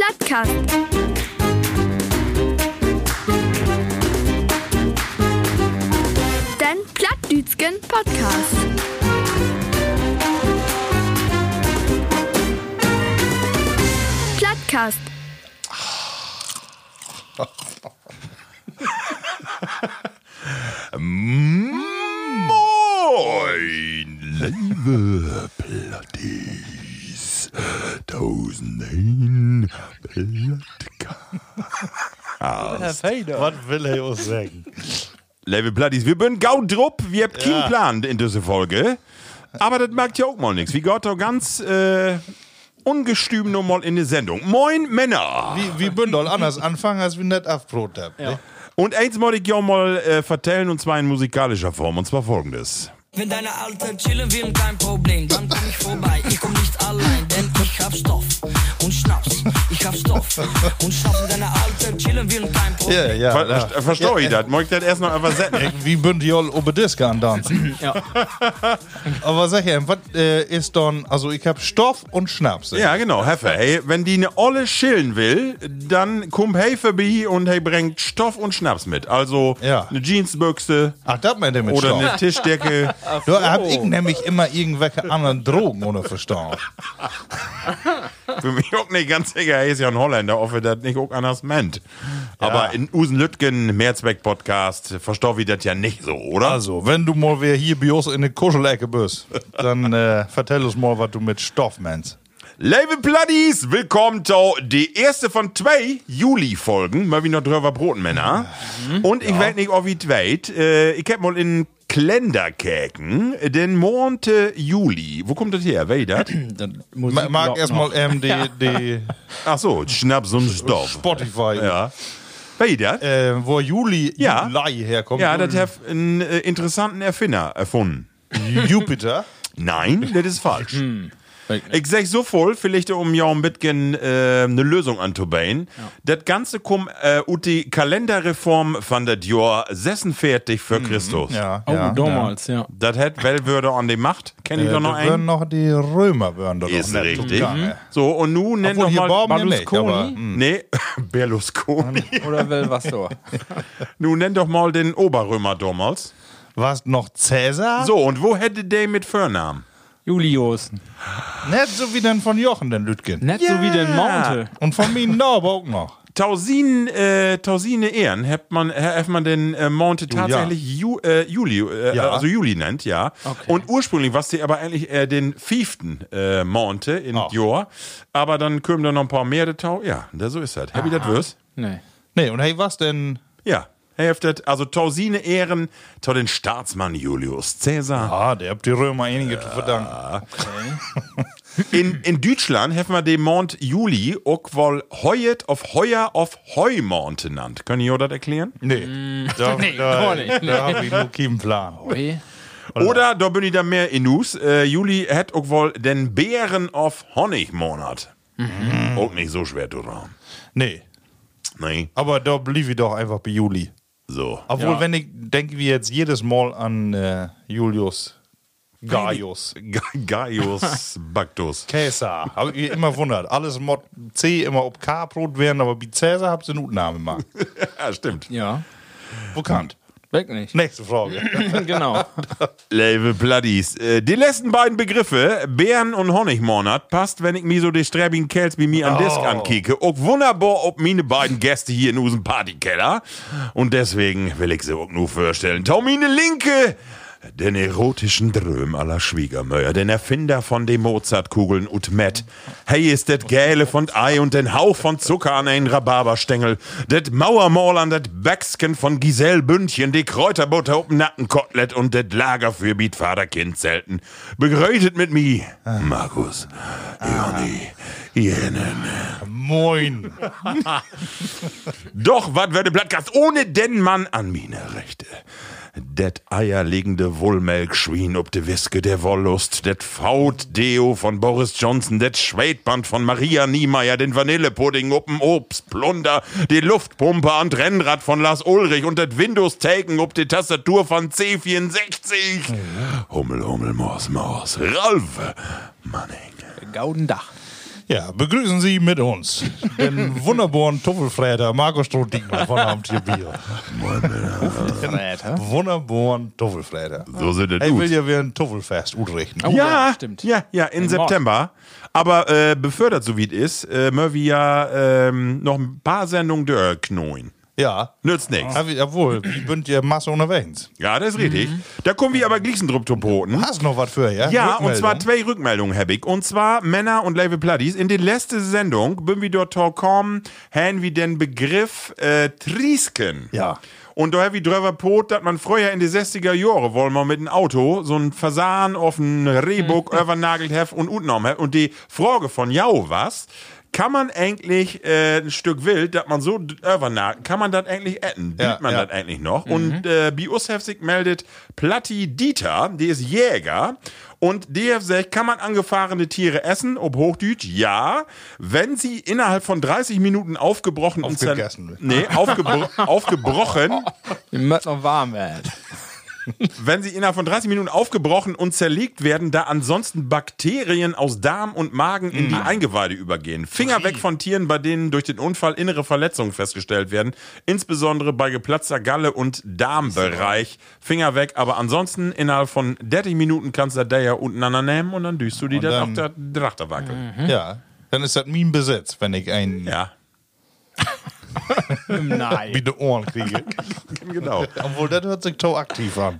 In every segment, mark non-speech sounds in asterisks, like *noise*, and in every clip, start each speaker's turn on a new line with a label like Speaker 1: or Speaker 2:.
Speaker 1: Plattcast. Den Plattdütschen Podcast. Plattcast.
Speaker 2: Moin, liebe Platties. 1001 Plattcast.
Speaker 3: Wat wil hij ons zeggen?
Speaker 2: Liebe Platties, wir bin gaud drupp. Wir habt keinen
Speaker 3: Ja.
Speaker 2: Plan in dieser Folge. Aber das merkt ja auch mal nichts. Wie Gott doch ganz äh, ungestüm noch mal in die Sendung. Moin, Männer.
Speaker 3: Wie, wie Bündel anders anfangen, als wir net afbrot hebben. Ja.
Speaker 2: Und eins wollte ich ja mal äh, vertellen, und zwar in musikalischer Form. Und zwar folgendes.
Speaker 4: Wenn deine Alte chillen will, kein Problem, dann komm ich vorbei. Ich komm nicht allein, denn ich hab Stoff und Schnaps. Ich hab Stoff und Schnaps. Wenn deine Alte chillen will, kein Problem.
Speaker 3: Ja, ja.
Speaker 2: Ver Verstehe ich das? Moik das erst noch einfach
Speaker 3: *laughs*
Speaker 2: setzen?
Speaker 3: Wie bent jol op de disc aan dansen?
Speaker 4: Ja.
Speaker 3: *laughs* Aber sag ja, was äh, ist dann, also ich hab Stoff und Schnaps.
Speaker 2: Ja, genau, Hefe. Hey, wenn die eine Olle chillen will, dann kommt Hefe bei und hey bringt Stoff und Schnaps mit. Also
Speaker 3: Ja.
Speaker 2: eine Jeansbüchse
Speaker 3: Ach, das meint ihr mit
Speaker 2: oder eine
Speaker 3: *laughs* Stoff.
Speaker 2: Tischdecke.
Speaker 3: Da hab ich nämlich immer irgendwelche anderen Drogen ohne Verstand.
Speaker 2: Für mich auch nicht ganz sicher, hey, ist ja ein Holländer, ob er das nicht auch anders meint. Aber in Usen-Lütgen, Mehrzweck-Podcast, verstehe ich das ja nicht so, oder?
Speaker 3: Also, wenn du mal wieder hier bei uns in der Kuschelecke bist, dann äh, vertell uns mal, was du mit Stoff meinst.
Speaker 2: Liebe Bloodies, willkommen zu die erste von zwei Juli-Folgen. Mal wieder drüber Brotmänner. Und ich weiß nicht, ob ich weit. Äh, ich hab mal in Kalender käken, den Monat äh, Juli. Wo kommt das her? Wer das?
Speaker 5: Dann muss
Speaker 3: Ma
Speaker 5: ich
Speaker 3: mag
Speaker 5: noch-
Speaker 3: erstmal
Speaker 5: noch.
Speaker 3: ähm, die, die
Speaker 2: Ach so, Schnaps und Stoff.
Speaker 3: Spotify,
Speaker 2: Ja. Wer das?
Speaker 3: äh, wo Juli,
Speaker 2: Ja.
Speaker 3: Juli herkommt.
Speaker 2: Ja, das hat einen äh, interessanten Erfinder erfunden.
Speaker 3: Jupiter.
Speaker 2: Nein, das ist falsch.
Speaker 3: Hm.
Speaker 2: Ich sag so voll, vielleicht um ja ein bisschen äh, eine Lösung anzubauen. Das Ganze kommt äh, ut die Kalenderreform von der Dior 46 für Christus.
Speaker 3: Mhm. Ja,
Speaker 5: Oh,
Speaker 3: ja,
Speaker 5: damals, ja.
Speaker 2: Das hat Wellwürde an die Macht. Kenn ich doch
Speaker 3: Ja. Äh,
Speaker 2: noch
Speaker 3: noch würden
Speaker 2: einen.
Speaker 3: noch die Römer würden da
Speaker 2: Ist
Speaker 3: noch nicht
Speaker 2: richtig.
Speaker 3: umgangen.
Speaker 2: So, und nun nenn
Speaker 3: Obwohl,
Speaker 2: doch
Speaker 3: hier
Speaker 2: mal
Speaker 3: Baum Hm. ja nicht, aber,
Speaker 2: Berlusconi. Nee, *laughs* Berlusconi.
Speaker 5: Oder will was so.
Speaker 2: *laughs* nun nenn doch mal den Oberrömer damals.
Speaker 3: Was noch Cäsar?
Speaker 2: So, und wo hätte der mit Vornamen?
Speaker 5: Julius.
Speaker 3: Nicht so wie den von Jochen, den Lütgen.
Speaker 5: Nicht so wie den Monte.
Speaker 3: Und von mir in Norbe auch noch.
Speaker 2: Tausinen, äh, Tausine Ehren hat man, hat man den äh, Monte tatsächlich Ju, äh, Juli, äh,
Speaker 3: Ja.
Speaker 2: also Juli nennt, ja. Und ursprünglich war es die aber eigentlich äh, den fünften äh, Monte in
Speaker 3: Ah.
Speaker 2: Dior. Aber dann kommen da noch ein paar mehr, der Tau. Ja, da so ist das. Happy das wirst?
Speaker 5: Nee.
Speaker 3: Nee, und hey, was denn?
Speaker 2: Ja. Heftet, also Tausine Ehren zu den Staatsmann Julius Caesar.
Speaker 3: Ah, der habt die Römer einige zu verdanken.
Speaker 2: In, in Deutschland hat man den Mont Juli auch wohl Heuet auf Heuer auf Heumonte nannt. Können ihr das erklären?
Speaker 3: Nee, da, nee,
Speaker 5: gar
Speaker 3: da,
Speaker 5: nicht.
Speaker 3: da hab ich nur keinen Plan.
Speaker 5: Ui.
Speaker 2: Oder, da bin ich da mehr Inus. Äh, Juli hat auch wohl den Bären auf Honigmonat. Auch nicht so schwer, du Raum.
Speaker 3: Nee,
Speaker 2: Nee,
Speaker 3: aber da blieb ich doch einfach bei Juli.
Speaker 2: so.
Speaker 3: Obwohl,
Speaker 5: Ja.
Speaker 3: wenn ich denke, wir jetzt jedes Mal an äh, Julius Gaius.
Speaker 2: Ga- *laughs* Gaius Bactus.
Speaker 3: Cäsar. Hab ich immer wundert. Alles Mod C immer ob K Brot werden, aber bei Cäsar habt ihr einen Utname gemacht.
Speaker 2: ja, stimmt.
Speaker 5: Ja.
Speaker 3: Bekannt.
Speaker 5: Weg *laughs* nicht.
Speaker 3: Nächste Frage.
Speaker 5: genau.
Speaker 2: Level Bloodies. Äh, die letzten beiden Begriffe, Bären und Honigmonat, passt, wenn ich mir so die Sträbigen Kerls wie mir am Disk ankicke. Auch wunderbar, ob meine beiden Gäste hier in unserem Partykeller. Und deswegen will ich sie auch nur vorstellen. Taumine Linke! Den erotischen Dröm aller Schwiegermöer, den Erfinder von den Mozartkugeln und Matt. Hey, ist det Gäle von Ei und den Hauch von Zucker an einen Rhabarberstängel, det Mauermaul an det Bäcksken von Giselle Bündchen, die Kräuterbutter ob Nackenkotelett und det Lager für Vaterkind selten. Begrötet mit mi, Markus, Joni, jenen.
Speaker 3: Moin.
Speaker 2: Doch, wat werde Blattgast ohne den Mann an mine Rechte? Det eierlegende Wollmelkschwien ob de Wiske der Wollust, det Faut Deo von Boris Johnson, det Schwedband von Maria Niemeyer, den Vanillepudding up'm Obstplunder, die Luftpumpe an Rennrad von Lars Ulrich und det Windows Taken ob die Tastatur von C64. Hummel, Hummel, Mors, Mors, Ralf, Manning.
Speaker 5: Gauden Dach.
Speaker 3: Ja, begrüßen Sie mit uns den wunderbaren Tuffelfräter Markus Strohdigmann von Abend hier Bier.
Speaker 5: Alter.
Speaker 3: Wunderbaren Tuffelfräter.
Speaker 2: So sind es
Speaker 3: Ich will
Speaker 2: gut.
Speaker 3: ja wieder ein Tuffelfest utrichten.
Speaker 5: Oh,
Speaker 2: Ja,
Speaker 5: stimmt.
Speaker 2: ja, ja, in
Speaker 5: Im
Speaker 2: September. Aber äh, befördert, so wie es ist, äh, Murphy ja ähm, noch ein paar Sendungen durchknoien.
Speaker 3: Ja.
Speaker 2: Nützt nichts.
Speaker 3: Hab ich- Obwohl, ich bin ja Masse unterwegs.
Speaker 2: Ja, das ist richtig. Da kommen wir aber Gliesen drüber zu broten.
Speaker 3: Hast noch was für, ja?
Speaker 2: Ja,
Speaker 3: Rückmeldung?
Speaker 2: und zwar zwei Rückmeldungen habe ich. Und zwar Männer und Label Platties. In der letzten Sendung bin wir dort kommen, haben wir den Begriff äh, Triesken.
Speaker 3: Ja.
Speaker 2: Und da habe ich drüber pot, dass man früher in die 60er Jahre wollen wir mit dem Auto so ein Fasan auf einen Rehbock
Speaker 3: Hm.
Speaker 2: übernagelt hef und utgenommen hef. Und die Frage von Jau was, kann man eigentlich äh, ein Stück Wild, das man so d- übernagelt, kann man das eigentlich essen?
Speaker 3: Ja,
Speaker 2: Bietet man
Speaker 3: ja. Mhm.
Speaker 2: das eigentlich noch? Und äh, Bius Hefsig meldet Platti Dieter, der ist Jäger. Und der sagt, kann man angefahrene Tiere essen? Ob Hochdeutsch? Ja. Wenn sie innerhalb von 30 Minuten aufgebrochen und zer-
Speaker 3: Aufgegessen.
Speaker 2: Nee,
Speaker 3: *laughs*
Speaker 2: aufgebro aufgebrochen.
Speaker 5: Ihr mögt noch
Speaker 2: *laughs*
Speaker 5: warm werden.
Speaker 2: Wenn sie innerhalb von 30 Minuten aufgebrochen und zerlegt werden, da ansonsten Bakterien aus Darm und Magen in die Eingeweide übergehen. Finger weg von Tieren, bei denen durch den Unfall innere Verletzungen festgestellt werden. Insbesondere bei geplatzter Galle und Darmbereich. Finger weg, aber ansonsten innerhalb von 30 Minuten kannst du das da ja unten nehmen und dann düst du die dann Mhm. auf
Speaker 3: dann-
Speaker 2: der Drachter wackeln.
Speaker 3: Ja. Dann ist das mein Besitz, wenn ich einen
Speaker 2: Ja,
Speaker 5: Nein.
Speaker 3: wie die Ohren kriege.
Speaker 2: genau.
Speaker 3: Obwohl, das hört sich aktiv an.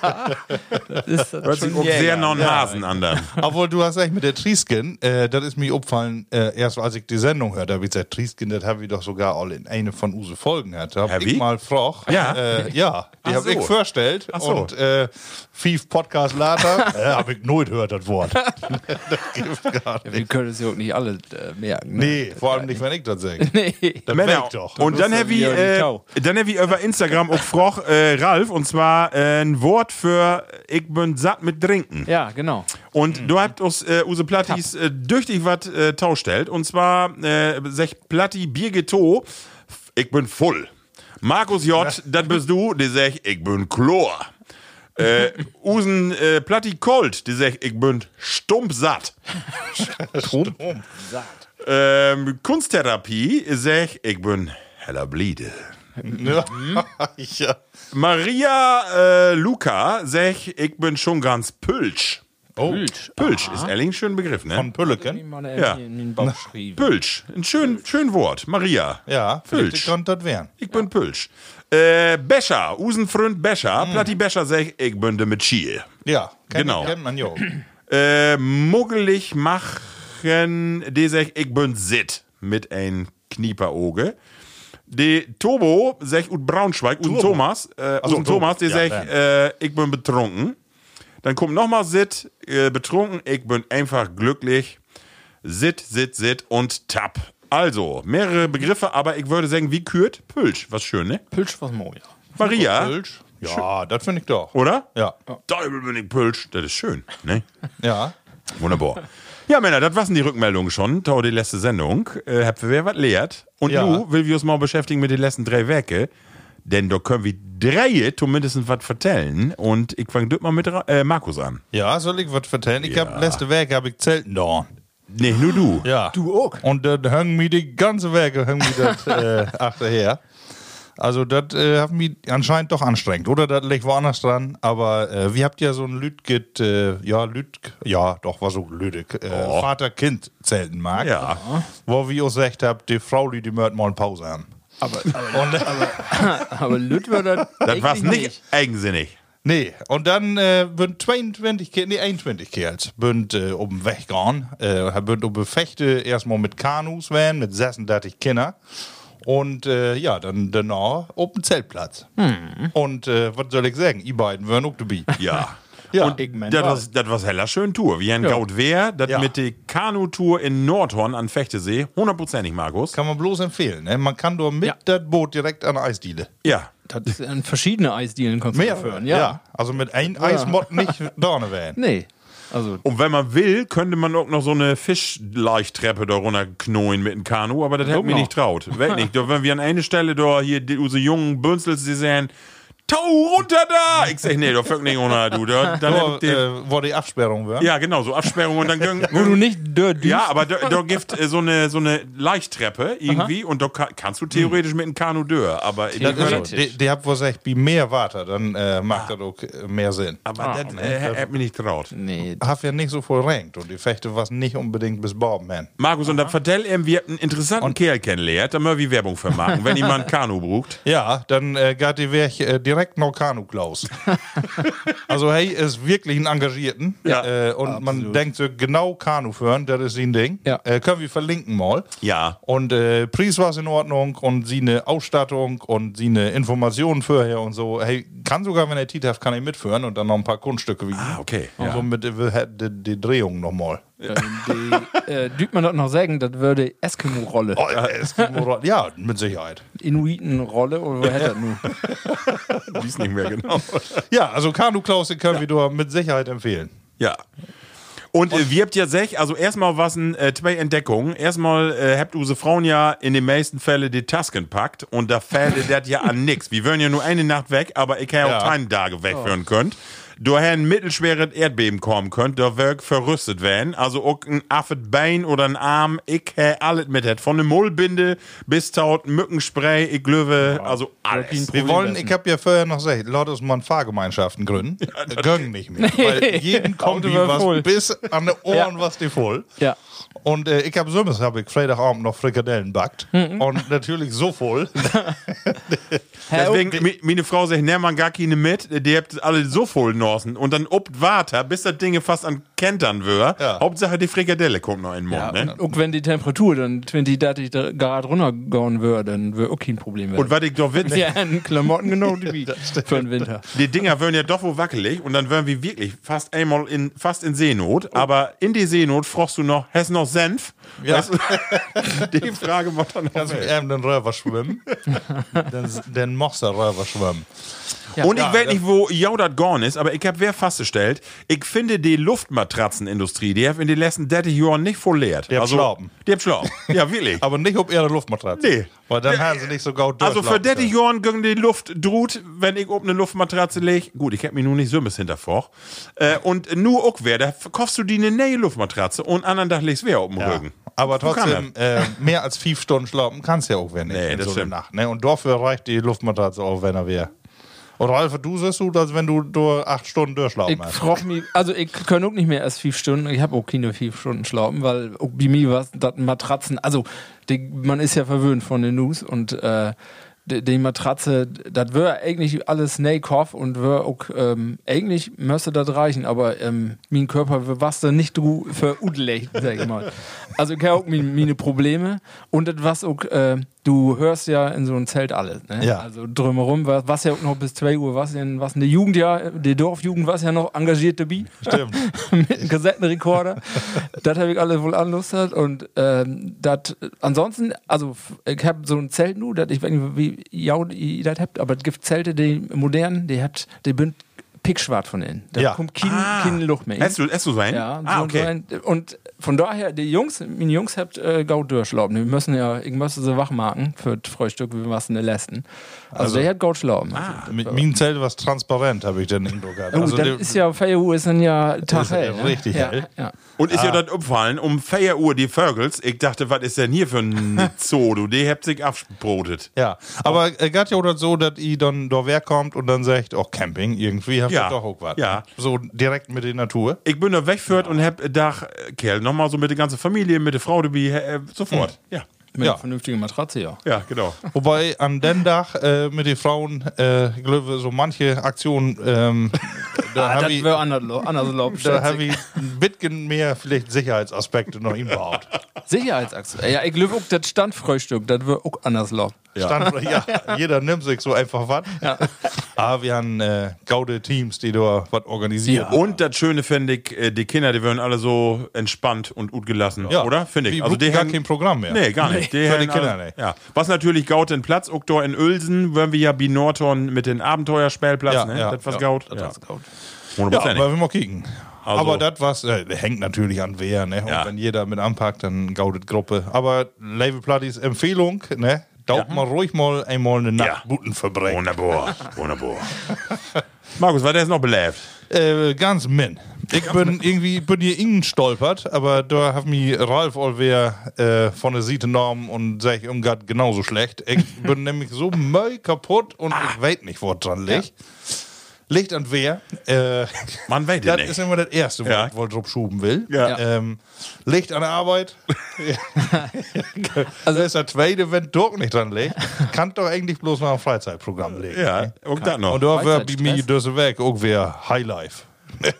Speaker 5: Das ist
Speaker 2: Hört sich auch sehr non Hasen an dann.
Speaker 3: Obwohl, du hast recht mit der Trieskin. Äh, das ist mir aufgefallen, äh, erst als ich die Sendung hörte, habe ich gesagt, Trieskin, das habe ich doch sogar all in eine von Use Folgen gehört. Da
Speaker 2: Herr
Speaker 3: habe ich
Speaker 2: Wieck?
Speaker 3: mal frog.
Speaker 2: Ja.
Speaker 3: Äh, ja, die
Speaker 2: Ach
Speaker 3: habe
Speaker 2: so.
Speaker 3: ich vorgestellt.
Speaker 2: Ach so.
Speaker 3: Und äh, Fief Podcast
Speaker 2: *laughs*
Speaker 3: later, äh, habe ich nooit gehört, das Wort. das gibt gar nicht.
Speaker 5: Wir können es ja auch nicht alle äh, merken. ne?
Speaker 3: Nee, vor allem nicht, wenn ich das sage.
Speaker 2: *laughs*
Speaker 5: Nee.
Speaker 3: Das
Speaker 2: Männer.
Speaker 3: weg doch.
Speaker 2: Genau. Und dann
Speaker 5: Das
Speaker 2: habe
Speaker 5: ist
Speaker 2: ich,
Speaker 5: ja die
Speaker 2: äh,
Speaker 5: Tau.
Speaker 2: dann hab ich über Instagram auch gefragt, äh, Ralf, und zwar äh, ein Wort für äh, ich bin satt mit Trinken.
Speaker 5: Ja, genau.
Speaker 2: Und du habt uns äh, Use Plattis äh, durch dich was äh, tauschstellt. Und zwar äh, sech Platti Birgeto, ich bin voll. Markus J., das bist du, der sech, ich bin Chlor.
Speaker 3: *laughs*
Speaker 2: Äh, Usen äh, Platti Colt, der sech, ich bin stumpsatt. Ähm, Kunsttherapie, sech, ich bin heller Bliede.
Speaker 3: Ja.
Speaker 2: Mhm.
Speaker 3: *laughs* ja.
Speaker 2: Maria äh, Luca, sech, ich bin schon ganz Pülsch.
Speaker 3: Oh,
Speaker 2: Pülsch ist ehrlich ein schöner Begriff, ne?
Speaker 3: von Pülleken.
Speaker 5: Mal
Speaker 2: Ja.
Speaker 5: in den Bauch schrieben.
Speaker 2: Pülsch, ein schön, schön Wort. Maria.
Speaker 3: Ja, vielleicht
Speaker 2: Pülsch.
Speaker 3: könnte das werden.
Speaker 2: Ich bin Pülsch. Äh, Bescher, Usenfreund
Speaker 3: Hm.
Speaker 2: Bescher. Platti Bescher sech, ich bin de mit Schiel.
Speaker 3: Ja, kennt,
Speaker 2: Genau.
Speaker 3: kennt man jo.
Speaker 2: Äh, muggelig machen, die sech, ich bin Sit. Mit ein Knieperoge. De Turbo, sech, und Braunschweig, und
Speaker 3: Turbo.
Speaker 2: Thomas, äh,
Speaker 3: Ach so,
Speaker 2: und Thomas, die
Speaker 3: Turbo.
Speaker 2: sech,
Speaker 3: Ja,
Speaker 2: äh, ich bin betrunken. Dann kommt nochmal Sit, äh, betrunken, ich bin einfach glücklich. Sit, Sit, Sit und Tap. Also, mehrere Begriffe, aber ich würde sagen, wie kürt? Pülsch, was schön, ne?
Speaker 5: Pülsch was Moja.
Speaker 2: Maria,
Speaker 3: Pülsch? Ja, das finde ich doch.
Speaker 2: oder?
Speaker 3: Ja.
Speaker 2: Teufel bin ich Pülsch, das ist schön, ne?
Speaker 3: Ja.
Speaker 2: Wunderbar. Ja, Männer, das waren die Rückmeldungen schon. Tau die letzte Sendung. Äh, habt ihr wer was lehrt? Und
Speaker 3: Ja.
Speaker 2: nu will wir uns mal beschäftigen mit den letzten drei Werke. Denn da können wir drei zumindest was vertellen. Und ich fange mal mit Ra- äh, Markus an.
Speaker 3: Ja, soll ich was vertellen? Ich hab letzte Werke hab ich Zelten da.
Speaker 2: Nee, nur du.
Speaker 3: Ja.
Speaker 5: Du auch?
Speaker 3: Und dann hängen mir die ganze Werke hängen mir das äh, achterher. Also das äh, hat mich anscheinend doch anstrengend, oder? Das liegt woanders dran. Aber äh, wir habt ja so ein Lütget, äh, ja, Lüt, ja, doch, war so Lüdig, äh,
Speaker 2: Oh.
Speaker 3: Vater-Kind-Zeltenmarkt.
Speaker 2: Ja.
Speaker 3: Wo wir auch gesagt habt, die Frau, die die mört mal eine Pause an.
Speaker 5: Aber,
Speaker 3: Und,
Speaker 5: *laughs* aber Lütwer, das
Speaker 2: Das war's
Speaker 5: eigentlich
Speaker 2: nicht, eigensinnig.
Speaker 3: Nee, und dann äh, bünd 22 Kerl, nee, 21 Kerls, bünd äh, um den Weg gehen, äh, bünd um Befechte erstmal mit Kanus werden, mit 36 Kinder. Und äh, ja, dann danach auf dem Zeltplatz.
Speaker 5: Hm.
Speaker 3: Und äh, was soll ich sagen, die beiden wären auch
Speaker 5: *laughs*
Speaker 3: dabei.
Speaker 2: Ja.
Speaker 3: Ja,
Speaker 2: und
Speaker 5: ich mein,
Speaker 2: das
Speaker 5: war.
Speaker 2: was, das was heller schön Tour. Wie ein Gaut Wehr, das
Speaker 3: Ja.
Speaker 2: mit der Kanutour in Nordhorn an Fechtesee. Hundertprozentig, Markus.
Speaker 3: Kann man bloß empfehlen, ne? Man kann doch mit
Speaker 5: Ja.
Speaker 3: das Boot direkt an der Eisdiele.
Speaker 2: ja.
Speaker 5: Das ist an verschiedene Eisdielen Konzerte führen, ja.
Speaker 3: Also mit einem Eismod
Speaker 5: *laughs*
Speaker 3: nicht ne vorne werden.
Speaker 5: Nee. Also,
Speaker 2: Und wenn man will, könnte man auch noch so eine Fischleichtreppe da runter knoien mit einem Kanu, aber das hätten wir
Speaker 5: noch.
Speaker 2: nicht traut. Weg nicht. Doch wenn wir an einer Stelle da hier die- unsere jungen Bünzels, die sehen, Tau runter da! Ich sag, nee, doch fängt nicht runter, du. Da, dann
Speaker 3: Nur,
Speaker 2: nimmt den,
Speaker 3: äh, wo die Absperrung war.
Speaker 2: ja, genau, so Absperrung und dann gön-
Speaker 5: Wo du nicht dörr
Speaker 2: Ja, aber da, da gibt äh, so eine so eine Leichttreppe irgendwie und da ka kannst du theoretisch mit einem Kanu dörr, aber ich
Speaker 3: Das
Speaker 2: würde-
Speaker 3: ist so. also, Die, die habt wahrscheinlich wie mehr Water, dann äh, macht das auch äh, mehr Sinn.
Speaker 2: aber das äh, hätte mich nicht traut. *laughs*
Speaker 5: Nee. *laughs*
Speaker 3: Hab ja nicht so voll rankt und die Fechte was nicht unbedingt bis Bobman.
Speaker 2: Markus, und dann vertell ihm, wir haben einen interessanten Kerl kennengelernt, da mögen wir Werbung für machen, wenn jemand Kanu braucht.
Speaker 3: Ja, dann äh, geht die Weg äh, direkt nach Kanu Klaus. also hey, ist wirklich ein Engagierten.
Speaker 2: Ja,
Speaker 3: äh, und man denkt so genau Kanu führen, das ist sein Ding.
Speaker 5: Ja.
Speaker 3: Äh, können wir verlinken mal.
Speaker 2: Ja.
Speaker 3: Und äh, Preis war in Ordnung und sie eine Ausstattung und sie eine Informationen vorher und so. Hey, kann sogar, wenn er Tiet hat, kann ich mitführen und dann noch ein paar Kunststücke wiegen.
Speaker 2: Ah, okay,
Speaker 3: Und
Speaker 2: ja.
Speaker 3: so mit äh, die, die Drehung nochmal.
Speaker 5: Ähm, die, äh, düt man dort noch sagen, das würde Eskimo-Rolle.
Speaker 3: Oh, äh, es gibt nur- ja, mit Sicherheit.
Speaker 5: Inuiten-Rolle oder wer hätte das nun?
Speaker 2: Dies nicht mehr genau.
Speaker 3: Ja, also Kanu Klaus, den können wir nur mit Sicherheit empfehlen.
Speaker 2: *laughs* Ja. Und äh, wir habt ja sech, also erstmal was ein äh, zwei Entdeckungen. Erstmal äh, habt unsere Frauen ja in den meisten Fällen die Tasken packt und da fällt das ja an nix. Wir wären ja nur eine Nacht weg, aber ich hätte ja. Oh. auch
Speaker 3: Ja.
Speaker 2: keinen Tage wegführen könnt. Da hätte ein mittelschweres Erdbeben kommen könnt, da wär ich verrüstet werden. Also auch ein affet Bein oder ein Arm, ich hätte alles mit hätt. Von der Mullbinde bis taut Mückenspray, ich löwe, also alles.
Speaker 3: Wir
Speaker 5: Problem
Speaker 3: wollen,
Speaker 5: lassen.
Speaker 3: ich habe ja vorher noch gesagt, Leute, muss man Fahrgemeinschaften gründen. Ja, Gönnen nicht mehr. Weil jeden kommt
Speaker 5: Auto war
Speaker 3: was
Speaker 5: voll.
Speaker 3: bis an die Ohren was die voll.
Speaker 5: Ja.
Speaker 3: Und äh, ich habe Sümmes, habe ich Freitagabend noch Frikadellen backt. Und natürlich so voll.
Speaker 2: Deswegen, Also mi- meine Frau sagt, nimm man gar keine mit, die habt alle so voll Norsen. Und dann obt weiter, bis das Ding fast an Kentern wird.
Speaker 3: Ja. genau.
Speaker 2: Hauptsache die Frikadelle kommt noch in den Mund. ne?
Speaker 5: Und wenn die Temperatur dann 20, 30 Grad runtergehauen würde, dann wäre auch kein Problem. Mehr.
Speaker 2: Und was ich doch will,
Speaker 5: ja, in Klamotten genau *laughs* die Beat für den Winter.
Speaker 2: die Dinger werden ja doch wohl wackelig und dann werden wir wirklich fast einmal in, fast in Seenot. Aber in die Seenot fragst du noch, hast noch Senf?
Speaker 3: Oh. Ja.
Speaker 2: Das-
Speaker 3: *laughs*
Speaker 2: die Frage muss dann noch
Speaker 3: Kannst mit
Speaker 2: weg.
Speaker 3: einem den Röver schwimmen. dann, dann machst du Röver schwimmen.
Speaker 2: Und ich
Speaker 3: Ja,
Speaker 2: weiß
Speaker 3: das-
Speaker 2: nicht, wo Jaudat gone ist, aber ich habe wer festgestellt, ich finde die Luftmatratzenindustrie, die hat in den letzten 30 Jahren nicht volllehrt.
Speaker 3: Die hat Schlauben.
Speaker 2: Die hat Schlauben. Ja, wirklich.
Speaker 3: Aber nicht ob ihre Luftmatratze.
Speaker 2: Nee.
Speaker 3: Weil dann haben sie nicht so gaut
Speaker 2: Also für
Speaker 3: durchlaufen
Speaker 2: Daddy
Speaker 3: können.
Speaker 2: Jorn ging die Luft drut, wenn ich oben eine Luftmatratze leg. Gut, ich hab mir nur nicht so ein bisschen davor. Äh, und nur auch wer, da kaufst du die eine neue Luftmatratze und anderen Tag legst du wer oben
Speaker 3: Ja.
Speaker 2: Rücken.
Speaker 3: Aber
Speaker 2: Wo kann
Speaker 3: trotzdem, äh, mehr als fünf Stunden schlafen kannst ja auch wenn nicht
Speaker 2: Nee,
Speaker 3: in
Speaker 2: das
Speaker 3: so einer
Speaker 2: stimmt.
Speaker 3: Nacht. Ne? Und dafür reicht die Luftmatratze auch, wenn er wäre. Und Ralf, du siehst du, als wenn du durch acht Stunden
Speaker 5: Ich
Speaker 3: durchschlafen hast.
Speaker 5: frage mich, also ich kann auch nicht mehr erst fünf Stunden, ich habe auch keine fünf Stunden schlafen, weil auch bei mir was, das Matratzen, also die, man ist ja verwöhnt von den News und äh, die, die Matratze, das wäre eigentlich alles Snake-Off und wäre auch, ähm, eigentlich müsste das reichen, aber ähm, mein Körper wär was da nicht dru verudlecht, sag ich mal. Also ich habe auch mein- meine Probleme und das was auch, äh, du hörst ja in so einem Zelt alles, ne?
Speaker 3: Ja.
Speaker 5: Also drumherum, was, was ja auch noch bis 2 Uhr, was in was in der Jugend ja, die Dorfjugend war es ja noch engagiert dabei.
Speaker 3: Stimmt.
Speaker 5: *laughs* mit einem Kassettenrekorder. das habe ich alle wohl anlustet und ähm, das ansonsten, also f- ich habe so ein Zelt nu, das ich weiß nicht, wie ja, ihr das habt, aber es gibt Zelte, die modernen, die hat, die bünd pickschwarz von innen. Da
Speaker 3: Ja.
Speaker 5: kommt kein,
Speaker 2: Ah.
Speaker 5: keine Luft mehr. in.
Speaker 2: Hast du, hast du so einen?
Speaker 5: Ja,
Speaker 2: ah,
Speaker 5: so
Speaker 2: okay.
Speaker 5: so ein, und von daher, die Jungs, meine Jungs habt äh, gau durchschlauben. Wir müssen ja, ich müsste sie wach machen für das Frühstück, wir müssen den letzten. Also, der hat gau schlauben. Ah,
Speaker 3: Mit meinem Zelt war es transparent, habe ich den Eindruck gehabt.
Speaker 5: oh,
Speaker 3: Also
Speaker 5: dann
Speaker 3: der-
Speaker 5: ist ja, Feier ist dann ja Tag
Speaker 3: ist ja
Speaker 5: hell. Ne?
Speaker 3: richtig
Speaker 5: ja,
Speaker 3: hell.
Speaker 5: Ja.
Speaker 2: Und ist ja
Speaker 3: Ah.
Speaker 2: dann umfallen, um 4 Uhr die Vögels. Ich dachte, was ist denn hier für
Speaker 3: *laughs*
Speaker 2: ein Zoo, du? Die habt sich abgebrotet.
Speaker 3: ja, aber äh, geht ja oder so, dass ihr dann da wer kommt und dann sagt, oh Camping, irgendwie habt ihr
Speaker 2: Ja.
Speaker 3: doch auch was.
Speaker 2: Ja.
Speaker 3: So direkt mit der Natur.
Speaker 2: Ich bin da weggeführt und hab gedacht, äh, Kerl, nochmal so mit der ganzen Familie, mit der Frau, du, äh, sofort.
Speaker 3: Hm.
Speaker 2: Ja.
Speaker 5: Mit
Speaker 3: Ja.
Speaker 5: einer vernünftigen Matratze, ja.
Speaker 2: Ja, genau.
Speaker 3: Wobei an den Tag äh, mit den Frauen, äh, ich glaube, so manche Aktionen,
Speaker 5: *laughs*
Speaker 3: ähm, da
Speaker 5: Ah,
Speaker 3: hab
Speaker 5: das
Speaker 3: ich-
Speaker 5: wäre anders, lau- anders *laughs* laufen.
Speaker 3: Da
Speaker 5: schätze
Speaker 3: habe
Speaker 5: ich.
Speaker 3: ich ein bisschen mehr vielleicht Sicherheitsaspekte noch eingebaut.
Speaker 5: Sicherheitsachse. Ja, ich glaube auch, das Standfrühstück, das wäre auch anders laufen. *laughs*
Speaker 3: Stand, ja, jeder nimmt sich so einfach was. Aber wir haben äh, gaude Teams, die da was organisieren.
Speaker 2: Und das Schöne finde ich, äh, die Kinder, die werden alle so entspannt und gut gelassen,
Speaker 3: Ja.
Speaker 2: oder? Finde ich.
Speaker 3: Die also gar
Speaker 2: hängen-
Speaker 3: kein Programm mehr.
Speaker 2: Nee, gar nicht.
Speaker 3: Für die
Speaker 2: hängen
Speaker 3: Kinder
Speaker 2: alle-
Speaker 3: nicht.
Speaker 2: Ja. Was natürlich gaut den Platz, Uktor in Uelsen, werden wir ja bi Norton mit den Abenteuerspielplatz,
Speaker 3: Ja,
Speaker 2: ne?
Speaker 3: ja,
Speaker 2: das was
Speaker 3: ja.
Speaker 2: gaut.
Speaker 5: Das
Speaker 2: Ja.
Speaker 5: war's gut.
Speaker 3: Ja,
Speaker 2: Hundertprozentig.
Speaker 3: aber wir mal kicken.
Speaker 2: Also-
Speaker 3: aber das was äh, hängt natürlich an wer, ne? Und
Speaker 2: Ja.
Speaker 3: wenn jeder mit anpackt, dann gaudet Gruppe. Aber Label Platties Empfehlung, ne? Dauert mal ruhig mal einmal eine Nacht
Speaker 2: Ja.
Speaker 3: Buten verbringen. *laughs*
Speaker 2: Wunderbar, wunderbar. Markus, war der jetzt noch belebt?
Speaker 3: Äh, ganz min. Ich bin irgendwie bin hier ingen stolpert, aber da hat mich Ralf Olwehr äh, von der Seite genommen und sag ich umgart genauso schlecht.
Speaker 2: *laughs*
Speaker 3: Ich bin nämlich so möll kaputt und
Speaker 2: Ah.
Speaker 3: ich weiß nicht, wo dran liegt. Liegt an wer?
Speaker 2: *laughs*
Speaker 3: Äh,
Speaker 2: Man weiß es
Speaker 3: das
Speaker 2: nicht.
Speaker 3: ist immer das Erste, wo
Speaker 2: Ja.
Speaker 3: ich wohl drauf schuben will.
Speaker 2: Ja.
Speaker 3: Ähm, Licht an
Speaker 2: *laughs*
Speaker 3: der Arbeit. *laughs* also das ist der zweite, wenn Dirk nicht dran liegt, kann doch eigentlich bloß noch ein Freizeitprogramm liegen.
Speaker 2: Ja, auch das noch.
Speaker 3: Und da wäre bei
Speaker 5: Freizeitstress.
Speaker 3: mir das weg, irgendwie Highlife. *laughs*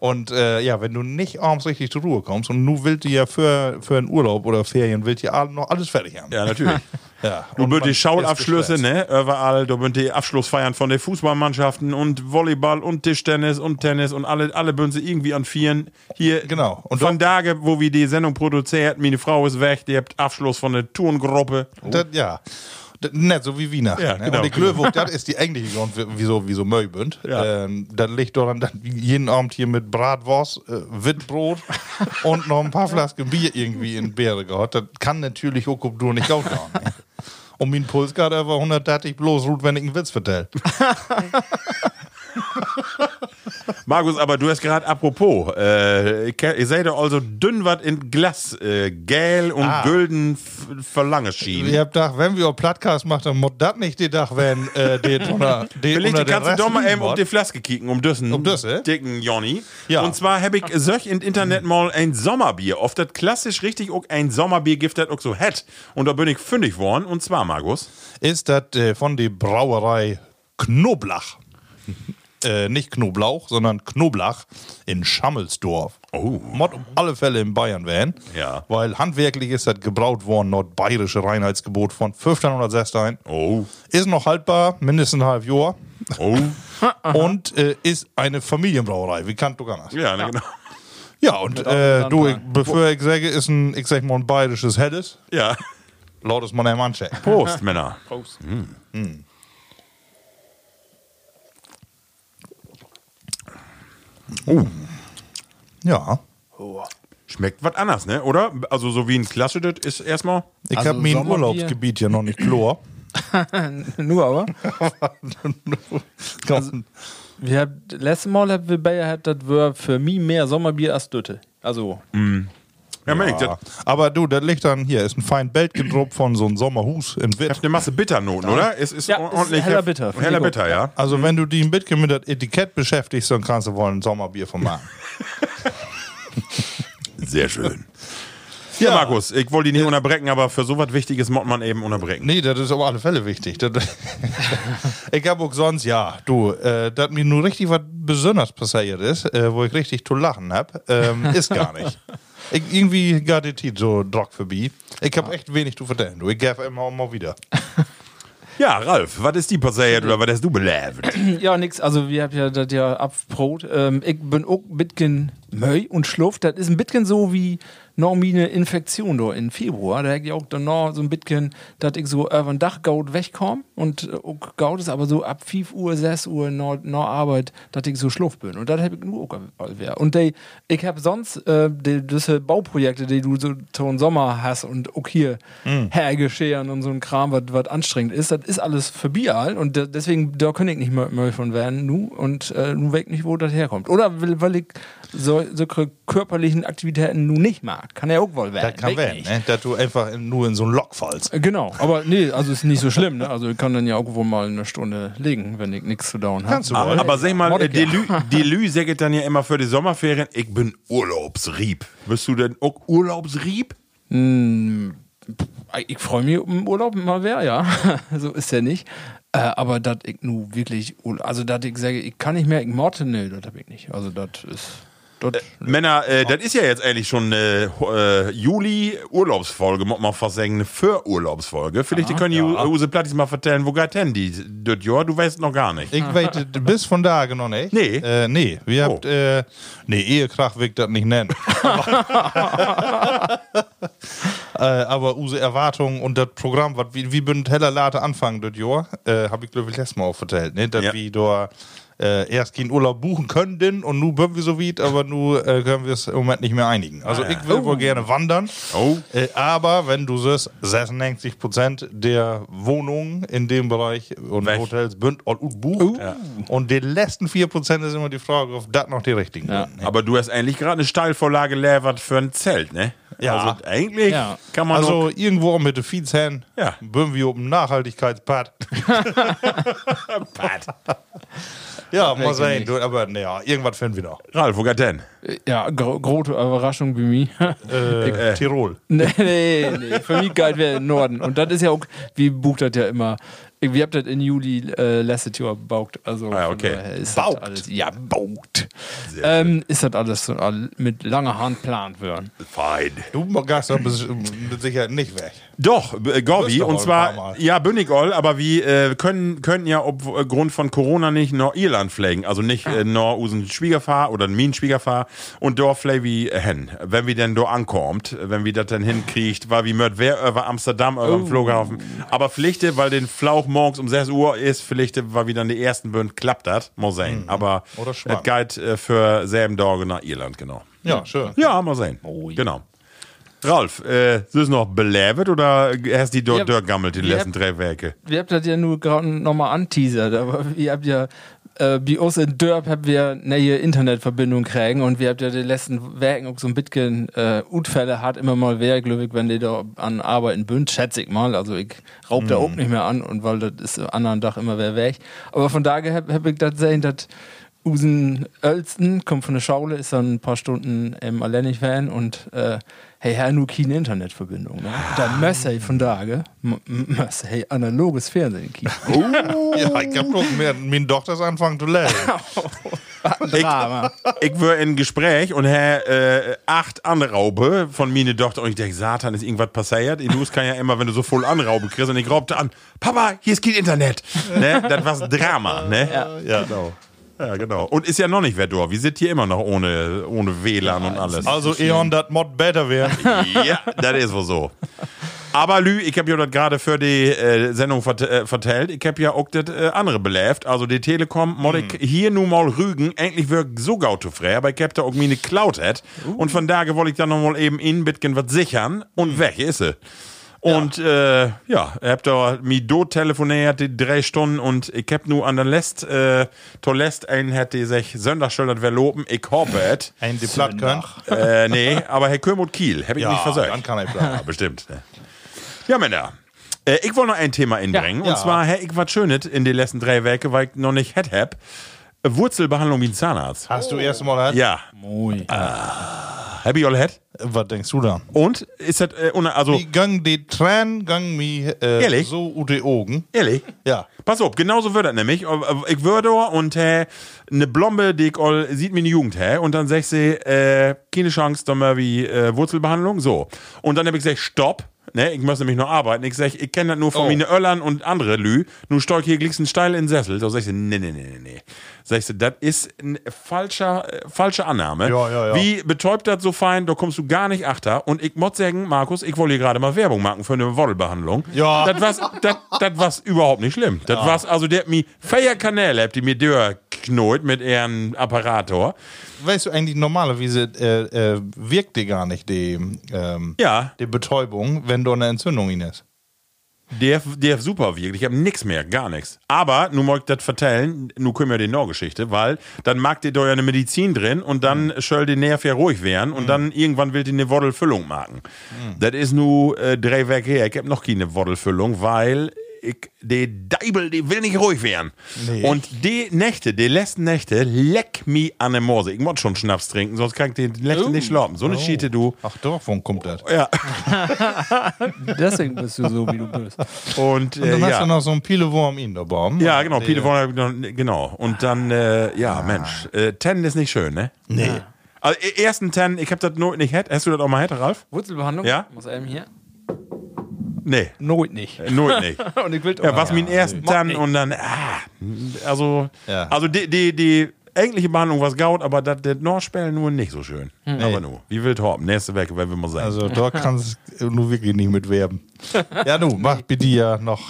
Speaker 3: und äh, ja, wenn du nicht abends richtig zur Ruhe kommst und du willst ja für, für einen Urlaub oder Ferien, willst ja noch alles fertig haben.
Speaker 2: Ja,
Speaker 3: *laughs*
Speaker 2: natürlich.
Speaker 3: Ja,
Speaker 2: Du
Speaker 3: und
Speaker 2: bist
Speaker 3: man
Speaker 2: die
Speaker 3: ist
Speaker 2: Schaulabschlüsse,
Speaker 3: gestresst.
Speaker 2: ne? Überall, du bist die Abschlussfeiern von den Fußballmannschaften und Volleyball und Tischtennis und Tennis und alle, alle Bünse irgendwie an Vieren. Hier,
Speaker 3: Genau.
Speaker 2: Und
Speaker 3: Und
Speaker 2: von Tage, wo wir die Sendung produziert, meine Frau ist weg, die habt Abschluss von der Turngruppe.
Speaker 3: Das, ja. Das, net so wie Weihnachten.
Speaker 2: Oh. Ja,
Speaker 3: ne?
Speaker 2: genau.
Speaker 3: Und die Glühwurst, das ist die eigentliche Grund, wieso, wieso Möll bin.
Speaker 2: Ja.
Speaker 3: Ähm, das liegt daran, dass wir jeden Abend hier mit Bratwurst, äh,
Speaker 2: *laughs*
Speaker 3: Witbrot und noch ein paar Flaschen Bier irgendwie in Beere gehabt. Das kann natürlich auch du nicht aufhören. ne? Und mein Puls gerade einfach 130 bloß ruht, wenn ich einen Witz vertell.
Speaker 2: Mhm. Markus, aber du hast gerade apropos, äh, ihr seid doch also dünn was in Glas, äh, gel und
Speaker 3: Ah.
Speaker 2: gülden f- verlange schienen.
Speaker 3: Ich hab gedacht, wenn wir auch Plattcast machen, dann muss das nicht die Dach werden,
Speaker 2: *laughs*
Speaker 3: äh, den unter, den
Speaker 2: Vielleicht
Speaker 3: unter den
Speaker 2: kannst du
Speaker 3: Rest
Speaker 2: doch mal
Speaker 3: liegen
Speaker 2: eben um
Speaker 3: wird.
Speaker 2: die Flaske kicken, um düssen.
Speaker 3: Um das, eh?
Speaker 2: Dicken Jonny.
Speaker 3: Ja.
Speaker 2: Und zwar
Speaker 3: *laughs*
Speaker 2: habe ich solch im Internet mal ein Sommerbier. Oft das klassisch richtig auch ein Sommerbier gibt, das auch so hat. Und da bin ich fündig worden. Und zwar, Markus.
Speaker 3: ist das äh, von der Brauerei
Speaker 2: *laughs*
Speaker 3: Knoblach. äh, nicht Knoblauch, sondern Knoblach in Schammelsdorf.
Speaker 2: Oh.
Speaker 3: Mod um alle Fälle in Bayern wären.
Speaker 2: Ja.
Speaker 3: Weil handwerklich ist das gebraut worden, nordbayerische Reinheitsgebot von 1506 ein.
Speaker 2: Oh.
Speaker 3: Ist noch haltbar, mindestens ein halb Jahr. *laughs*
Speaker 2: Oh.
Speaker 3: Und äh, ist eine Familienbrauerei, wie kann du gar nicht.
Speaker 2: ja, na genau.
Speaker 3: Ja, und äh, du, ich, bevor ich sage, ist ein, ich sag mal, ein bayerisches Helles.
Speaker 2: Ja.
Speaker 3: Laut ist man ein Mannschaft.
Speaker 2: Prost, Männer.
Speaker 3: Ja.
Speaker 2: Schmeckt was anders, ne? Oder? Also so wie ein klassisches ist erstmal.
Speaker 3: Ich
Speaker 5: Also
Speaker 3: habe mir ein
Speaker 5: Sommerbier-
Speaker 3: Urlaubsgebiet hier noch nicht chlor.
Speaker 5: Nur aber.
Speaker 3: Komm.
Speaker 5: Wir haben, letztes Mal haben wir Bayer hat das war für mich mehr Sommerbier als Dütte. Also,
Speaker 2: Ja, Mensch,
Speaker 3: Ja.
Speaker 2: das
Speaker 3: Aber du, das liegt dann hier, ist ein fein Belt gedruckt von so einem Sommerhus in Witt.
Speaker 2: hat eine Masse Bitternoten, oder? Es ist
Speaker 5: Ja, es ist
Speaker 2: ordentlich.
Speaker 5: heller
Speaker 2: hef-
Speaker 5: Bitter, finde
Speaker 2: Heller
Speaker 5: ich
Speaker 2: Bitter, ja.
Speaker 3: Also wenn du die ein bisschen mit dem Etikett beschäftigst, dann kannst du wohl ein Sommerbier von machen.
Speaker 2: Sehr schön. Ja, Markus, ich wollte dich nicht unterbrechen, aber für so was Wichtiges muss man eben unterbrechen.
Speaker 3: nee, das ist auf alle Fälle wichtig. Das, *laughs* ich habe auch sonst, ja, du, äh, dass mir nur richtig was Besonderes passiert ist, äh, wo ich richtig zu lachen habe, ähm, ist gar nicht. Ich, irgendwie gar die Tiet so Druck vorbei. Ich habe echt wenig zu vertellen, du. Ich gebe immer und mal wieder.
Speaker 2: Ja, Ralf, was ist die passiert oder was hast du belebt?
Speaker 5: ja, nix. Also, wir haben ja das ja abbrot. Ähm, ich bin auch ein bisschen möi und schluff. Das ist ein bisschen so wie noch meine Infektion da in Februar. Da hätte ich auch dann noch so ein bisschen, dass ich so über den Dachgaut wegkomme. Und äh, auch Gaut ist aber so ab 5 Uhr, 6 Uhr noch, noch Arbeit, dass ich so schluff bin. Und das habe ich nur auch äh, allwehr. Und die, ich habe sonst äh, die, diese Bauprojekte, die du so zum Sommer hast und auch hier
Speaker 3: Mhm.
Speaker 5: hergescheren und so ein Kram, was was anstrengend ist, das ist alles für Bial und de- deswegen da kann ich nicht mehr, mehr von werden nu und äh, nu weg nicht, wo das herkommt. Oder weil, weil ich so, so körperlichen Aktivitäten nu nicht mag. Kann ja auch wohl werden.
Speaker 3: Das kann
Speaker 5: Weg
Speaker 3: werden,
Speaker 5: nicht.
Speaker 3: ne? dass du einfach in, nur in so ein Lock fallst.
Speaker 5: Äh, Genau, aber nee, also ist nicht so schlimm. Ne? Also ich kann dann ja auch wohl mal eine Stunde legen, wenn ich nichts zu down habe.
Speaker 3: Kannst du
Speaker 2: Aber,
Speaker 3: wohl.
Speaker 2: aber sag mal, äh,
Speaker 5: Modeke.
Speaker 2: Delü, Delü sagt dann ja immer für die Sommerferien, ich bin Urlaubsrieb. Bist du denn auch Urlaubsrieb?
Speaker 5: Hm, Ich freue mich im Urlaub mal wer, ja. *laughs* so ist ja nicht. Äh, aber dass ich nu wirklich, Urla- also dass ich sage, ich kann nicht mehr, ich morde, nee, das hab ich nicht. Also das ist, das
Speaker 2: Männer, äh, das ist ja jetzt eigentlich schon eine äh, Juli-Urlaubsfolge, muss man fast sagen, eine Für-Urlaubsfolge. Vielleicht können die äh, Use Plattis mal vertellen, wo geht denn die? Das Jahr, du weißt noch gar nicht.
Speaker 3: Ich weiß, du bist von da noch nicht?
Speaker 2: Nee.
Speaker 3: Äh, nee, wir
Speaker 2: Oh.
Speaker 3: habt, äh, nee, Ehekrach will ich das nicht
Speaker 2: *laughs*
Speaker 3: nennen. äh, aber unsere Erwartungen und das Programm, was wie, wie bünd heller Late anfangen das Jahr, äh, habe ich glaube ich letztes Mal auch vertellt, ne? Dass
Speaker 2: Ja.
Speaker 3: wir da äh, erst keinen Urlaub buchen könnten und nun würden wir so weit, aber nun äh, können wir es im Moment nicht mehr einigen. Also ich will wohl gerne wandern,
Speaker 2: Ah. Oh.
Speaker 3: äh, aber wenn du siehst, 96 Prozent der Wohnungen in dem Bereich und
Speaker 2: Weg.
Speaker 3: Hotels bünd all gut bucht
Speaker 2: Uh.
Speaker 3: und die letzten 4 Prozent ist immer die Frage, ob das noch die richtigen
Speaker 5: Ja.
Speaker 3: sind.
Speaker 2: Aber du hast eigentlich gerade eine Steilvorlage levert für ein Zelt, ne?
Speaker 3: Ja.
Speaker 2: Also eigentlich
Speaker 5: Ja.
Speaker 2: kann man
Speaker 3: Also
Speaker 2: noch-
Speaker 3: irgendwo mit den Feeds hin,
Speaker 2: Ja.
Speaker 3: bünden wir
Speaker 2: *laughs*
Speaker 3: oben Nachhaltigkeitspad.
Speaker 2: Pat.
Speaker 3: Ja, mal
Speaker 5: weiß ich
Speaker 3: sehen.
Speaker 5: nicht.
Speaker 3: Du, aber naja, irgendwas finden wir noch.
Speaker 2: Ralf, wo geht denn?
Speaker 5: Ja, gro große Überraschung bei *laughs* mir.
Speaker 3: Äh, Tirol.
Speaker 5: nee, nee, nee. Für mich geil wäre im Norden. Und das ist ja auch, wie bucht das ja immer. Wir habt das in Juli äh, letztes Jahr baugt. Also
Speaker 2: Ah,
Speaker 5: von
Speaker 2: okay.
Speaker 5: daher Ist
Speaker 3: Baugt.
Speaker 5: Das alles, ja, baugt. Ähm, ist das alles so all- mit langer Hand plant werden?
Speaker 2: Fein.
Speaker 3: Du gehst doch bis- mit Sicherheit nicht weg.
Speaker 2: Doch, B- äh,
Speaker 3: Bist
Speaker 2: Gorbi,
Speaker 3: doch
Speaker 2: und
Speaker 3: ein paar
Speaker 2: zwar,
Speaker 3: Mal.
Speaker 2: ja, Bündigol, aber wir äh, können, können ja aufgrund von Corona nicht Nord-Irland pflegen, also nicht äh, nur unseren Schwiegerfahr oder min Schwiegerfahr und dort pflegen wir hin, wenn wir denn dort ankommt, wenn wir das dann hinkriegt, weil wir mört wer über Amsterdam, über den Flughafen, aber Pflichte, weil den Flauch morgens um 6 Uhr ist, Pflichte, weil wir dann die ersten bünd klappt das, muss sehen, aber
Speaker 3: Mhm. Oder
Speaker 2: das
Speaker 3: schwamm.
Speaker 2: geht äh, für selben Tage nach Irland, genau.
Speaker 3: Ja, schön.
Speaker 2: Ja, mal sehen. Genau. Ralf, äh, ist es noch belebt oder hast die dort
Speaker 5: Ja,
Speaker 2: durchgammelt, die
Speaker 5: ja.
Speaker 2: letzten drei Werke?
Speaker 5: Wir habt das ja nur gerade nochmal anteasert, aber ihr habt ja, äh, bei uns in Dörp habt wir neue Internetverbindung kriegen und wir habt ja die letzten Werken auch so ein bisschen äh, Utfälle hat immer mal wer, glaube ich, wenn die da an Arbeiten bünd, schätze ich mal. Also ich raub da auch nicht mehr an und weil das ist am anderen Tag immer wer weg. Aber von daher hab, hab ich das sehen, dass Usen Ölsten kommt von der Schaule, ist dann ein paar Stunden ähm, im Allenich-Van und äh, hey, Herr, nur keine Internetverbindung. Ne? Da Mössey von Dage, M- M- Mössey, analoges Fernsehen. kicken.
Speaker 3: Ja, ich hab bloß mir, mir doch das anfangen zu lernen.
Speaker 5: Drama.
Speaker 2: Ich war in Gespräch und Herr äh, acht Anraube von mir eine Tochter und ich denke, Satan, ist irgendwas passiert? In Luz kann ja immer, wenn du so voll Anraube kriegst und ich raubte an, Papa, hier ist kein Internet. ne? Das war's Drama, ne? Ja.
Speaker 3: Ja, genau.
Speaker 2: genau. Und ist ja noch nicht wer dort. Wir sind hier immer noch ohne, ohne WLAN und alles.
Speaker 3: Also Eon, das Mod better werden.
Speaker 2: ja, das ist wohl so. Aber Lü, ich habe ja das gerade für die äh, Sendung vert äh, vertellt. Ich habe ja auch das äh, andere beläft. Also die Telekom, mod ich hier nun mal rügen. Endlich wirkt so gautofrei, aber ich habe da auch meine Cloud hat. Und von daher wollte ich dann noch mal eben in Bitcoin was sichern. Und weg ist sie. Und ja, äh, ja hab da mi do telefoniert die drei Stunden und ich hab nur an der Lest, äh, to Lest einen hat die sich Sönderschildert verloben. Ich hoffe et.
Speaker 3: Ein die platt können.
Speaker 2: äh, nee, aber Herr Kölmut Kiel, hab ich nicht versagt.
Speaker 3: dann kann ich
Speaker 2: Ja,
Speaker 3: platt.
Speaker 2: bestimmt. Ja, Männer. Äh, ich wollte noch ein Thema inbringen.
Speaker 3: ja.
Speaker 2: Und zwar, Herr, ich war schönet in den letzten drei Werke, weil ich noch nicht het hab. Wurzelbehandlung wie ein Zahnarzt.
Speaker 3: Hast du erst mal gehört?
Speaker 2: Ja.
Speaker 5: Ui.
Speaker 2: Hab ich all het?
Speaker 3: Was denkst du da?
Speaker 2: Und? Ist das, äh, ohne- also,
Speaker 3: Die gang die Tränen, gang mi äh,
Speaker 2: Ehrlich?
Speaker 3: so ute Augen.
Speaker 2: ehrlich?
Speaker 3: Ja.
Speaker 2: Pass auf, genauso wird das nämlich. Äh, Ich würde und äh, eine Blombe, die ich all, sieht mir in die Jugend, hä? Und dann sag ich sie, äh, keine Chance, dann mal wie äh, Wurzelbehandlung, so. Und dann hab ich gesagt, stopp. Ne, ich muss nämlich noch arbeiten. Ich sag, ich kenne das nur von
Speaker 3: Oh.
Speaker 2: meinen Öllern und andere Lü. Nun steig hier glicksen steil in den Sessel. Da sag ich, sie, nee, nee, nee, nee, nee. Sag ich, sie, das ist ein falscher, äh, falsche Annahme.
Speaker 3: Ja, ja, ja.
Speaker 2: Wie betäubt das so fein, da kommst du gar nicht achter. Und ich muss sagen, Markus, ich wollte hier gerade mal Werbung machen für eine Wollbehandlung.
Speaker 3: Ja.
Speaker 2: Das war's, das, das war's überhaupt nicht schlimm. Das war's, also der hat mir feier Kanäle, habt ihr mir Dörr knot mit ihrem Apparator.
Speaker 3: Weißt du eigentlich normalerweise äh, äh, wirkt die gar nicht die, ähm,
Speaker 2: Ja,
Speaker 3: die Betäubung, wenn da eine Entzündung in ist.
Speaker 2: der, der super wirkt. Ich hab nix mehr, gar nix. Aber, nun mag ich das vertellen, nun können wir um die Norgeschichte, weil dann mag der da ja eine Medizin drin und dann soll die Nerv ja ruhig werden und dann irgendwann will die eine Woddelfüllung machen. Das ist nur äh, drei Werke her. Ich hab noch keine Woddelfüllung, weil ich, die Deibel, die will nicht ruhig werden.
Speaker 3: Nee.
Speaker 2: Und die Nächte, die letzten Nächte, leck mi an der Morse. Ich muss schon Schnaps trinken, sonst kann ich die Nächte nicht schlafen. So eine Schiete, du.
Speaker 3: Ach doch, von kommt das?
Speaker 2: Ja.
Speaker 5: *laughs* Deswegen bist du so, wie du bist.
Speaker 2: Und,
Speaker 3: Und
Speaker 2: äh,
Speaker 3: dann hast
Speaker 2: ja.
Speaker 3: du noch so einen Pilewurm in der Baum.
Speaker 2: Ja, genau, Peter
Speaker 3: Pilewurm.
Speaker 2: von hab ich noch- genau. Und dann, äh, ja,
Speaker 5: Ah.
Speaker 2: Mensch, äh, Ten ist nicht schön, ne?
Speaker 3: Nee.
Speaker 2: Also e- ersten Ten, ich hab das noch nicht hätt. Hast du das auch mal hätte, Ralf?
Speaker 5: Wurzelbehandlung?
Speaker 2: Ja?
Speaker 5: Muss einem hier?
Speaker 2: Nee,
Speaker 5: Not nicht. *laughs*
Speaker 2: null nicht.
Speaker 5: Und ich will
Speaker 2: Ja, was mit dem ersten
Speaker 5: nee. Mag
Speaker 2: Ten
Speaker 5: nicht.
Speaker 2: und dann, ah, also,
Speaker 3: Ja.
Speaker 2: also die, die, die eigentliche Behandlung was gaut, aber das das Nordspellen nur nicht so schön.
Speaker 5: Hm.
Speaker 2: Aber nur, wie will Torben, nächste Werke, wenn wir mal sein. *laughs*
Speaker 3: Also da kannst du nur wirklich nicht mitwerben. Ja, du, mach bitte ja noch.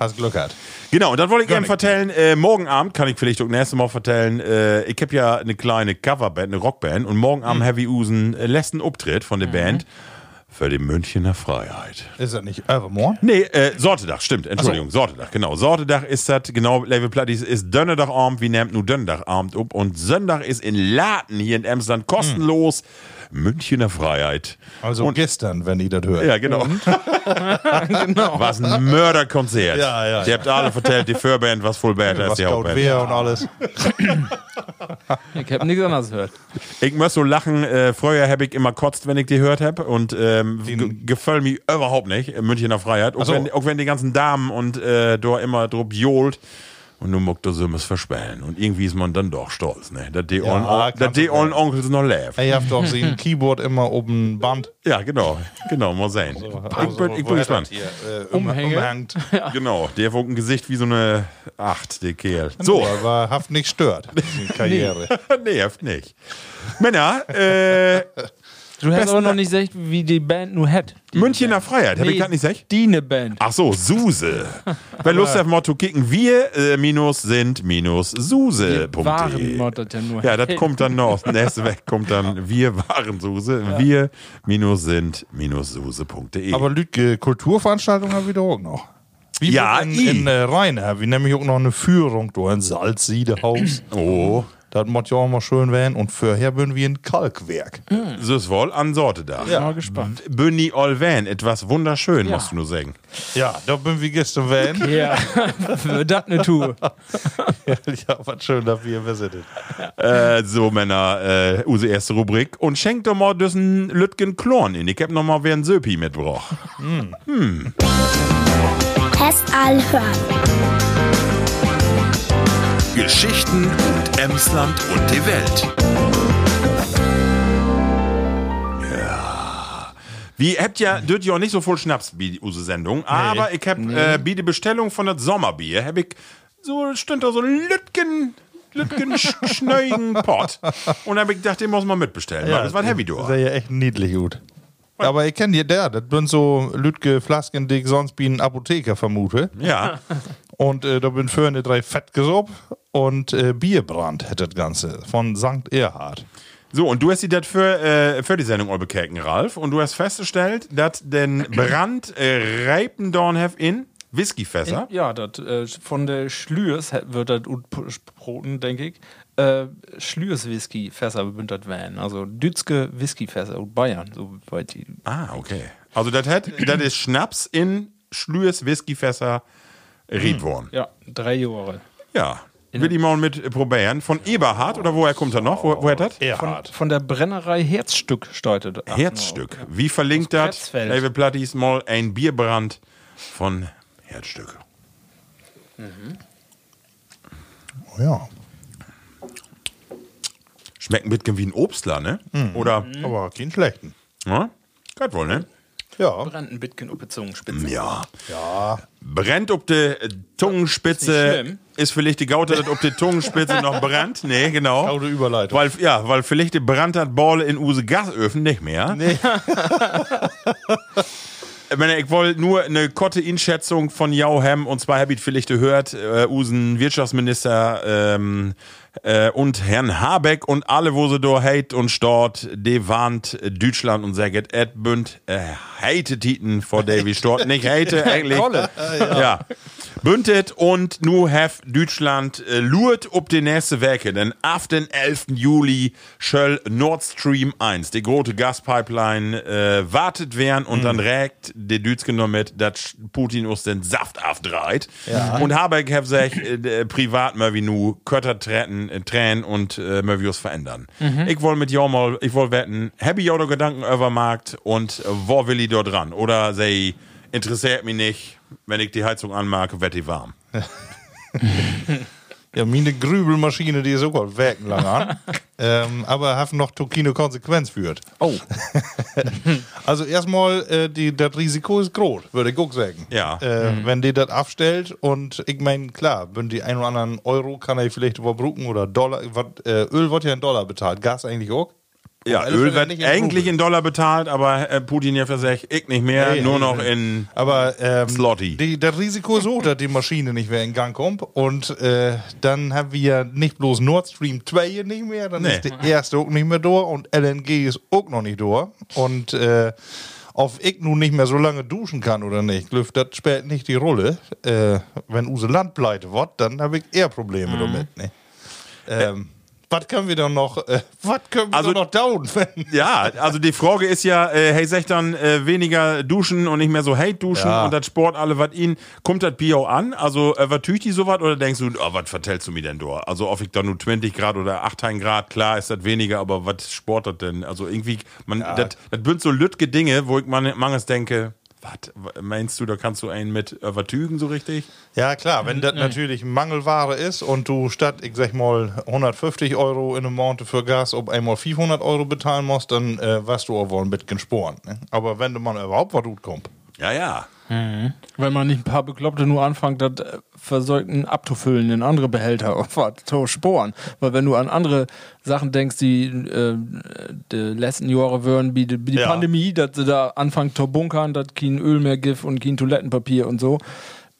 Speaker 3: Hast Glück hat.
Speaker 2: Genau, und das wollte ich
Speaker 3: Gar
Speaker 2: gerne
Speaker 3: nicht.
Speaker 2: vertellen. Äh, morgen Abend kann ich vielleicht das nächste Mal vertellen. Äh, ich habe ja eine kleine Coverband, eine Rockband. Und morgen
Speaker 3: Mhm.
Speaker 2: Abend Heavy Usen äh, lässt einen Auftritt von der Band für die Münchner Freiheit.
Speaker 3: Ist das nicht Evermore?
Speaker 2: Nee, äh, Sortedach, stimmt. Entschuldigung, Sortedach, genau. Sortedach ist das, genau, Level Plattis ist Dönnerdagabend, wie nennt nur Dönnerdagabend up. Und Sonntag ist in Laden hier in Emsland kostenlos
Speaker 3: Mhm.
Speaker 2: Münchner Freiheit.
Speaker 3: Also gestern, wenn ihr das hört.
Speaker 2: Ja, genau. genau. *laughs* Was ein Mörderkonzert.
Speaker 3: Ja, ja,
Speaker 2: Die
Speaker 3: ja.
Speaker 2: habt alle vertellt, die Förband, was
Speaker 3: *laughs*
Speaker 2: voll Band, das
Speaker 3: Was
Speaker 2: ist die
Speaker 3: kaut
Speaker 2: Hauptband.
Speaker 3: wer und alles.
Speaker 5: Ich habe nichts anderes gehört.
Speaker 2: Ich muss so lachen, äh, früher habe ich immer kotzt, wenn ich die gehört habe und ähm, ge- gefällt mir überhaupt nicht, äh, Münchner Freiheit, auch,
Speaker 3: so.
Speaker 2: wenn, auch wenn die ganzen Damen und äh, da immer drüber johlt und nun muckt der Sümmes verspellen und irgendwie ist man dann doch stolz, ne? Dass die ollen On-
Speaker 3: kannst
Speaker 2: dass die
Speaker 3: du
Speaker 2: ollen Onkels noch läuft.
Speaker 3: Ey, ihr habt doch sie ein Keyboard immer oben Band. Also,
Speaker 2: Ja, genau, genau, mal sehen. ich bin, ich bin
Speaker 3: wo hat das
Speaker 2: gespannt.
Speaker 3: hier? Äh,
Speaker 5: Umhänge?
Speaker 3: Umhängt.
Speaker 2: Genau, der hat ein Gesicht wie so eine Acht, der Kerl.
Speaker 3: So.
Speaker 2: So, *laughs*
Speaker 3: Aber Haft nicht stört. Die Karriere.
Speaker 2: nervt nicht. Männer, äh,
Speaker 5: Du hast aber noch nicht gesagt, wie die Band nur hat. Die
Speaker 2: Münchner Freiheit, hab ich
Speaker 5: Nee,
Speaker 2: grad nicht gesagt?
Speaker 5: Die eine Band.
Speaker 2: Ach so,
Speaker 5: *laughs*
Speaker 2: Suse. Wer Lust auf Motto kicken, wir äh, minus sind minus Suse.
Speaker 5: Die waren Mod, das ja nur.
Speaker 2: Ja,
Speaker 5: *laughs*
Speaker 2: das kommt dann noch. Das nächste weg kommt dann wir waren Suse. Wir minus sind minus Suse.de.
Speaker 3: Aber Lütke, Kulturveranstaltungen haben wir doch auch noch. Wie
Speaker 2: Ja,
Speaker 3: in,
Speaker 2: i.
Speaker 3: in äh, Rhein haben wir nämlich auch noch eine Führung durch ein *clears throat* Salzsiedehaus.
Speaker 2: Oh,
Speaker 3: Das muss ja auch mal schön werden. Und vorher würden wir ein Kalkwerk.
Speaker 2: süß wohl an Sorte da.
Speaker 5: Ja. Mal gespannt.
Speaker 2: Bönni Olvan, etwas wunderschön,
Speaker 5: Ja.
Speaker 2: musst du nur sagen.
Speaker 3: Ja, da bin wir gestern van.
Speaker 5: *laughs* Ja, für das eine Tour.
Speaker 3: *laughs* ja, was schön, dass wir visitet.
Speaker 2: Äh, so, Männer, äh, unsere erste Rubrik. Und schenkt doch mal diesen Lütgen Klorn in. Ich hab noch mal wer ein Söpi mitgebracht.
Speaker 6: Test anhören.
Speaker 7: Geschichten und Emsland und die Welt.
Speaker 2: Wie habt ja, dürft ihr auch nicht so voll Schnaps wie unsere Sendung, aber ich hab äh, bi die Bestellung von das Sommerbier, hab ich so stünd da so ein Lütgen, Lütgen sch- schneuigen Pott. Und hab ich gedacht, den muss man mitbestellen. weil das war ein Heavy
Speaker 3: Das
Speaker 2: Door.
Speaker 3: ist ja echt niedlich gut. Aber ich kenne die, der, das bin so Lütke Flasken, die ich sonst wie ein Apotheker vermute.
Speaker 2: Ja.
Speaker 3: Und äh, da bin für eine drei Fettgesupp und äh, Bierbrand hätte das Ganze von St. Erhard.
Speaker 2: So, und du hast die das für, äh, für die Sendung Olbekerken, Ralf, und du hast festgestellt, dass den Brand äh, Reipendorn have in Whiskyfässer.
Speaker 5: Ja, das äh, von der Schlürs hat- wird das Broten, denke ich. Äh, Schlürs Whisky Fässer bündert werden. Also Dützke Whisky Fässer und Bayern, soweit die.
Speaker 2: Ah, okay. Also das hat, das ist Schnaps in Schlürs Whiskyfässer Riedworn.
Speaker 5: Ja, drei Jahre.
Speaker 2: Ja. Will ich mal mit probieren. Von Eberhard oder woher kommt er noch? Wo, woher das?
Speaker 5: Von, von der Brennerei Herzstück Genau. steuert.
Speaker 2: Herzstück. Wie verlinkt
Speaker 5: Aus
Speaker 2: das?
Speaker 5: Kretzfeld.
Speaker 2: David Plattis mal ein Bierbrand von Herzstück.
Speaker 3: Oh ja.
Speaker 2: Schmeckt ein bisschen wie ein Obstler, ne?
Speaker 5: Mhm.
Speaker 2: Oder?
Speaker 3: Aber keinen schlechten.
Speaker 2: Ja? Geht wohl, ne?
Speaker 3: Ja.
Speaker 5: Brand ein bisschen auf die Zungenspitze.
Speaker 2: Ja. ja. Brennt ob die äh, Zungenspitze.
Speaker 5: Ist
Speaker 2: Ist,
Speaker 5: nicht schlimm.
Speaker 2: vielleicht die Gaute, dass ob die Zungenspitze noch brennt. Nee, genau.
Speaker 3: Gaute Überleitung.
Speaker 2: Weil, ja, weil vielleicht die brennt hat Ball in Use Gasöfen nicht mehr. Nee. Ich, meine, ich wollte nur eine korte Einschätzung von Jau Hem und zwar Habit vielleicht gehört, äh, Usen Wirtschaftsminister ähm, äh, und Herrn Habeck und alle, wo sie da hate und stort, die warnt Deutschland und sagt, Ed Bünd äh, hate Titen vor Davy Stort. Nicht hate, eigentlich. ja. Bündet und nu have Deutschland äh, lurt ob die nächste Werke, denn af den 11. Juli schöll Nord Stream 1, die große Gaspipeline, äh, wartet werden und
Speaker 3: Mhm.
Speaker 2: dann rägt der Dütschen noch mit, dass Putin uns den Saft afdreht. Und Habeck hat sich äh, d- privat mal wie nu Kötter treten, äh, tränen und äh, mal wie was verändern.
Speaker 3: Mhm.
Speaker 2: Ich wollte mit jou mal, ich wollte wetten, hab ich jou da Gedanken über Markt und äh, wo will ich dort dran? Oder sei, interessiert mich nicht, wenn ich die Heizung anmache, wird die warm.
Speaker 3: Ja, meine Grübelmaschine, die ist sogar werken lang *laughs* an. ähm, aber hat noch Tokine Konsequenz führt.
Speaker 5: Oh,
Speaker 3: Also erstmal, äh, die- das Risiko ist groß, würde ich auch sagen.
Speaker 2: Ja.
Speaker 3: Äh, Wenn die das abstellt und ich meine, klar, wenn die ein oder anderen Euro kann er vielleicht überbrücken oder Dollar, wat, äh, Öl wird ja in Dollar bezahlt, Gas eigentlich auch.
Speaker 2: Ja,
Speaker 3: alles
Speaker 2: Öl
Speaker 3: wird ja
Speaker 2: wird
Speaker 3: nicht in
Speaker 2: eigentlich
Speaker 3: Rubel.
Speaker 2: in Dollar bezahlt, aber äh, Putin ja versagt, ich nicht mehr,
Speaker 3: Nee,
Speaker 2: nur
Speaker 3: nee,
Speaker 2: noch
Speaker 3: nee.
Speaker 2: in.
Speaker 3: Aber ähm,
Speaker 2: Slotty.
Speaker 3: Die, das Risiko ist so, dass die Maschine nicht mehr in Gang kommt. Und äh, dann haben wir nicht bloß Nord Stream 2 hier nicht mehr, dann
Speaker 2: Nee.
Speaker 3: ist der erste auch nicht mehr durch und LNG ist auch noch nicht durch. Und äh, ob ich nun nicht mehr so lange duschen kann oder nicht, Glüff, das spielt nicht die Rolle. Äh, wenn unser Land pleite wird, dann habe ich eher
Speaker 2: Mhm.
Speaker 3: Probleme damit. Ne? Ähm, was können wir dann noch, äh, was können wir
Speaker 2: Also-
Speaker 3: also, noch down? Wenn,
Speaker 2: Ja, also die Frage ist ja, äh, hey Sechtern, äh, weniger duschen und nicht mehr so Hate duschen
Speaker 3: Ja.
Speaker 2: und das Sport alle, was ihn, kommt das Bier auch an? Also, äh, was tücht die sowas oder denkst du, oh, was vertellst du mir denn da? Also, ob ich da nur 20 Grad oder 18 Grad, klar ist das weniger, aber was sport das denn? Also, irgendwie, man, das sind so lütge Dinge, wo ich man, manches denke, was meinst du, da kannst du einen mit übertügen so richtig?
Speaker 3: Ja, klar, wenn das natürlich Mangelware ist und du statt, ich sag mal, 150 Euro in einem Monte für Gas ob einmal 500 Euro bezahlen musst, dann äh, warst du auch wohl ein bisschen sporen. Ne? Aber wenn man überhaupt was gut kommt.
Speaker 2: Ja, ja.
Speaker 5: *laughs* Wenn man nicht ein paar Bekloppte nur anfängt, das äh, versäugten abzufüllen in andere Behälter *laughs* auf was, zu Sporen. Weil wenn du an andere Sachen denkst, die äh, die letzten Jahre wären, wie die, wie die
Speaker 3: Ja.
Speaker 5: Pandemie, dass sie da anfangen zu bunkern, dass kein Öl mehr gibt und kein Toilettenpapier und so.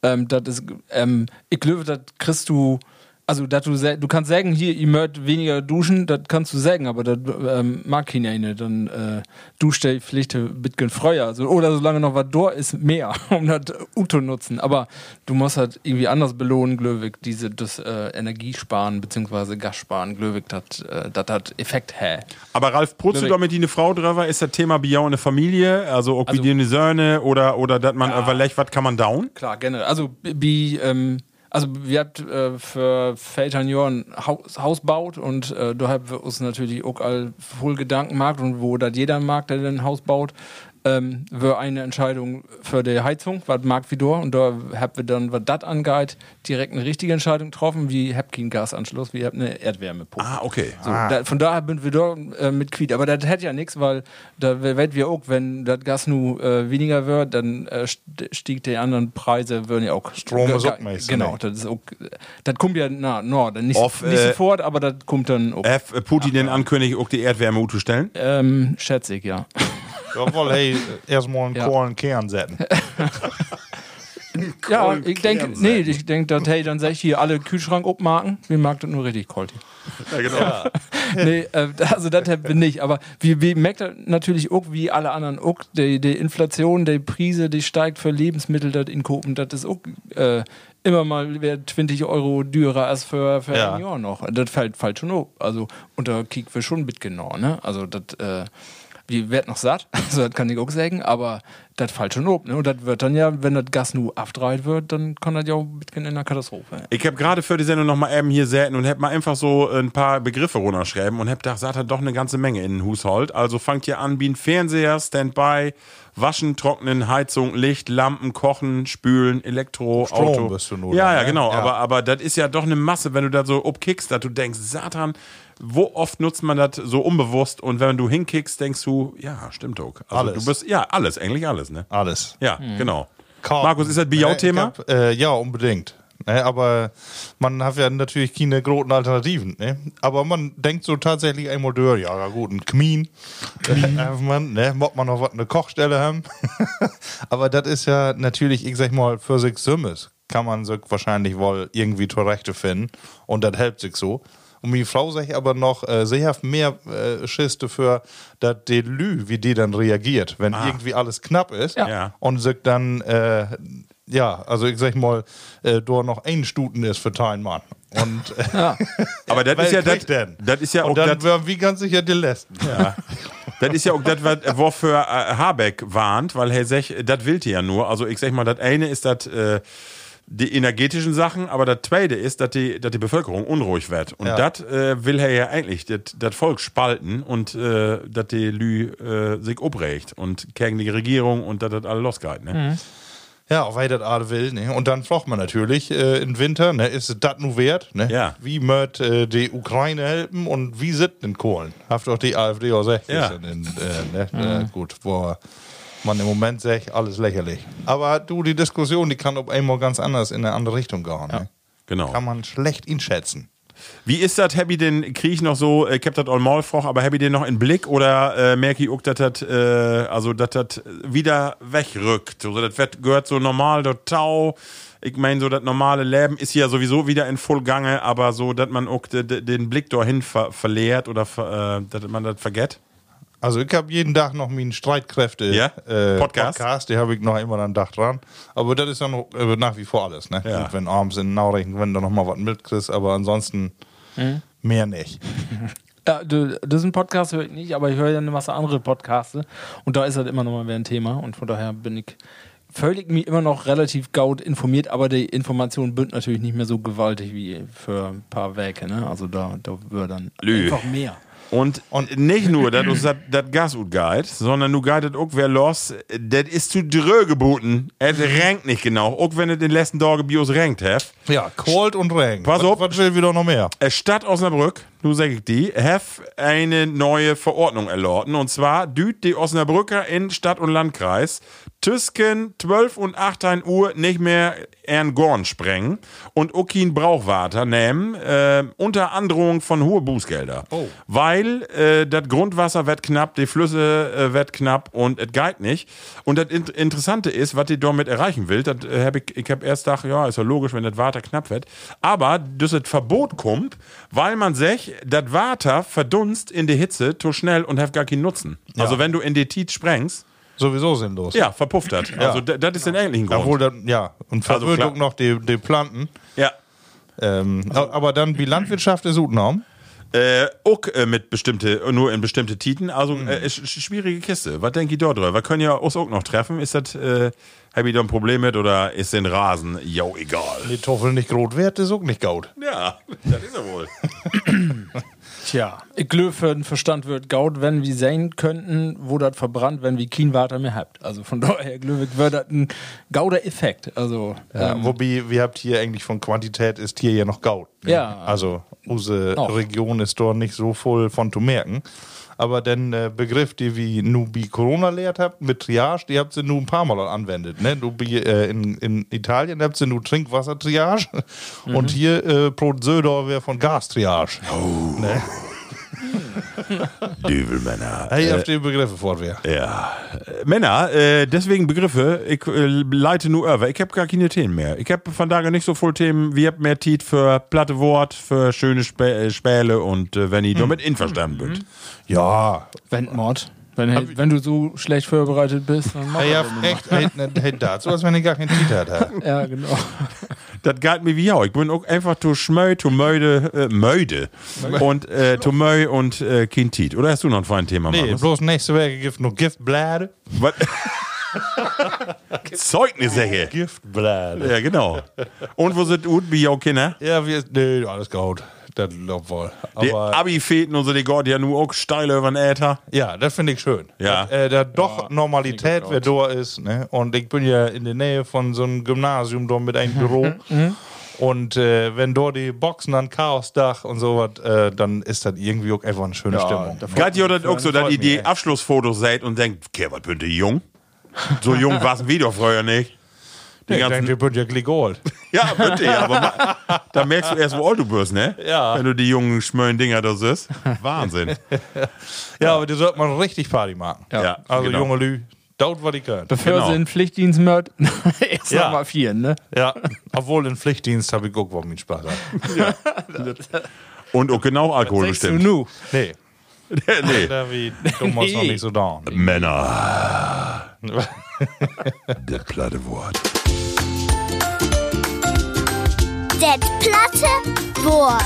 Speaker 5: Ähm, das ist, ähm, ich glaube, das kriegst du, also dass du, sä- du kannst sagen, hier, ihr mögt weniger duschen, das kannst du sagen, aber das ähm, mag keiner eine, dann äh, duscht der Pflicht bitgen Freuer. Also, oder solange noch was da ist, mehr, *laughs* um das Uto nutzen. Aber du musst halt irgendwie anders belohnen, Glöwig, diese, das äh, Energiesparen bzw. Gassparen, Glöwig, das äh, dat hat Effekt hä.
Speaker 2: Aber Ralf, putzt du
Speaker 5: Direkt.
Speaker 2: damit die eine Frau drauf? Ist das Thema Biau in der Familie? Also, ob
Speaker 5: Also-
Speaker 2: wie die eine Söhne oder, oder, dass man überlegt, was kann man down?
Speaker 5: Klar, generell. Also, wie, ähm, also wir hat äh, für Vätern Jahren Haus, Haus baut und äh, da haben wir uns natürlich auch all voll Gedanken gemacht und wo das jeder mag, der ein Haus baut, ähm, wir eine Entscheidung für die Heizung, was mag wie da und da haben wir dann, was das angeht, direkt eine richtige Entscheidung getroffen, wie habt keinen Gasanschluss, wie habt eine Erdwärmepumpe.
Speaker 2: Ah, okay.
Speaker 5: So, da, von daher bin wir da äh, mit quiet. Aber das hätte ja nichts, weil da werden wir auch, wenn das Gas nu äh, weniger wird, dann äh, st- stieg die anderen Preise, würden ja auch
Speaker 3: Strom ist
Speaker 5: Ge-
Speaker 3: auch meist,
Speaker 5: Genau,
Speaker 3: ne?
Speaker 5: das ist auch, das kommt ja na, na, dann nicht,
Speaker 2: Auf,
Speaker 5: nicht
Speaker 2: äh,
Speaker 5: sofort, aber das kommt dann auch.
Speaker 2: F. äh, Putin den ankündigt, auch die Erdwärme zu stellen?
Speaker 5: ähm, schätze ich, ja.
Speaker 3: Jawohl, hey, erstmal einen
Speaker 5: Ja.
Speaker 3: Kohlen Kern setzen.
Speaker 5: ja, ich denke, nee, ich denke, dass hey, dann sag ich hier alle Kühlschrank abmarken. Wir mag das nur richtig kalt. hier. *laughs* nee, äh, also das bin nicht. Aber wir, wir merkt das natürlich auch, wie alle anderen auch, die, die Inflation, die Preise, die steigt für Lebensmittel das in Kopen, das ist auch äh, immer mal wär 20 Euro teurer als für, für
Speaker 3: Ja.
Speaker 5: ein Jahr noch. Das fällt, fällt schon hoch. Also und da kriegen wir schon mit genau, ne? Also das äh, wir werden noch satt, *laughs* also das kann ich auch sagen, aber das fällt schon hoch. Ne? Und das wird dann ja, wenn das Gas nur abdreht wird, dann kann das ja auch mitgehen in einer Katastrophe.
Speaker 2: Ich habe gerade für die Sendung nochmal eben hier säten und hab mal einfach so ein paar Begriffe runterschreiben und hab gedacht, sagt er doch eine ganze Menge in den Haushalt. Also fangt ihr an, wie ein Fernseher, Standby, Waschen, Trocknen, Heizung, Licht, Lampen, Kochen, Spülen, Elektro,
Speaker 3: Strom
Speaker 2: Auto.
Speaker 3: bist du nur
Speaker 2: ja,
Speaker 3: dann,
Speaker 2: ja,
Speaker 3: ne?
Speaker 2: genau.
Speaker 3: Ja.
Speaker 2: Aber, aber das ist ja doch eine Masse, wenn du da so upkickst, dass du denkst, Satan, wo oft nutzt man das so unbewusst und wenn du hinkickst, denkst du, ja, stimmt auch. Also
Speaker 3: Alles.
Speaker 2: du bist, ja, alles, eigentlich alles, ne?
Speaker 3: Alles.
Speaker 2: Ja, genau.
Speaker 3: Karten.
Speaker 2: Markus, ist das
Speaker 3: Ne,
Speaker 2: Biau-Thema?
Speaker 3: ich hab, Äh, ja, unbedingt. Ne, aber man hat ja natürlich keine großen Alternativen. Ne? Aber man denkt so tatsächlich einmal durch, ja, ja gut, ein Kmin. *laughs* Äh, hat man, ne? Mag man noch was, eine Kochstelle haben. *laughs* aber das ist ja natürlich, ich sag mal, für sich Sümmes kann man sich wahrscheinlich wohl irgendwie zurechte finden. Und das hilft sich so. Und die Frau sagt aber noch, äh, sie hat mehr äh, Schiste für das Delü, wie die dann reagiert, wenn irgendwie alles knapp ist
Speaker 2: Ah. Ja.
Speaker 3: und sagt dann, äh, ja, also ich sag mal, äh, da noch ein Stuten ist für deinen Mann. Und, äh,
Speaker 2: Aber das
Speaker 3: weil
Speaker 2: ist ja
Speaker 3: kriegt
Speaker 2: das,
Speaker 3: denn?
Speaker 2: das ist ja auch
Speaker 3: und dann
Speaker 2: das-
Speaker 3: wären wir ganz sicher die Letzten.
Speaker 2: Ja. Das ist ja auch das, was- wofür äh, Habeck warnt, weil Herr Sech, das willt ihr ja nur. Also ich sag mal, das eine ist das, äh, die energetischen Sachen, aber das zweite ist, dass die, dass die Bevölkerung unruhig wird. Und
Speaker 3: Ja.
Speaker 2: das äh, will er ja eigentlich, das das Volk spalten und äh, dass die Lü äh, sich obregt und gegen die Regierung und dass das alle losgeht. Ne?
Speaker 3: Mhm. Ja, auch weil das alle will. Ne? Und dann fragt man natürlich äh, im Winter, ne, ist es das nur wert? Ne?
Speaker 2: Ja.
Speaker 3: Wie mört äh, die Ukraine helfen und wie sind denn Kohlen? Haft doch die AfD auch 60
Speaker 2: Ja. Mhm.
Speaker 3: in, in, äh, ne? äh, Gut, boah. Man im Moment sagt, alles lächerlich. Aber du, die Diskussion, die kann auf einmal ganz anders in eine andere Richtung gehen. Ne?
Speaker 2: Genau.
Speaker 3: Kann man schlecht ihn schätzen.
Speaker 2: Wie ist das, Happy denn, kriege ich noch so, äh, ich hab das all mal froch, aber Happy den noch in Blick oder äh, merke ich auch, dass das, äh, also, dass das wieder wegrückt? So, das wird- gehört so normal dort Tau. Ich meine, so das normale Leben ist ja sowieso wieder in Vollgange, aber so, dass man auch de- de- den Blick dorthin ver verliert oder ver äh, dass man das vergett.
Speaker 3: Also ich habe jeden Tag noch meinen Streitkräfte
Speaker 2: Ja?
Speaker 3: äh,
Speaker 2: Podcast?
Speaker 3: Podcast. die habe ich noch immer an Dach dran. Aber das ist dann noch, äh, nach wie vor alles, ne?
Speaker 2: Ja.
Speaker 3: Und wenn abends in Naurich, wenn du noch mal was mitkriegst, aber ansonsten mehr nicht.
Speaker 5: Ja, du- diesen Podcast höre ich nicht, aber ich höre ja eine Masse andere Podcaste. Und da ist halt immer noch mal wieder ein Thema. Und von daher bin ich völlig mir immer noch relativ gaut informiert, aber die Informationen bünd natürlich nicht mehr so gewaltig wie für ein paar Werke. Ne? Also da, da wäre dann
Speaker 2: Lü.
Speaker 5: einfach mehr.
Speaker 2: Und, und nicht nur, dass uns das das Gas gut guidet, sondern du guidet auch, wer los, das ist zu drö geboten. Es rankt nicht genau, auch wenn es den letzten Tage Bios rankt, hef.
Speaker 3: Ja, Cold und Regen.
Speaker 2: Pass auf.
Speaker 3: Was, was will wieder noch mehr?
Speaker 2: Äh, Stadt Osnabrück, du sag ich die, hef eine neue Verordnung erlorten. Und zwar düht die Osnabrücker in Stadt und Landkreis Tüsken 12 und 18 Uhr nicht mehr Gorn sprengen und Okin Brauchwater nehmen, äh, unter Androhung von hohe Bußgelder. Weil äh, das Grundwasser wird knapp, die Flüsse äh, wird knapp und es geht nicht. Und das Int Interessante ist, was die damit erreichen will, das äh, hab ich, ich habe erst gedacht, ja, ist ja logisch, wenn das Water knapp wird. Aber das ist Verbot kommt, weil man sich, das Water verdunst in die Hitze zu schnell und hat gar keinen Nutzen. Also wenn du in die Tiet sprengst,
Speaker 3: Sowieso sinnlos.
Speaker 2: ja, verpufft das. Also da- das ist den eigentlichen Grund.
Speaker 3: Obwohl dann, ja, und
Speaker 2: Also
Speaker 3: verwöhnt
Speaker 2: klar.
Speaker 3: auch noch die, die Planten.
Speaker 2: ja.
Speaker 3: Ähm, aber dann die Landwirtschaft ist ne? Utenham.
Speaker 2: Äh, auch äh, mit bestimmte, nur in bestimmte Titen. Also äh, sch sch- schwierige Kiste. Was denke ich dort drüber? Wir können ja uns auch noch treffen. Ist das, äh, hab ich da ein Problem mit oder ist den Rasen? Jo, egal.
Speaker 3: Die Toffel nicht groß wird, ist auch nicht gaut.
Speaker 2: Ja, *laughs* das ist er wohl.
Speaker 5: Tja, ich glaube, für den Verstand wird gaut, wenn wir sehen könnten, wo das verbrannt, wenn wir keinen Water mehr habt. Also von daher, glaube ich, wäre das ein gauder Effekt. Also,
Speaker 3: Ja,
Speaker 5: ähm,
Speaker 3: wobei, wir habt hier eigentlich von Quantität ist hier ja noch Gaut. ne?
Speaker 5: Ja.
Speaker 3: Also unsere
Speaker 5: Noch.
Speaker 3: Region ist dort nicht so voll von zu merken. Aber den äh, Begriff, die wie nu bi Corona lehrt habt, mit Triage, die habt ihr nun ein paar Mal anwendet. Ne? Nu bi, äh, in, in Italien habt ihr nu Trinkwasser-Triage
Speaker 5: Mhm.
Speaker 3: und hier äh, pro Söder wäre von Gas-Triage.
Speaker 2: Dübelmänner.
Speaker 3: Hey, habt ihr Begriffe fortwehr.
Speaker 2: Äh, Ja. Äh, Männer, äh, deswegen Begriffe, ich äh, leite nur über. Ich habe gar keine Themen mehr. Ich habe von daher nicht so voll Themen. Wir haben mehr Tiet für platte Wort, für schöne Spä äh, Späle und äh, wenn ihr damit einverstanden bünd.
Speaker 3: Ja,
Speaker 5: Wendmord. Wenn, wenn du so schlecht vorbereitet bist, dann mach
Speaker 3: Hey, ja,
Speaker 5: das.
Speaker 3: echt, hey, ne, hey, dazu, als wenn ich gar keinen Titel hatte.
Speaker 5: Ja, genau.
Speaker 2: Das galt mir wie auch. Ich bin auch einfach zu schmöi, zu müde, äh, müde. Und äh, zu möi und äh, kein Tiet. Oder hast du noch ein feines Thema,
Speaker 3: Nee,
Speaker 2: Markus?
Speaker 3: bloß nächste Woche gibt nur Giftblade.
Speaker 2: Was? *laughs* Zeugnisse hier.
Speaker 3: Giftblade.
Speaker 2: Ja, genau. Und wo sind gut, wie auch Kinder?
Speaker 3: Ja, wir, nee, alles gut. Das läuft wohl.
Speaker 2: Die
Speaker 3: Aber,
Speaker 2: Abi-Fäden und so, die Gott ja nur auch steil über den Äther.
Speaker 3: ja, das finde ich schön.
Speaker 2: Ja.
Speaker 3: Das, äh, da doch Normalität, wer da ist. Ne? Und ich bin ja in der Nähe von so einem Gymnasium da mit einem
Speaker 2: Mhm,
Speaker 3: Büro. Und äh, wenn dort die Boxen an Chaosdach und sowas, äh, dann ist das irgendwie auch einfach eine schöne Stimmung.
Speaker 2: Geht ihr das auch so, dass
Speaker 3: freut
Speaker 2: ihr die
Speaker 3: mich, ey.
Speaker 2: Abschlussfotos seht und denkt, okay, was bin ich jung? So jung war's wie doch früher nicht. Die
Speaker 3: ich
Speaker 2: ganzen,
Speaker 3: denke, wir sind ja gleich
Speaker 2: *laughs* ja, bitte, ja, aber ma- da merkst du erst, wo alt du bist, ne?
Speaker 3: Ja.
Speaker 2: Wenn du die jungen, schmönen Dinger da siehst.
Speaker 3: *laughs*
Speaker 2: Wahnsinn.
Speaker 3: Ja, aber die sollte man richtig Party machen.
Speaker 2: Ja,
Speaker 3: Also,
Speaker 2: genau.
Speaker 3: junge Lü, dauert, was
Speaker 2: *laughs*
Speaker 3: ihr könnt.
Speaker 5: Bevor
Speaker 2: Genau.
Speaker 5: sie in Pflichtdienst mört, *laughs* erst
Speaker 3: Ja.
Speaker 5: nochmal vier, ne?
Speaker 3: Ja, obwohl im Pflichtdienst habe ich auch warum ich Spaß habe.
Speaker 2: Und auch genau Alkohol
Speaker 5: Sechs zu
Speaker 2: bestimmt.
Speaker 5: nu.
Speaker 3: Nee,
Speaker 2: *laughs* nee.
Speaker 3: da wie, du
Speaker 2: *laughs*
Speaker 3: musst noch
Speaker 5: Nee.
Speaker 3: nicht so down.
Speaker 2: Männer.
Speaker 3: *laughs*
Speaker 2: Der platte Wort.
Speaker 6: Das platte Wort.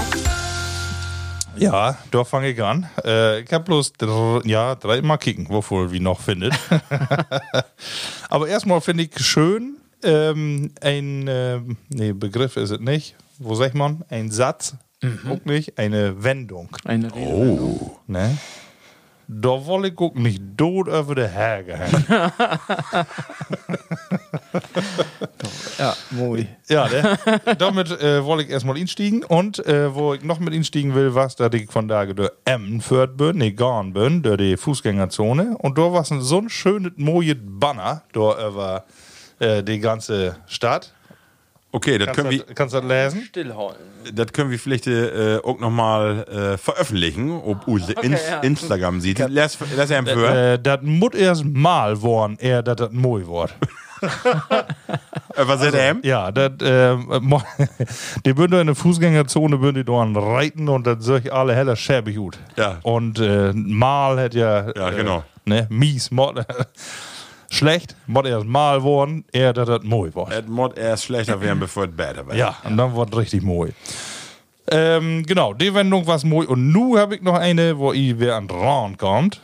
Speaker 3: Ja, da fange ich an. Äh, ich habe bloß dr ja, drei Mal kicken, wovor wir noch findet. Aber erstmal finde ich schön, ähm, ein ähm, nee, Begriff ist es nicht. Wo sagt man? Ein Satz, auch nicht, eine Wendung.
Speaker 5: Eine Rede.
Speaker 3: Ne? Da wolle ich auch nicht tot über die Häge hängen.
Speaker 5: Ja, moi.
Speaker 3: Ja, ne? damit äh, wollte ich erstmal ihn stiegen und äh, wo ich noch mit ihn stiegen will, was da ich von da der Emmenfurt bin, ne, Gorn bin, der die Fußgängerzone und da war so ein schönes mojet Banner da über äh, die ganze Stadt.
Speaker 2: Okay, das
Speaker 3: Kannst
Speaker 2: können, wir,
Speaker 3: du das lesen?
Speaker 5: Stillhalten.
Speaker 2: das können wir vielleicht äh, auch nochmal äh, veröffentlichen,
Speaker 3: Ah,
Speaker 2: ob unsere Inst
Speaker 5: ja.
Speaker 2: Instagram sieht. Lass, lass er empfehlen.
Speaker 3: Äh, das muss erst mal worden, eher das das moi wort.
Speaker 2: Äh, was ist er?
Speaker 3: also, Ja, das, äh, *laughs* mo- die würden in der Fußgängerzone würden die dorn reiten und das sehe ich alle heller schäbig gut.
Speaker 2: Ja.
Speaker 3: Und äh, mal hätte ja.
Speaker 2: Ja,
Speaker 3: äh,
Speaker 2: genau.
Speaker 3: Ne, mies, mod, *laughs* schlecht, mod erst mal worden, eher das das moi wort.
Speaker 2: Das Mod erst schlechter werden, bevor es besser wird.
Speaker 3: Ja, und dann wird richtig moi. Ähm, genau, die Wendung war's moi. Und nu habe ich noch eine, wo ich wer an Rand kommt.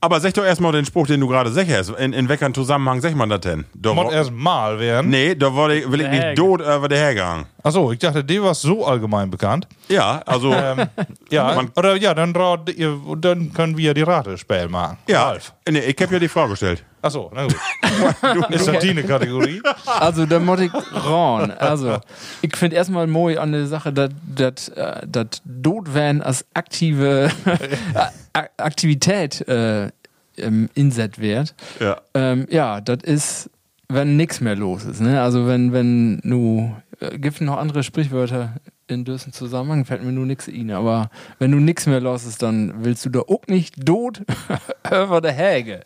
Speaker 2: Aber sag doch erstmal den Spruch, den du gerade sagst. In, in welchem Zusammenhang sag man das denn? oh, Da
Speaker 3: Mod
Speaker 2: wo-
Speaker 3: erst mal werden.
Speaker 2: nee, da wollte ich, will ich
Speaker 5: Der
Speaker 2: nicht
Speaker 5: Hergang.
Speaker 2: tot über der Hergang.
Speaker 3: Achso, ich dachte, die war so allgemein bekannt.
Speaker 2: Ja, *laughs* also.
Speaker 3: Ja,
Speaker 2: Man-
Speaker 3: oder ja, dann, raut ihr, dann können wir die Rate spielen machen.
Speaker 2: ja,
Speaker 3: Ralf.
Speaker 2: nee, ich habe ja die Frage gestellt.
Speaker 3: Achso, na
Speaker 5: *laughs*
Speaker 3: gut. Ist das die eine Kategorie?
Speaker 5: Also, der Mottig Ron. Also, ich finde erstmal mooi an der Sache, dass das Dotvan als *laughs* aktive äh, A- Aktivität äh, ähm, inset wird.
Speaker 2: Ja.
Speaker 5: Ähm, ja, das ist, wenn nichts mehr los ist. Ne? Also, wenn, wenn nu, äh, gibt noch andere Sprichwörter in diesem Zusammenhang, fällt mir nur nichts ein. Aber wenn du nichts mehr los ist, dann willst du da auch nicht tot *laughs* über der Häge.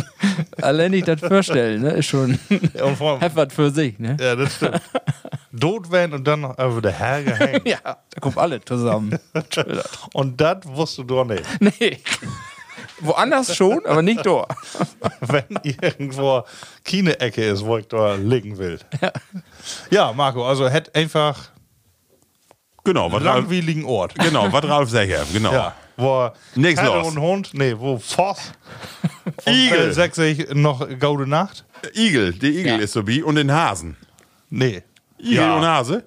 Speaker 5: *laughs* Allein ich das vorstellen, ne? ist schon
Speaker 3: Und vor allem,
Speaker 5: heffert für sich.
Speaker 2: *laughs*
Speaker 5: Ne?
Speaker 3: ja, das stimmt. Dotwan und dann noch über der Herge hängen.
Speaker 5: *laughs* Ja, da kommt alle zusammen.
Speaker 3: Und das wusstest du doch nicht.
Speaker 5: *laughs* nee. Woanders schon, aber nicht dort. *laughs*
Speaker 3: Wenn irgendwo Kine-Ecke ist, wo ich da liegen will. Ja, Marco, also hätt einfach
Speaker 2: Genau, was Ralf,
Speaker 3: langweiligen Ort.
Speaker 2: genau, was Ralf sagt, ja, genau.
Speaker 3: Ja. Wo
Speaker 2: Nix
Speaker 3: Herre
Speaker 2: los.
Speaker 3: und Hund, nee, wo Voss und
Speaker 2: Igel.
Speaker 3: äh, sächsisch noch Gaude Nacht.
Speaker 2: Igel, der Igel ist so wie und den Hasen.
Speaker 3: Nee.
Speaker 2: Igel und Hase?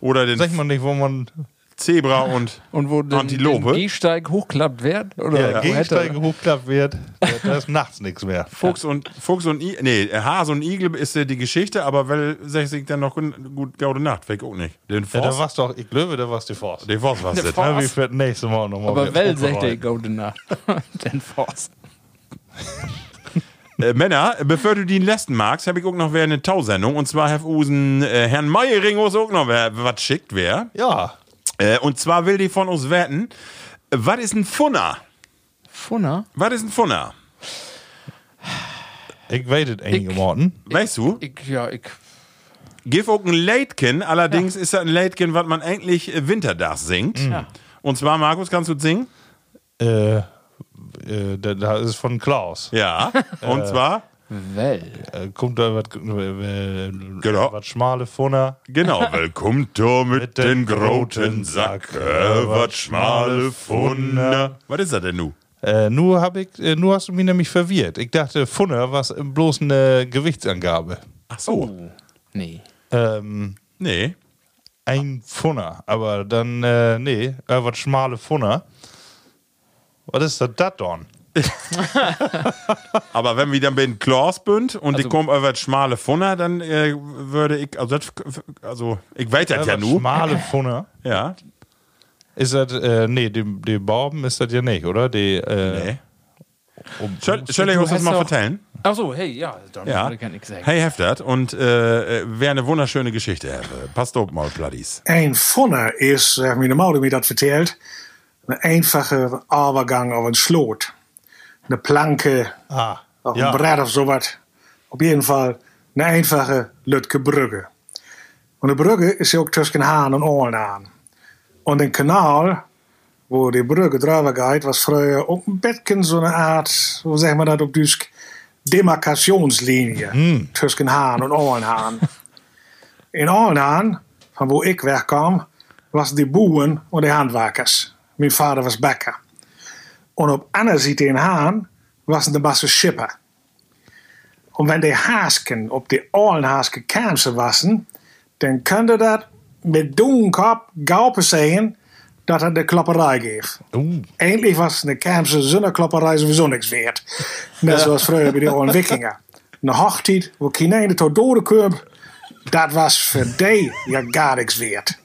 Speaker 2: Oder den
Speaker 3: Sag mal nicht, wo man
Speaker 2: Zebra *laughs* und,
Speaker 5: Und wo der
Speaker 2: Antilope?
Speaker 5: Gehsteig hochklappt wird?
Speaker 3: der
Speaker 5: Oder wo hätte-
Speaker 3: Gegensteig hochklappt wird, da da ist nachts nichts
Speaker 5: *laughs*
Speaker 3: mehr.
Speaker 2: Fuchs und Fuchs und I nee, Hase und Igel ist ja die Geschichte, aber weil 60 dann noch gut, gut gute Nacht, weg auch nicht. Den
Speaker 3: Ja, da
Speaker 2: Forst,
Speaker 3: war's doch, ich glaube, da war's die Forst.
Speaker 2: den ne? Forst was das.
Speaker 3: Na, wie für das nächste Mal nochmal.
Speaker 5: Aber
Speaker 3: wieder
Speaker 2: Oh
Speaker 5: Well
Speaker 3: vorbereiten.
Speaker 5: sagt der Gute Nacht. *laughs* Den Forst.
Speaker 2: Äh, Männer, bevor du den letzten magst, habe ich auch noch wer eine Tausendung und zwar Herr Usen, äh, Herrn Meiering uns auch noch wer was schickt wer.
Speaker 3: Ja.
Speaker 2: Äh, und zwar will die von uns wetten, äh, was ist ein Funner?
Speaker 5: Funner?
Speaker 2: Was ist ein Funner?
Speaker 3: Ich waited einige Morten.
Speaker 2: Weißt du?
Speaker 5: Ich, ja, ich.
Speaker 2: Give auch ein Latekin, allerdings ist das ein Latekin, was man eigentlich äh, Winterdach singt. Und zwar, Markus, kannst du das singen?
Speaker 3: Äh, äh, da, da ist von Klaus.
Speaker 2: Ja. Und zwar,
Speaker 5: Well.
Speaker 3: Äh, kommt da was äh,
Speaker 2: Genau.
Speaker 3: was schmale Funner.
Speaker 2: genau, willkommen da mit
Speaker 3: Mit
Speaker 2: den
Speaker 3: den
Speaker 2: großen
Speaker 3: groten
Speaker 2: Sack,
Speaker 3: Sack,
Speaker 2: äh,
Speaker 3: äh,
Speaker 2: was
Speaker 3: wat
Speaker 2: schmale
Speaker 3: schmale
Speaker 2: Funner.
Speaker 3: Funner.
Speaker 2: Was ist das denn nun?
Speaker 3: Äh, nur, hab ich, äh, nur hast du mich nämlich verwirrt. Ich dachte, Funner war bloß eine äh, Gewichtsangabe.
Speaker 2: Ach so.
Speaker 5: Nee.
Speaker 3: Ähm,
Speaker 2: Nee.
Speaker 3: ein Funner, aber dann, äh, nee, äh, was schmale Funner. Was ist das da dann?
Speaker 2: Aber wenn wir dann bei den Klaus bünd und die
Speaker 5: Also-
Speaker 2: kommen über das schmale Funner, dann äh, würde ich, also, das, also ich weiß das ja
Speaker 3: Äh, was
Speaker 2: nun.
Speaker 3: schmale Funner.
Speaker 2: Ja.
Speaker 3: Ist das, äh, nee, die, die Bauben ist das ja nicht, oder? Die, äh,
Speaker 2: Nee.
Speaker 3: um,
Speaker 2: Soll, soll ich uns das
Speaker 5: hast
Speaker 2: mal
Speaker 5: doch-
Speaker 2: vertellen?
Speaker 5: Achso, hey, ja, dann
Speaker 2: Ja.
Speaker 5: kann ich sagen.
Speaker 2: Hey, Heftert. Und äh, äh, wäre eine wunderschöne Geschichte, Herr. Passt auf mal, Pladis.
Speaker 8: Ein Funner ist, sagen meine Mutter mir das vertellt, eine einfache Übergang auf ein Schlot. Eine Planke,
Speaker 3: Ah,
Speaker 8: auf
Speaker 3: ja.
Speaker 8: ein Brett auf sowas. Auf jeden Fall eine einfache Lütke Brücke. Und eine Brücke ist ja auch zwischen Hahn und Ohlen an. Und ein Kanal, wo die Brücke drüber geht, was früher auch ein bisschen so eine Art, wo sagt man das auf Deutsch, Demarkationslinie
Speaker 3: Hmm.
Speaker 8: zwischen Hahn und Ohlenhahn. In Alnaan, van waar ik wegkwam, was de boeren en de handwerkers. Mijn vader was bekker. En op andere zijde in Haan was de basse schipper. En wenn de haasken op de Alnhaaske kansen wassen, dan kunde dat met doenkop gaupen zeggen dat het de klapperij geeft.
Speaker 3: uh,
Speaker 8: Eindelijk was de Kaamse zonneklapperij sowieso niks waard. Net zoals vroeger bij de Olden Wikingen. Een hoogtijd, waar geen ene tot dode kwam, Dat was für dich ja gar nichts wert.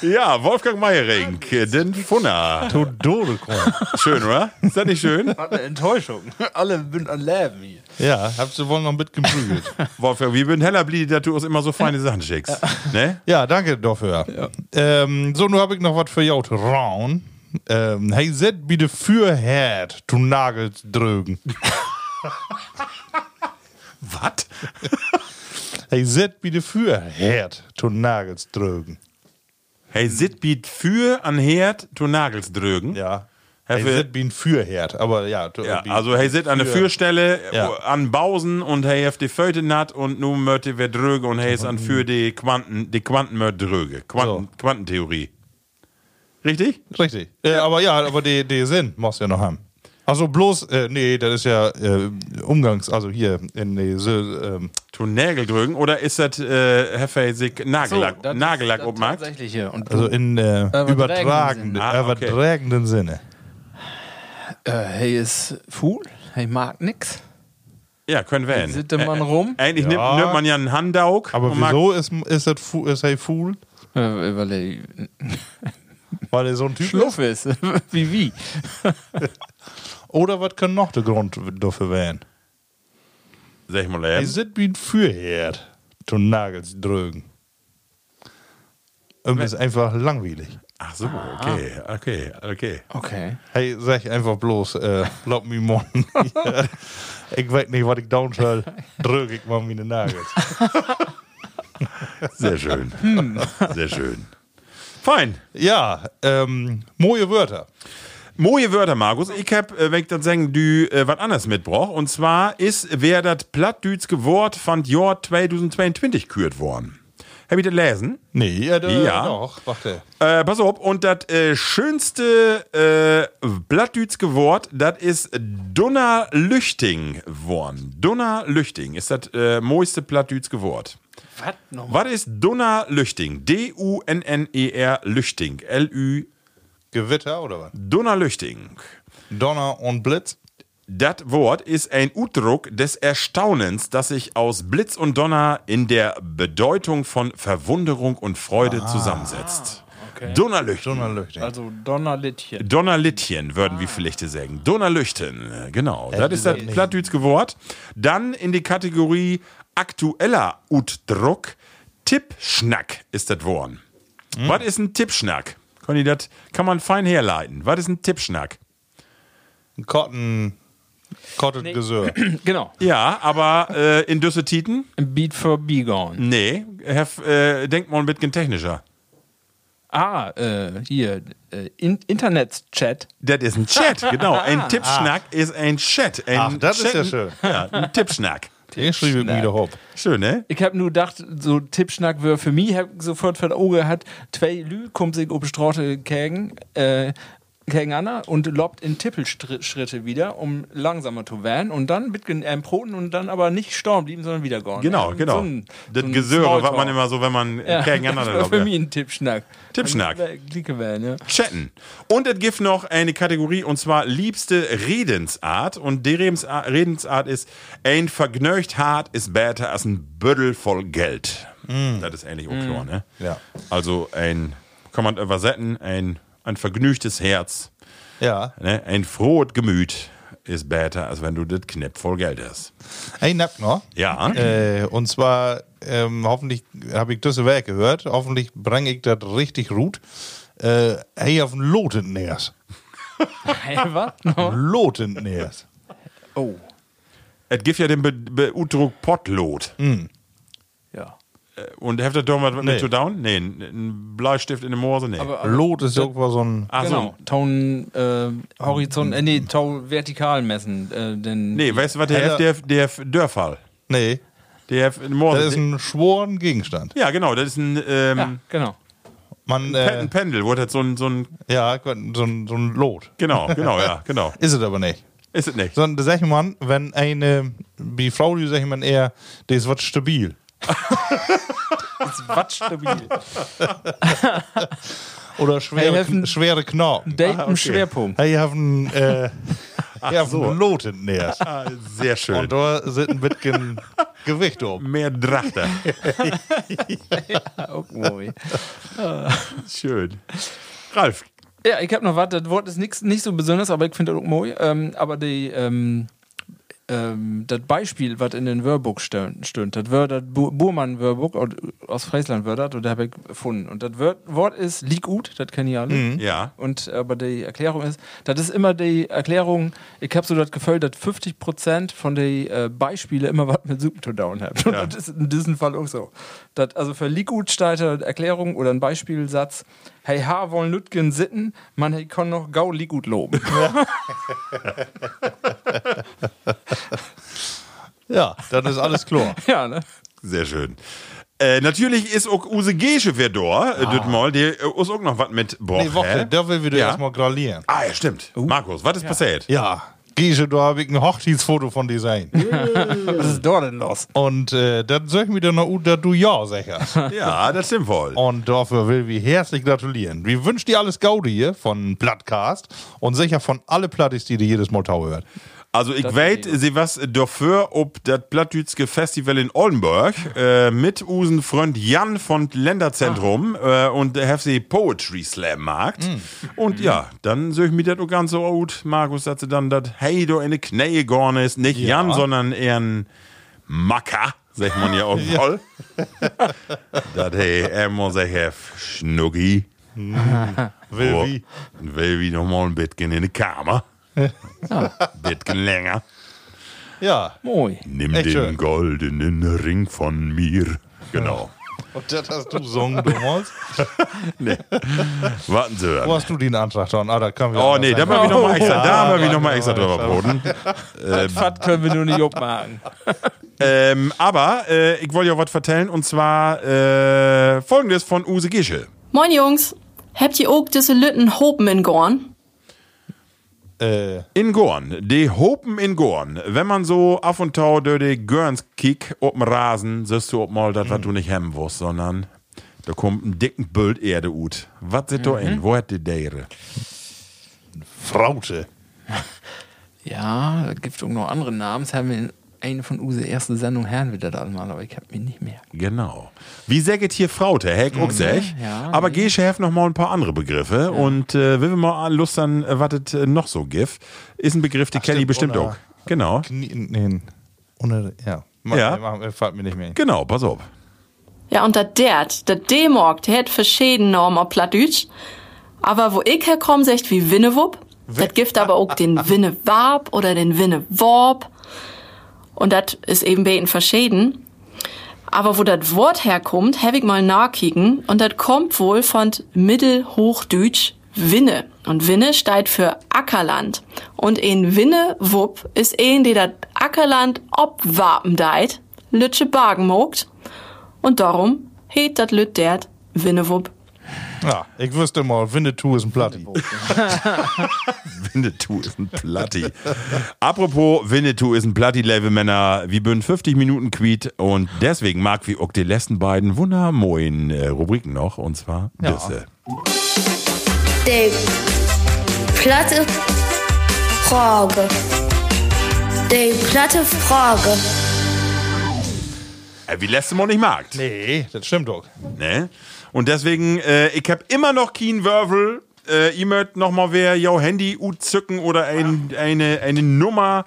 Speaker 2: Ja, Wolfgang Meyerink, äh, den Funner.
Speaker 3: Du Dodekorn.
Speaker 2: Schön, oder? Ist das nicht schön?
Speaker 5: Was eine Enttäuschung. *laughs* Alle sind an Leben hier.
Speaker 3: Ja, habt ihr wohl noch
Speaker 2: *laughs*
Speaker 3: mitgeprügelt.
Speaker 2: Wolfgang, wir bin heller blieb, dass du uns immer so feine Sachen schickst. Ne?
Speaker 3: Ja, danke dafür. Ähm, so, nun habe ich noch was für Jout Raun. Ähm, hey, set bitte für Herd, du Nageldrögen.
Speaker 2: *laughs* Was?
Speaker 3: *laughs* Hey, set bitte für Herd, du Nageldrögen.
Speaker 2: Hey, Sitbiet für an Herd, du Nagelsdrögen.
Speaker 3: Ja.
Speaker 2: Hey,
Speaker 3: Hey,
Speaker 2: für-
Speaker 3: set bin für Herd, aber ja. du-
Speaker 2: Ja,
Speaker 3: bi-
Speaker 2: also hey sit an der Fürstelle,
Speaker 3: Ja.
Speaker 2: an Bausen und hey heft die Föte nat und nun möchte wer dröge und hey ist an für die Quanten, die Quanten mört dröge. Quanten,
Speaker 3: So.
Speaker 2: Quantentheorie. Richtig?
Speaker 3: Richtig. Äh, aber ja, aber die, die Sinn musst du ja noch haben. Also bloß, äh, nee, das ist ja äh, Umgangs, also hier in die, so, ähm,
Speaker 2: Du Nägel drögen oder ist das äh, Hefe sich Nagellack, Nagellack
Speaker 5: das
Speaker 2: ob Markt?
Speaker 5: Tatsächlich hier. Und
Speaker 3: also in äh,
Speaker 5: Übertragenden
Speaker 3: übertragenden,
Speaker 5: Sinne.
Speaker 2: Ah, okay.
Speaker 3: übertragenden Sinne.
Speaker 5: äh, hey, ist Fool. Hey, mag nix.
Speaker 2: Ja, können wir hin.
Speaker 5: Sitte man rum?
Speaker 2: Eigentlich
Speaker 3: Ja.
Speaker 2: nimmt, nimmt man ja einen Handauk.
Speaker 3: Aber
Speaker 2: und mag-
Speaker 3: wieso ist, ist, das, fu- ist hey Fool?
Speaker 5: Äh, weil er
Speaker 3: Weil er so ein Typ
Speaker 5: schluff ist. *laughs* wie wie.
Speaker 3: ist? Oder was kann noch der Grund dafür werden?
Speaker 2: Sag ich mal
Speaker 3: Er
Speaker 2: eben.
Speaker 3: sind wie ein Fürherd. Du Nagels drögen. Und ist einfach langweilig.
Speaker 2: Ach so,
Speaker 5: Ah.
Speaker 2: okay, okay,
Speaker 3: *laughs*
Speaker 2: okay.
Speaker 5: Okay.
Speaker 3: Hey, sag einfach bloß, äh, laut mir morgen. ich weiß nicht, was ich down soll. Drück ich mal meine Nagels.
Speaker 2: Sehr schön.
Speaker 5: Hm.
Speaker 2: Sehr schön. Fein.
Speaker 3: ja, ähm, mooie Wörter.
Speaker 2: Mooie Wörter, Markus. Ich hab, äh, wenn ich das sagen, du äh, was anderes mitbrauch. Und zwar ist, wer das plattdütske Wort von Jahr 2022 kürt worden. Hab ich das lesen?
Speaker 3: Nee, ja, da,
Speaker 2: Ja.
Speaker 3: doch, warte.
Speaker 2: Äh, pass auf, und das äh, schönste äh, plattdütske Wort, das ist Dunner Lüchting worden. Dunner Lüchting ist das äh, mooiste plattdütske Wort.
Speaker 5: Was nochmal?
Speaker 2: Was ist Dunner Lüchting? D-U-N-N-E-R E Lüchting. L-Ü
Speaker 3: Gewitter oder was?
Speaker 2: Dunner Lüchting.
Speaker 3: Donner und Blitz.
Speaker 2: Das Wort ist ein Udruck des Erstaunens, das sich aus Blitz und Donner in der Bedeutung von Verwunderung und Freude zusammensetzt. Donnerlüchten.
Speaker 3: Donner Lüchting.
Speaker 5: Also Donnerlittchen.
Speaker 2: Donnerlittchen würden wir vielleicht sagen. Donnerlüchten, genau. Das ist das
Speaker 3: Donnerlittchen.
Speaker 2: plattdütske Wort. Dann in die Kategorie aktueller Udruck. Tippschnack ist das Wort. Was ist ein Tippschnack? Conny, das kann man fein herleiten. Was ist ein Tippschnack?
Speaker 3: Cotton. Cotton Gesör.
Speaker 5: *clears throat* genau.
Speaker 2: Ja, aber äh, in Düsseltiten?
Speaker 5: Beat for Begone.
Speaker 2: Nee, Herr, äh, denkt mal ein bisschen technischer.
Speaker 5: Ah, äh, hier. Äh, in Internet-Chat.
Speaker 2: Das ist ein
Speaker 5: *laughs*
Speaker 2: Chat, genau.
Speaker 5: Ah.
Speaker 2: Ein Tippschnack ist ein Chat. Ein
Speaker 3: Ach, das ist
Speaker 2: Chat-
Speaker 3: ja schön.
Speaker 2: Ja, ein Tippschnack.
Speaker 3: Den schrieb ich wieder hopp.
Speaker 2: Schön, ne?
Speaker 5: Ich hab nur gedacht, so Tippschnack wäre für mich, hab sofort vor Auge hat, zwei Lü kommt sich ob Straße kägen, äh, kägen Anna und lobt in Tippelschritte wieder, um langsamer zu werden und dann bitgen Proten und dann aber nicht storm blieben, sondern wieder gone.
Speaker 2: Genau,
Speaker 5: Ähm,
Speaker 2: genau.
Speaker 5: so ein-
Speaker 2: das
Speaker 5: so ein
Speaker 2: Gesöre, was man
Speaker 5: Smalltalk.
Speaker 2: immer so, wenn man
Speaker 5: ja,
Speaker 2: gegeneinander
Speaker 5: *laughs* Das war für
Speaker 2: läuft.
Speaker 5: mich ein Tippschnack.
Speaker 2: Tippschnack.
Speaker 5: Klicke werden,
Speaker 2: *laughs*
Speaker 5: ja.
Speaker 2: chatten. Und es gibt noch eine Kategorie und zwar liebste Redensart. Und die Redensart Redensart ist: ein vergnöcht hart ist besser als ein Büdel voll Geld. Das ist eigentlich auch klar, ne?
Speaker 3: Mm. Ja.
Speaker 2: Also ein, kann man übersetzen, ein, ein vergnügtes Herz,
Speaker 3: Ja.
Speaker 2: ne? ein frohes Gemüt ist besser, als wenn du das Knepp voll Geld hast.
Speaker 3: Hey, Napp noch.
Speaker 2: Ja.
Speaker 3: Äh, und zwar, ähm, hoffentlich habe ich das Werk gehört, hoffentlich bringe ich das richtig gut. Äh, hey, auf den Loten näherst.
Speaker 5: Hey, was?
Speaker 3: Loten näherst.
Speaker 5: Oh,
Speaker 2: Es gibt ja den Be Be Udruck Pottlot.
Speaker 5: ja.
Speaker 2: Und heftet doch mal mit
Speaker 3: Mm. Nee.
Speaker 2: to down? Nee, ein Bleistift in der Moose? Nee.
Speaker 5: Aber, aber
Speaker 3: Lot ist irgendwo so ein.
Speaker 2: Ach so.
Speaker 5: genau, Ton, äh, Horizont, äh, nee, Ton vertikal messen, äh, denn
Speaker 2: Nee, weißt du was, der,
Speaker 3: Ja,
Speaker 2: der, der Dörfall.
Speaker 3: Nee,
Speaker 2: Der
Speaker 3: das ist
Speaker 2: Morde.
Speaker 3: ein schworen Gegenstand.
Speaker 2: Ja, genau, das ist ein,
Speaker 5: Ja,
Speaker 2: ähm,
Speaker 5: genau.
Speaker 3: Man,
Speaker 2: Pe- ein
Speaker 3: äh,
Speaker 2: Pendel, wo das so ein, so ein,
Speaker 3: ja, so ein, so ein Lot.
Speaker 2: genau, genau,
Speaker 3: *laughs*
Speaker 2: ja, genau.
Speaker 3: Ist es aber nicht.
Speaker 2: Ist es nicht.
Speaker 3: Sondern, sag ich mal, wenn eine, wie Frau, die sag ich mal eher, das wird stabil.
Speaker 5: Ist was
Speaker 2: *laughs*
Speaker 5: stabil.
Speaker 3: Oder
Speaker 5: Hey,
Speaker 3: schwere,
Speaker 5: helfen-
Speaker 3: schwere
Speaker 2: *laughs*
Speaker 3: Knorpen.
Speaker 5: Date im Schwerpunkt.
Speaker 3: Hey, haben äh, ja, so. lotend näher.
Speaker 2: Ah, Sehr schön.
Speaker 3: Und da sind ein bisschen Gewicht oben.
Speaker 2: Mehr
Speaker 3: *laughs*
Speaker 2: Drachter. Oh,
Speaker 5: Auch mooi.
Speaker 2: schön. Ralf,
Speaker 5: Ja, ich habe noch was, das Wort ist nix, nicht so besonders, aber ich finde das auch mooi. Ähm, aber die, ähm, ähm, das Beispiel, was in den Wörbuch stön- stünd, das Wort, das Bu Burmann-Wörbuch aus Friesland wird das, und da habe ich gefunden. Und das Wort, Wort ist Liegud, das kennen ja alle.
Speaker 2: ja.
Speaker 5: Und äh, aber die Erklärung ist, das ist immer die Erklärung, ich habe so das Gefühl, dass 50% von den äh, Beispielen immer was mit Suppen to down haben. Und das ist in diesem Fall auch so. Das, also für Liegutsteiter Erklärung oder ein Beispielsatz, hey ha, wollen Lütgen sitten, man hey, kann noch gau Ligut *laughs* loben.
Speaker 3: Ja, dann ist alles klar.
Speaker 5: ja, ne?
Speaker 2: Sehr schön. Äh, natürlich ist auch Use Gesche wieder da, äh, das Mal. Die äh, ist auch noch was mit Broch.
Speaker 3: Ah. Nee, Woche,
Speaker 2: hä?
Speaker 3: da will wieder
Speaker 2: Ja.
Speaker 3: erstmal gralieren.
Speaker 2: Ah, ja, stimmt. Markus, was ist passiert?
Speaker 3: Uh. Ja, Giesche, da habe ich ein Hochzeitsfoto von dir sein.
Speaker 5: Was ist da denn los?
Speaker 3: Und äh, dann sag ich mir dann noch, uh, dass du ja sicher.
Speaker 5: *laughs*
Speaker 2: Ja, das stimmt wohl.
Speaker 3: Und dafür will wir herzlich gratulieren. Wir wünschen dir alles Gaudi hier von Plattcast und sicher von alle Plattis, die dir jedes Mal tau hört.
Speaker 2: Also ich weiß, sie was dafür, ob das Plattdütske Festival in Oldenburg äh, mit usen Freund Jan von Länderzentrum
Speaker 3: Ah.
Speaker 2: äh, und der FC Poetry Slam macht.
Speaker 3: Mhm.
Speaker 2: Und ja, dann sehe ich mir das auch ganz so gut, Markus, dass sie dann das Hey, du in die Knähe gorn ist. Nicht Jan, sondern eher ein Macker, sagt man ja
Speaker 3: *laughs*
Speaker 2: auch voll. *laughs* das Hey, er muss ich Schnucki.
Speaker 3: Will
Speaker 2: Oh,
Speaker 3: wie?
Speaker 2: Will wie nochmal ein bisschen in die Kammer. Bisschen länger.
Speaker 3: Ja.
Speaker 5: Mooi.
Speaker 2: Nimm
Speaker 3: Echt
Speaker 2: den
Speaker 3: schön.
Speaker 2: goldenen Ring von mir. Genau.
Speaker 3: Und das hast du gesungen, Thomas.
Speaker 2: Warten Sie.
Speaker 3: Wo
Speaker 2: Hören.
Speaker 3: hast du den Antrag dran? Ah, da können wir.
Speaker 2: Oh
Speaker 3: anders
Speaker 2: nee, da
Speaker 3: einfach-
Speaker 2: haben wir nochmal extra, da haben wir noch mal
Speaker 3: ja,
Speaker 2: extra drüber
Speaker 3: ja.
Speaker 2: broten.
Speaker 5: Was können wir nur nicht abmachen?
Speaker 2: Ähm, aber äh, ich wollte ja was vertellen und zwar äh, folgendes von Use Gische.
Speaker 9: Moin Jungs, habt ihr auch diese Lütten Hopen in Gorn?
Speaker 3: Äh,
Speaker 2: In Gorn, die Hopen in Gorn. Wenn man so auf und tau durch die Görns kick, oben Rasen, siehst du ob mal das, was du nicht hemmen wirst, sondern da kommt ein dicken Bild Erde ut. Was sieht
Speaker 3: Mhm.
Speaker 2: da in? Wo hat die Dere?
Speaker 3: Fraute.
Speaker 5: *laughs* Ja, es gibt auch noch andere Namen. Das haben wir in einer von Use ersten Sendung Herrn wieder da mal, aber ich habe mich nicht mehr.
Speaker 2: Genau. Wie säget hier Fraute, Heck auch sech.
Speaker 5: ja,
Speaker 2: Aber nee. Geschäf noch mal ein paar andere Begriffe. Und äh, wenn wir mal Lust an, wartet äh, noch so GIF, ist ein Begriff, die
Speaker 3: Ach,
Speaker 2: Kelly
Speaker 3: stimmt,
Speaker 2: bestimmt
Speaker 3: oder-
Speaker 2: auch. Genau.
Speaker 3: Knie, nee, ohne, ja. Mach,
Speaker 2: Ja.
Speaker 3: Mach, mach, fällt mir nicht mehr ein.
Speaker 2: Genau, pass auf.
Speaker 9: Ja, und der Dert, der Demorg, der hat verschiedene Normen auf Plattdütsch. Aber wo ich herkomme, sagt wie Winnewupp. Das gibt aber auch den Winnewarp oder den Winneworp. Und das ist eben beten verschieden. Aber wo das Wort herkommt, habe ich mal nachkicken. Und das kommt wohl von Mittelhochdeutsch Winne. Und Winne steht für Ackerland. Und ein Winnewupp ist ein, der das Ackerland obwapen deit, Lütsche Bargen mogt. Und darum heet dat Lüt dert Winnewupp.
Speaker 3: Ja, ich wüsste mal, Winnetou ist ein Platti.
Speaker 2: Winnetou ist ein Platti. *laughs* Apropos, Winnetou ist ein Platti, liebe Männer. Wir bünden 50 Minuten Quiet und deswegen mag wie auch die letzten beiden wundermoin äh, Rubriken noch und zwar ja. Disse.
Speaker 6: Die platte Frage. Die platte Frage.
Speaker 2: Äh, wie letzte Mal nicht mag.
Speaker 3: Nee, das stimmt doch.
Speaker 2: Ne? Und deswegen, äh, ich hab immer noch keinen Würfel. Äh, ihr mögt noch mal wer jo Handy ut zücken oder ein, eine, eine Nummer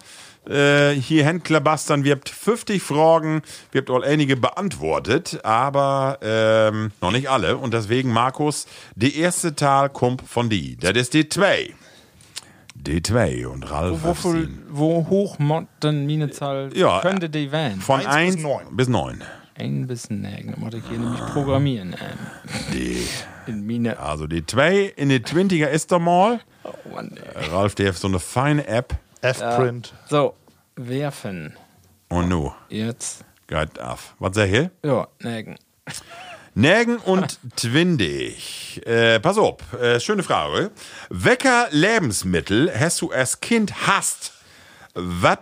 Speaker 2: äh, hier Händlerbastern. Wir habt 50 Fragen, wir habt all einige beantwortet, aber ähm, noch nicht alle. Und deswegen, Markus, die erste Tal kommt von die. Das ist die 2. Die 2 und Ralf. hat
Speaker 5: Wofür,
Speaker 2: sie
Speaker 5: wo hoch mod denn meine Zahl
Speaker 2: Ja, äh,
Speaker 5: könnte die werden?
Speaker 2: Von 1
Speaker 3: Eins bis neun.
Speaker 2: bis 9.
Speaker 5: Ein bisschen nägen, muss ich hier nämlich programmieren. Ähm. In meine.
Speaker 2: Also die 2 in die 20er ist doch mal.
Speaker 5: Oh Mann, ey.
Speaker 2: Ralf, der hat so eine feine App.
Speaker 3: F-Print.
Speaker 5: So, werfen.
Speaker 2: Und nu.
Speaker 5: Jetzt.
Speaker 2: Geht auf. Was sag ich?
Speaker 5: Ja, nägen.
Speaker 2: Nägen *laughs* und Twindig. Äh, pass auf, äh, schöne Frage. Wecker Lebensmittel hast du als Kind hasst, was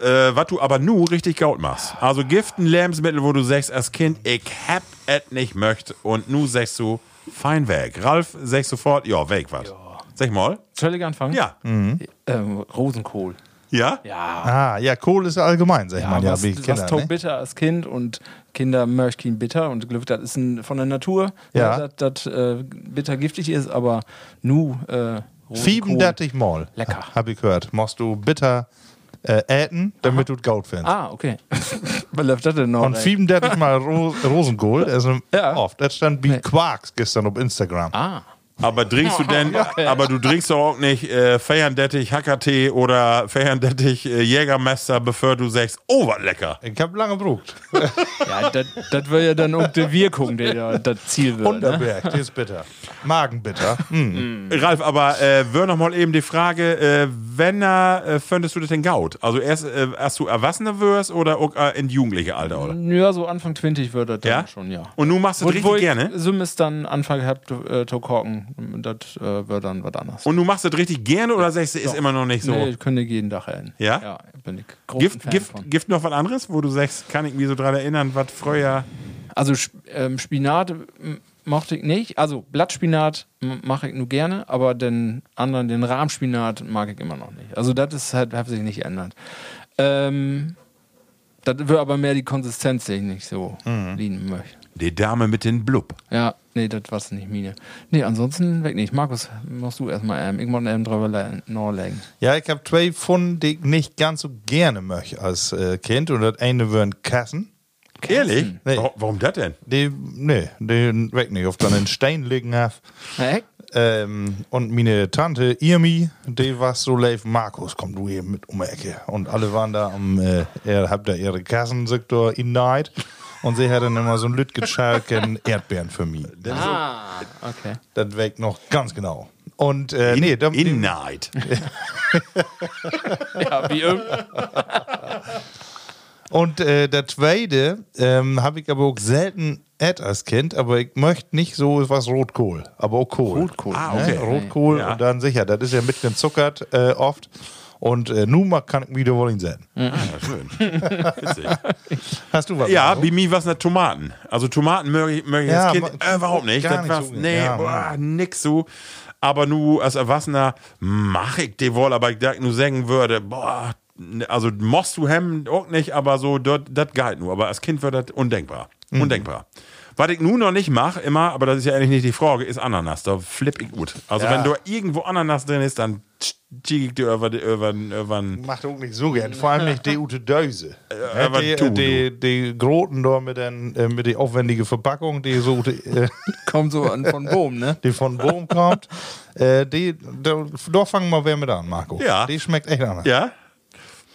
Speaker 2: äh, wat du aber nu richtig gaut machst. Also Giften, Lebensmittel, wo du sagst als Kind, ich hab et nicht möcht und nu sagst du, fein weg. Ralf sagt sofort, ja, weg was. Sag mal.
Speaker 5: Soll ich anfangen?
Speaker 2: Ja.
Speaker 5: Ähm, Rosenkohl.
Speaker 2: Ja?
Speaker 5: Ja.
Speaker 3: Ah, ja, Kohl ist allgemein, sag ich
Speaker 5: Ja,
Speaker 3: mal. Ja,
Speaker 5: was,
Speaker 3: wie
Speaker 5: was
Speaker 3: Kinder,
Speaker 5: taugt
Speaker 3: ne?
Speaker 5: bitter als Kind und Kinder möchten bitter und Glück, das ist ein, von der Natur,
Speaker 3: Ja.
Speaker 5: dass das äh, bitter giftig ist, aber nu äh, Rosenkohl.
Speaker 3: Fieben dattig mal.
Speaker 5: Lecker.
Speaker 3: Hab ich gehört. Musst du bitter äh, äten, damit du Gold findest.
Speaker 5: Ah, okay. *laughs* Was läuft das denn noch?
Speaker 3: Und
Speaker 5: rein?
Speaker 3: fieben dattig mal
Speaker 5: *laughs*
Speaker 3: Ro Rosenkohl. Also
Speaker 5: Ja.
Speaker 3: oft. Das stand wie
Speaker 5: Nee.
Speaker 3: Quarks gestern auf Instagram.
Speaker 5: Ah.
Speaker 2: Aber trinkst du
Speaker 5: *laughs*
Speaker 2: denn, aber du trinkst doch auch nicht äh, Feierndettich, Hackertee oder Feierndettich, äh, Jägermeister, bevor du sagst, oh, was lecker.
Speaker 3: Ich hab lange gebraucht.
Speaker 5: Ja, das wäre ja dann um die Wirkung, der ja das Ziel wird. Ne?
Speaker 3: Unterberg, die ist bitter. Magenbitter. Hm.
Speaker 5: Mhm.
Speaker 2: Ralf, aber äh, wär noch mal eben die Frage, äh, wenn er, äh, findest du das denn gaut? Also erst, äh, erst du Erwachsener wirst oder auch äh, in jugendliche Alter, oder?
Speaker 5: Ja, so Anfang 20 würde das dann
Speaker 2: Ja?
Speaker 5: schon, ja.
Speaker 2: Und nun machst du das
Speaker 5: Und wo
Speaker 2: richtig
Speaker 5: ich
Speaker 2: gerne?
Speaker 5: Summis dann Anfang gehabt äh, zu korken, das äh, wäre dann was anderes.
Speaker 2: Und du machst das richtig gerne oder sagst du, ist immer noch nicht so?
Speaker 5: Nee, könnte jeden Tag ändern.
Speaker 2: Ja?
Speaker 5: Ja, bin ich großen
Speaker 2: Gift,
Speaker 5: Fan
Speaker 2: Gift,
Speaker 5: von.
Speaker 2: Gift noch was anderes, wo du sagst, kann ich mich so dran erinnern, was früher.
Speaker 5: Also Sp- ähm, Spinat m- mochte ich nicht. Also Blattspinat m- mache ich nur gerne, aber den anderen, den Rahmspinat mag ich immer noch nicht. Also das ist halt, hat sich nicht geändert. Ähm, das wird aber mehr die Konsistenz, die ich nicht so lieben möchte.
Speaker 2: Die Dame mit den Blub.
Speaker 5: Ja, nee, das war's nicht, Mine. Nee, ansonsten weg nicht. Markus, machst du erstmal ähm, irgendwann ähm drüber le- nachlegen.
Speaker 3: Ja, ich hab zwei Pfunden, die ich nicht ganz so gerne möchte als äh, Kind. Und das eine wären Kassen.
Speaker 2: Ehrlich?
Speaker 3: Nee.
Speaker 2: Warum, warum das denn?
Speaker 3: Die, nee, die weg nicht. Auf dann in Stein liegen hab.
Speaker 5: Hä?
Speaker 3: Ähm, und meine Tante Irmi, die war so live, Markus, komm du hier mit um die Ecke. Und alle waren da am, äh, er habt da ihre Kassensektor in Neid. Und sie hat dann immer so ein
Speaker 2: *laughs*
Speaker 3: Lütgetschalken Erdbeeren für mich. Das,
Speaker 5: Ah, okay.
Speaker 3: das weg noch ganz genau. Und äh, nee, da,
Speaker 2: In Night.
Speaker 5: Ja, wie irgend-
Speaker 3: Und äh, der zweite ähm, habe ich aber auch selten Ed als Kind, aber ich möchte nicht so was Rotkohl, aber auch Kohl.
Speaker 5: Rotkohl,
Speaker 2: Ah, okay.
Speaker 3: Ne? Rotkohl
Speaker 2: Ja.
Speaker 3: und dann sicher, das ist ja mit dem Zuckert äh, oft. Und äh, nun mal kann ich wieder wohl ihn sehen.
Speaker 2: Ah, schön.
Speaker 3: *laughs*
Speaker 2: Witzig.
Speaker 3: Hast du was?
Speaker 2: Ja,
Speaker 3: Manu?
Speaker 2: bei mir war es nicht Tomaten. Also Tomaten möge ich, möge ich
Speaker 3: Ja,
Speaker 2: als Kind
Speaker 3: ma-
Speaker 2: äh, überhaupt nicht.
Speaker 3: gar
Speaker 2: Das
Speaker 3: nicht
Speaker 2: war's-
Speaker 3: so.
Speaker 2: nee,
Speaker 3: Ja,
Speaker 2: boah, nix so. Aber nu als Erwachsener mach ich die wohl, aber ich da nur sagen würde, boah, ne, also musst du hemmen auch nicht, aber so, das galt nur. Aber als Kind wird das undenkbar.
Speaker 3: Mhm.
Speaker 2: Undenkbar. Was ich nun noch nicht mache, immer, aber das ist ja eigentlich nicht die Frage, ist Ananas. Da flipp ich gut. Also
Speaker 3: Ja.
Speaker 2: wenn da irgendwo Ananas drin ist, dann schiege ich dir über, über, über, über
Speaker 3: Macht auch nicht so gern. Vor allem nicht die Ute Döse.
Speaker 2: äh, was
Speaker 3: die,
Speaker 2: tu
Speaker 3: äh, die, die Groten da mit, den, äh, mit der aufwendigen Verpackung, die so die, äh,
Speaker 5: kommt so an von Boom, ne?
Speaker 3: die von Bohm kommt. Äh, die, da, da fangen wir wer mit an, Marco.
Speaker 2: Ja.
Speaker 3: Die schmeckt echt anders.
Speaker 2: Ja.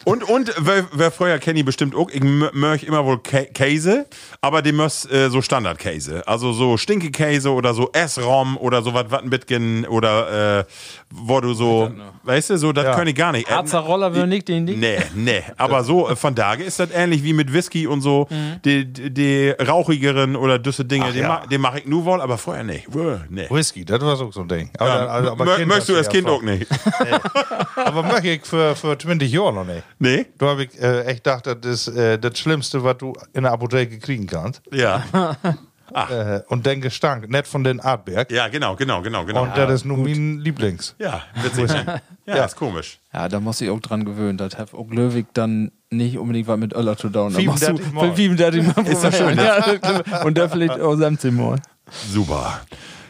Speaker 2: Und, und wer, wer vorher kenne ich bestimmt auch, ich mö- möchte immer wohl Kä- Käse, aber die muss äh, so Standardkäse. Also so Stinkekäse oder so Essrom oder so was, was ein bisschen oder äh, wo du so, weißt du, so, das
Speaker 3: Ja.
Speaker 2: kann ich gar nicht.
Speaker 5: Harzer Roller will nicht den nicht.
Speaker 2: Nee, nee, aber so äh, von daher ist das ähnlich wie mit Whisky und so, die, die, die rauchigeren oder düsse Dinge,
Speaker 3: Ach
Speaker 2: die,
Speaker 3: ja.
Speaker 2: ma die mache ich nur wohl, aber vorher nicht. Wuh, Nee.
Speaker 3: Whisky, das war auch so ein Ding. Aber,
Speaker 2: Ja,
Speaker 3: also, aber
Speaker 2: mö-
Speaker 3: Kind
Speaker 2: möchtest du
Speaker 3: hast
Speaker 2: als
Speaker 3: ja
Speaker 2: Kind
Speaker 3: voll.
Speaker 2: auch nicht?
Speaker 3: Aber möchte ich für, für 20 Jahre noch nicht.
Speaker 2: nee?
Speaker 3: Da habe ich äh, echt gedacht, das ist äh, das Schlimmste, was du in der Apotheke kriegen kannst.
Speaker 2: Ja.
Speaker 3: Äh, und den Gestank, nicht von den Artberg.
Speaker 2: Ja, genau, genau, genau, genau.
Speaker 3: und das ist nun mein Lieblings.
Speaker 2: ja, witzig. ne? ja, ist komisch.
Speaker 5: Ja, da muss ich auch dran gewöhnen. Das hat auch Löwig dann nicht unbedingt was mit Öller zu down. Da
Speaker 3: Fieben
Speaker 5: machst du
Speaker 3: dertig Mal.
Speaker 5: für Fieben dertig Mal. Ist das *laughs* schön, Und da vielleicht auch Samtsimon.
Speaker 2: Super.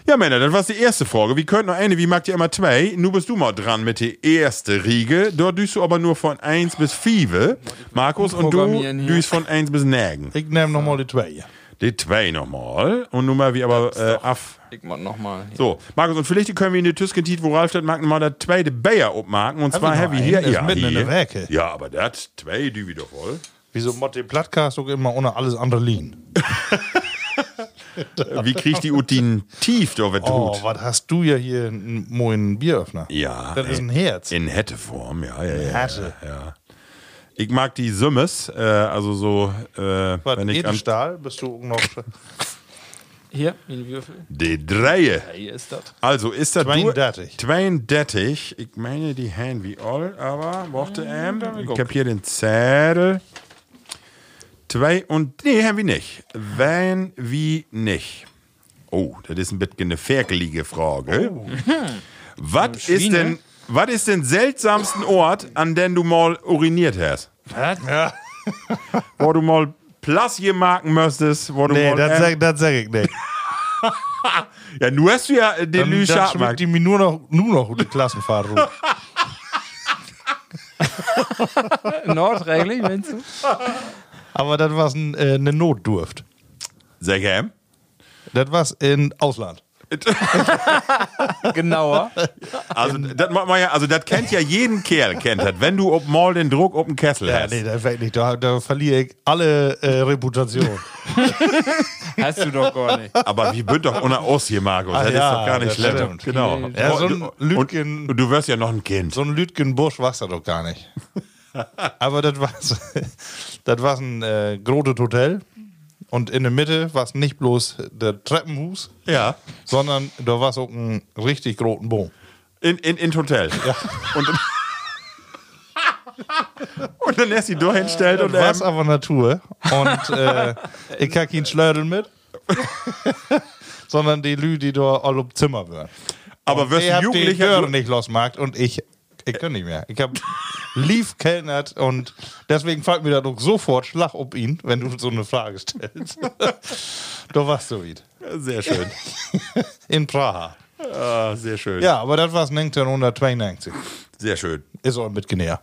Speaker 2: Ja, Männer, das war die erste Frage. Wie könnt noch eine, wie magt ihr immer zwei? Nun bist du mal dran mit der erste Riege. Dort düst du aber nur von 1 bis 5, Markus, und du
Speaker 5: Programmieren hier.
Speaker 2: düst von 1 bis nägen.
Speaker 3: Ich nehme nochmal die zwei. hier.
Speaker 2: Die zwei nochmal. Und nun mal wie aber äh, af.
Speaker 5: Ich mach nochmal.
Speaker 2: So, Markus, und vielleicht können wir in der Tüskentit, wo Ralf das mag, nochmal das zweite Bayer abmarken. Und
Speaker 3: Haben
Speaker 2: zwar
Speaker 3: wir noch
Speaker 2: Heavy
Speaker 3: einen?
Speaker 2: hier.
Speaker 3: Das ist mitten in
Speaker 2: hier.
Speaker 3: der Werke.
Speaker 2: Ja, aber das zwei, die wieder voll.
Speaker 3: Wieso macht den Podcast auch immer ohne alles andere liegen?
Speaker 2: Äh, Wie kriegt die Utin tief, da wird
Speaker 3: Oh,
Speaker 2: tut?
Speaker 3: was hast du ja hier einen moinen Bieröffner?
Speaker 2: Ja.
Speaker 3: Das ist
Speaker 2: ey.
Speaker 3: ein Herz.
Speaker 2: In Hätteform, ja, ja, ja.
Speaker 3: Härte.
Speaker 2: Ja. Ich mag die Summes, äh, also so, äh,
Speaker 3: Was,
Speaker 2: wenn ich an
Speaker 3: Edelstahl? Bist du
Speaker 2: *laughs*
Speaker 3: noch.
Speaker 5: Hier, in Würfel.
Speaker 2: die Dreie.
Speaker 5: Hier ist das.
Speaker 2: Also ist das du-
Speaker 3: 32.
Speaker 2: 32. Ich meine die Hand wie all, aber warte, ähm, ich hab hier den Zettel. Zwei und nee, Hand wie nicht. Wenn wie nicht. Oh, das ist ein bisschen eine ferkelige Frage. *laughs* Was
Speaker 5: Schweine?
Speaker 2: ist denn, was ist denn seltsamsten Ort, an den du mal uriniert hast?
Speaker 3: Was? Ja.
Speaker 2: Wo du mal Plus hier marken müsstest, wo du
Speaker 3: *laughs* Nee,
Speaker 2: mal,
Speaker 3: das
Speaker 2: äh,
Speaker 3: sag, das sag ich nicht.
Speaker 2: Ja, nur hast du ja äh, den
Speaker 3: Dann, dann
Speaker 2: Lüscher
Speaker 3: schmeckt die mir nur noch, nur noch die Klassenfahrt rum.
Speaker 5: Nordreglich, Äh, meinst du?
Speaker 3: *laughs* Aber das war ein, äh, eine Notdurft.
Speaker 2: Sehr gern.
Speaker 3: Das war's in Ausland.
Speaker 5: Genauer.
Speaker 2: Also, das macht man ja, also, das kennt ja jeden Kerl, kennt das. Wenn du ob mal den Druck ob den Kessel
Speaker 3: Ja,
Speaker 2: hast.
Speaker 3: nee, das wär nicht. Da, da verliere ich alle äh, Reputation.
Speaker 5: Hast du doch gar nicht.
Speaker 2: Aber wir bünd doch ohne aus hier, Markus.
Speaker 3: Ah,
Speaker 2: das
Speaker 3: ja,
Speaker 2: ist doch gar nicht
Speaker 3: das
Speaker 2: schlecht.
Speaker 3: stimmt.
Speaker 2: Genau.
Speaker 3: *laughs* Ja, so ein
Speaker 2: Und-
Speaker 3: Lütgen-
Speaker 2: Und du wirst ja noch ein Kind.
Speaker 3: so ein Lütgenbusch war's da doch gar *laughs* nicht. Aber das war's. *laughs* Das war ein äh, großes Hotel. Und in der Mitte war's nicht bloß der Treppenhus,
Speaker 2: Ja.
Speaker 3: sondern da war's auch ein richtig großen Boom.
Speaker 2: In, in, in Hotel. Ja. Und, und dann erst die Tür hinstellt
Speaker 3: Das
Speaker 2: und
Speaker 3: war's
Speaker 2: ähm,
Speaker 3: aber Natur. Und äh,
Speaker 2: *laughs*
Speaker 3: ich kann keinen Schlödel mit. *laughs* sondern die Lü, die da all im Zimmer waren.
Speaker 2: aber wirst
Speaker 3: Ich
Speaker 2: du
Speaker 3: hab die
Speaker 2: Jugendlicher.
Speaker 3: Göre nicht losmarkt und ich, ich kann nicht mehr.
Speaker 2: *laughs*
Speaker 3: Ich habe lief kellnert und deswegen fällt mir da doch sofort Schlag ob ihn, wenn du so eine Frage stellst. *laughs* du warst so weit.
Speaker 2: Sehr schön.
Speaker 3: In Praha.
Speaker 2: Ah, sehr schön.
Speaker 3: Ja, aber das war's 1992.
Speaker 2: Sehr schön.
Speaker 3: Ist auch mitgenäher.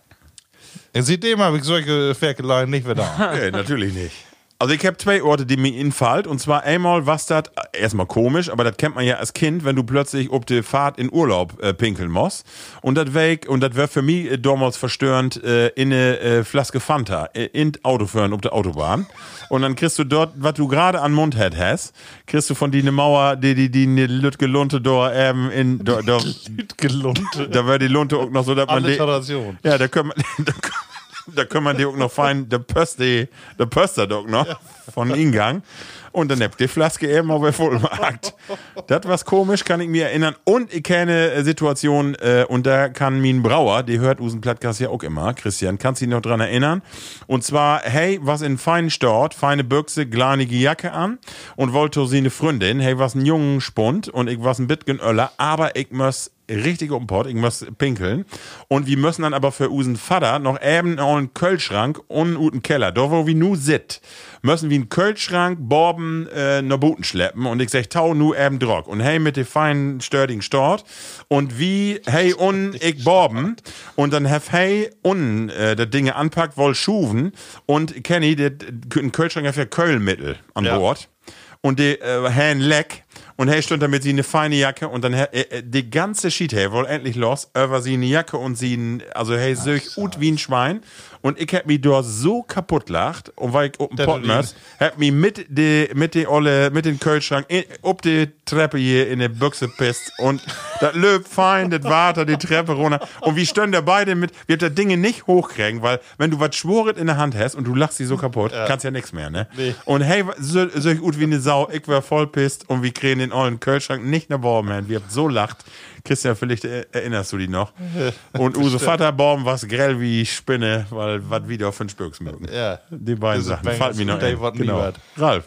Speaker 3: Seitdem habe ich solche Ferkeleien nicht mehr da.
Speaker 2: *laughs* Nee, natürlich nicht. Also ich habe zwei Orte, die mir infallt. Und zwar einmal was das, erstmal komisch, aber das kennt man ja als Kind, wenn du plötzlich ob die Fahrt in Urlaub äh, pinkeln musst. Und das weg und das wäre für mich äh, damals verstörend, äh, in eine äh, Flaske Fanta, äh, in das Auto fahren, ob der Autobahn. Und dann kriegst du dort, was du gerade an Mund hätt hast, kriegst du von die eine Mauer, die, die, die, die Lütge Lunte da, ähm, in, da, da,
Speaker 3: Gelunte.
Speaker 2: da wär die Lunte auch noch so, dass man die,
Speaker 3: Alliteration.
Speaker 2: ja, da können wir, *laughs* da können, da können wir die auch noch fein, der Pöst, die, der Pöster doch noch von Ingang. Und dann habt ihr die Flaske eben auf der Vollmarkt. Das was komisch, kann ich mir erinnern. Und ich kenne äh, Situation, äh, und da kann Min Brauer, die hört unseren Plattcast ja auch immer, Christian, kannst du dich noch dran erinnern? Und zwar, hey, was in feinen Stort, feine Büchse, glanige Jacke an und wollte sie eine Freundin, hey, was ein jungen Spund und ich was ein Bitgen Öller, aber ich muss richtig um umport, ich muss pinkeln. Und wir müssen dann aber für usen Vater noch eben einen Kölschrank und einen Keller, da wo wir nu sit, müssen wir einen Kölschrank, Borben, äh, ne Buten schleppen und ich sag, tau nu eben Drock. Und hey, mit de feinen Störding Stort und wie, hey, un, ich Borben und dann hef hey, un, äh, das Dinge anpackt, woll schuven und Kenny, der ein Kölschrank hef ja Kölnmittel an
Speaker 3: Ja.
Speaker 2: Bord und die äh, Herrn Leck und hey stund damit sie eine feine Jacke und dann äh, äh, die ganze Sheet hey wohl endlich los über sie eine Jacke und sie ein, also hey söch ut wie ein Schwein und ich hab mich dort so kaputt lacht und weil ich oben
Speaker 3: Das hat
Speaker 2: Potmers hab mich mit de mit de olle mit den Kölschrank in, ob die Treppe hier in der Büchse pisst und das löb fein das Water die Treppe runter und wir stünden da beide mit wir habt das Dinge nicht hochkriegen weil wenn du was Schworet in der Hand hast und du lachst sie so kaputt kannst ja nichts mehr ne
Speaker 3: Nee.
Speaker 2: und hey, so, so ich gut wie eine Sau, ich war voll pisst und wir kriegen den ollen Kölschrank nicht nach Borben, man. Wir haben so lacht. Christian, vielleicht er- erinnerst du dich
Speaker 3: *laughs*
Speaker 2: noch. Und Use Vater Borben was grell wie Spinne, weil was wieder auf den Spürks mögen.
Speaker 3: Ja.
Speaker 2: Die beiden
Speaker 3: Das
Speaker 2: Sachen.
Speaker 3: ist
Speaker 2: Also, Fällt mir noch
Speaker 3: Dave
Speaker 2: ein. Genau.
Speaker 3: hat nie was. *laughs*
Speaker 2: Ralf.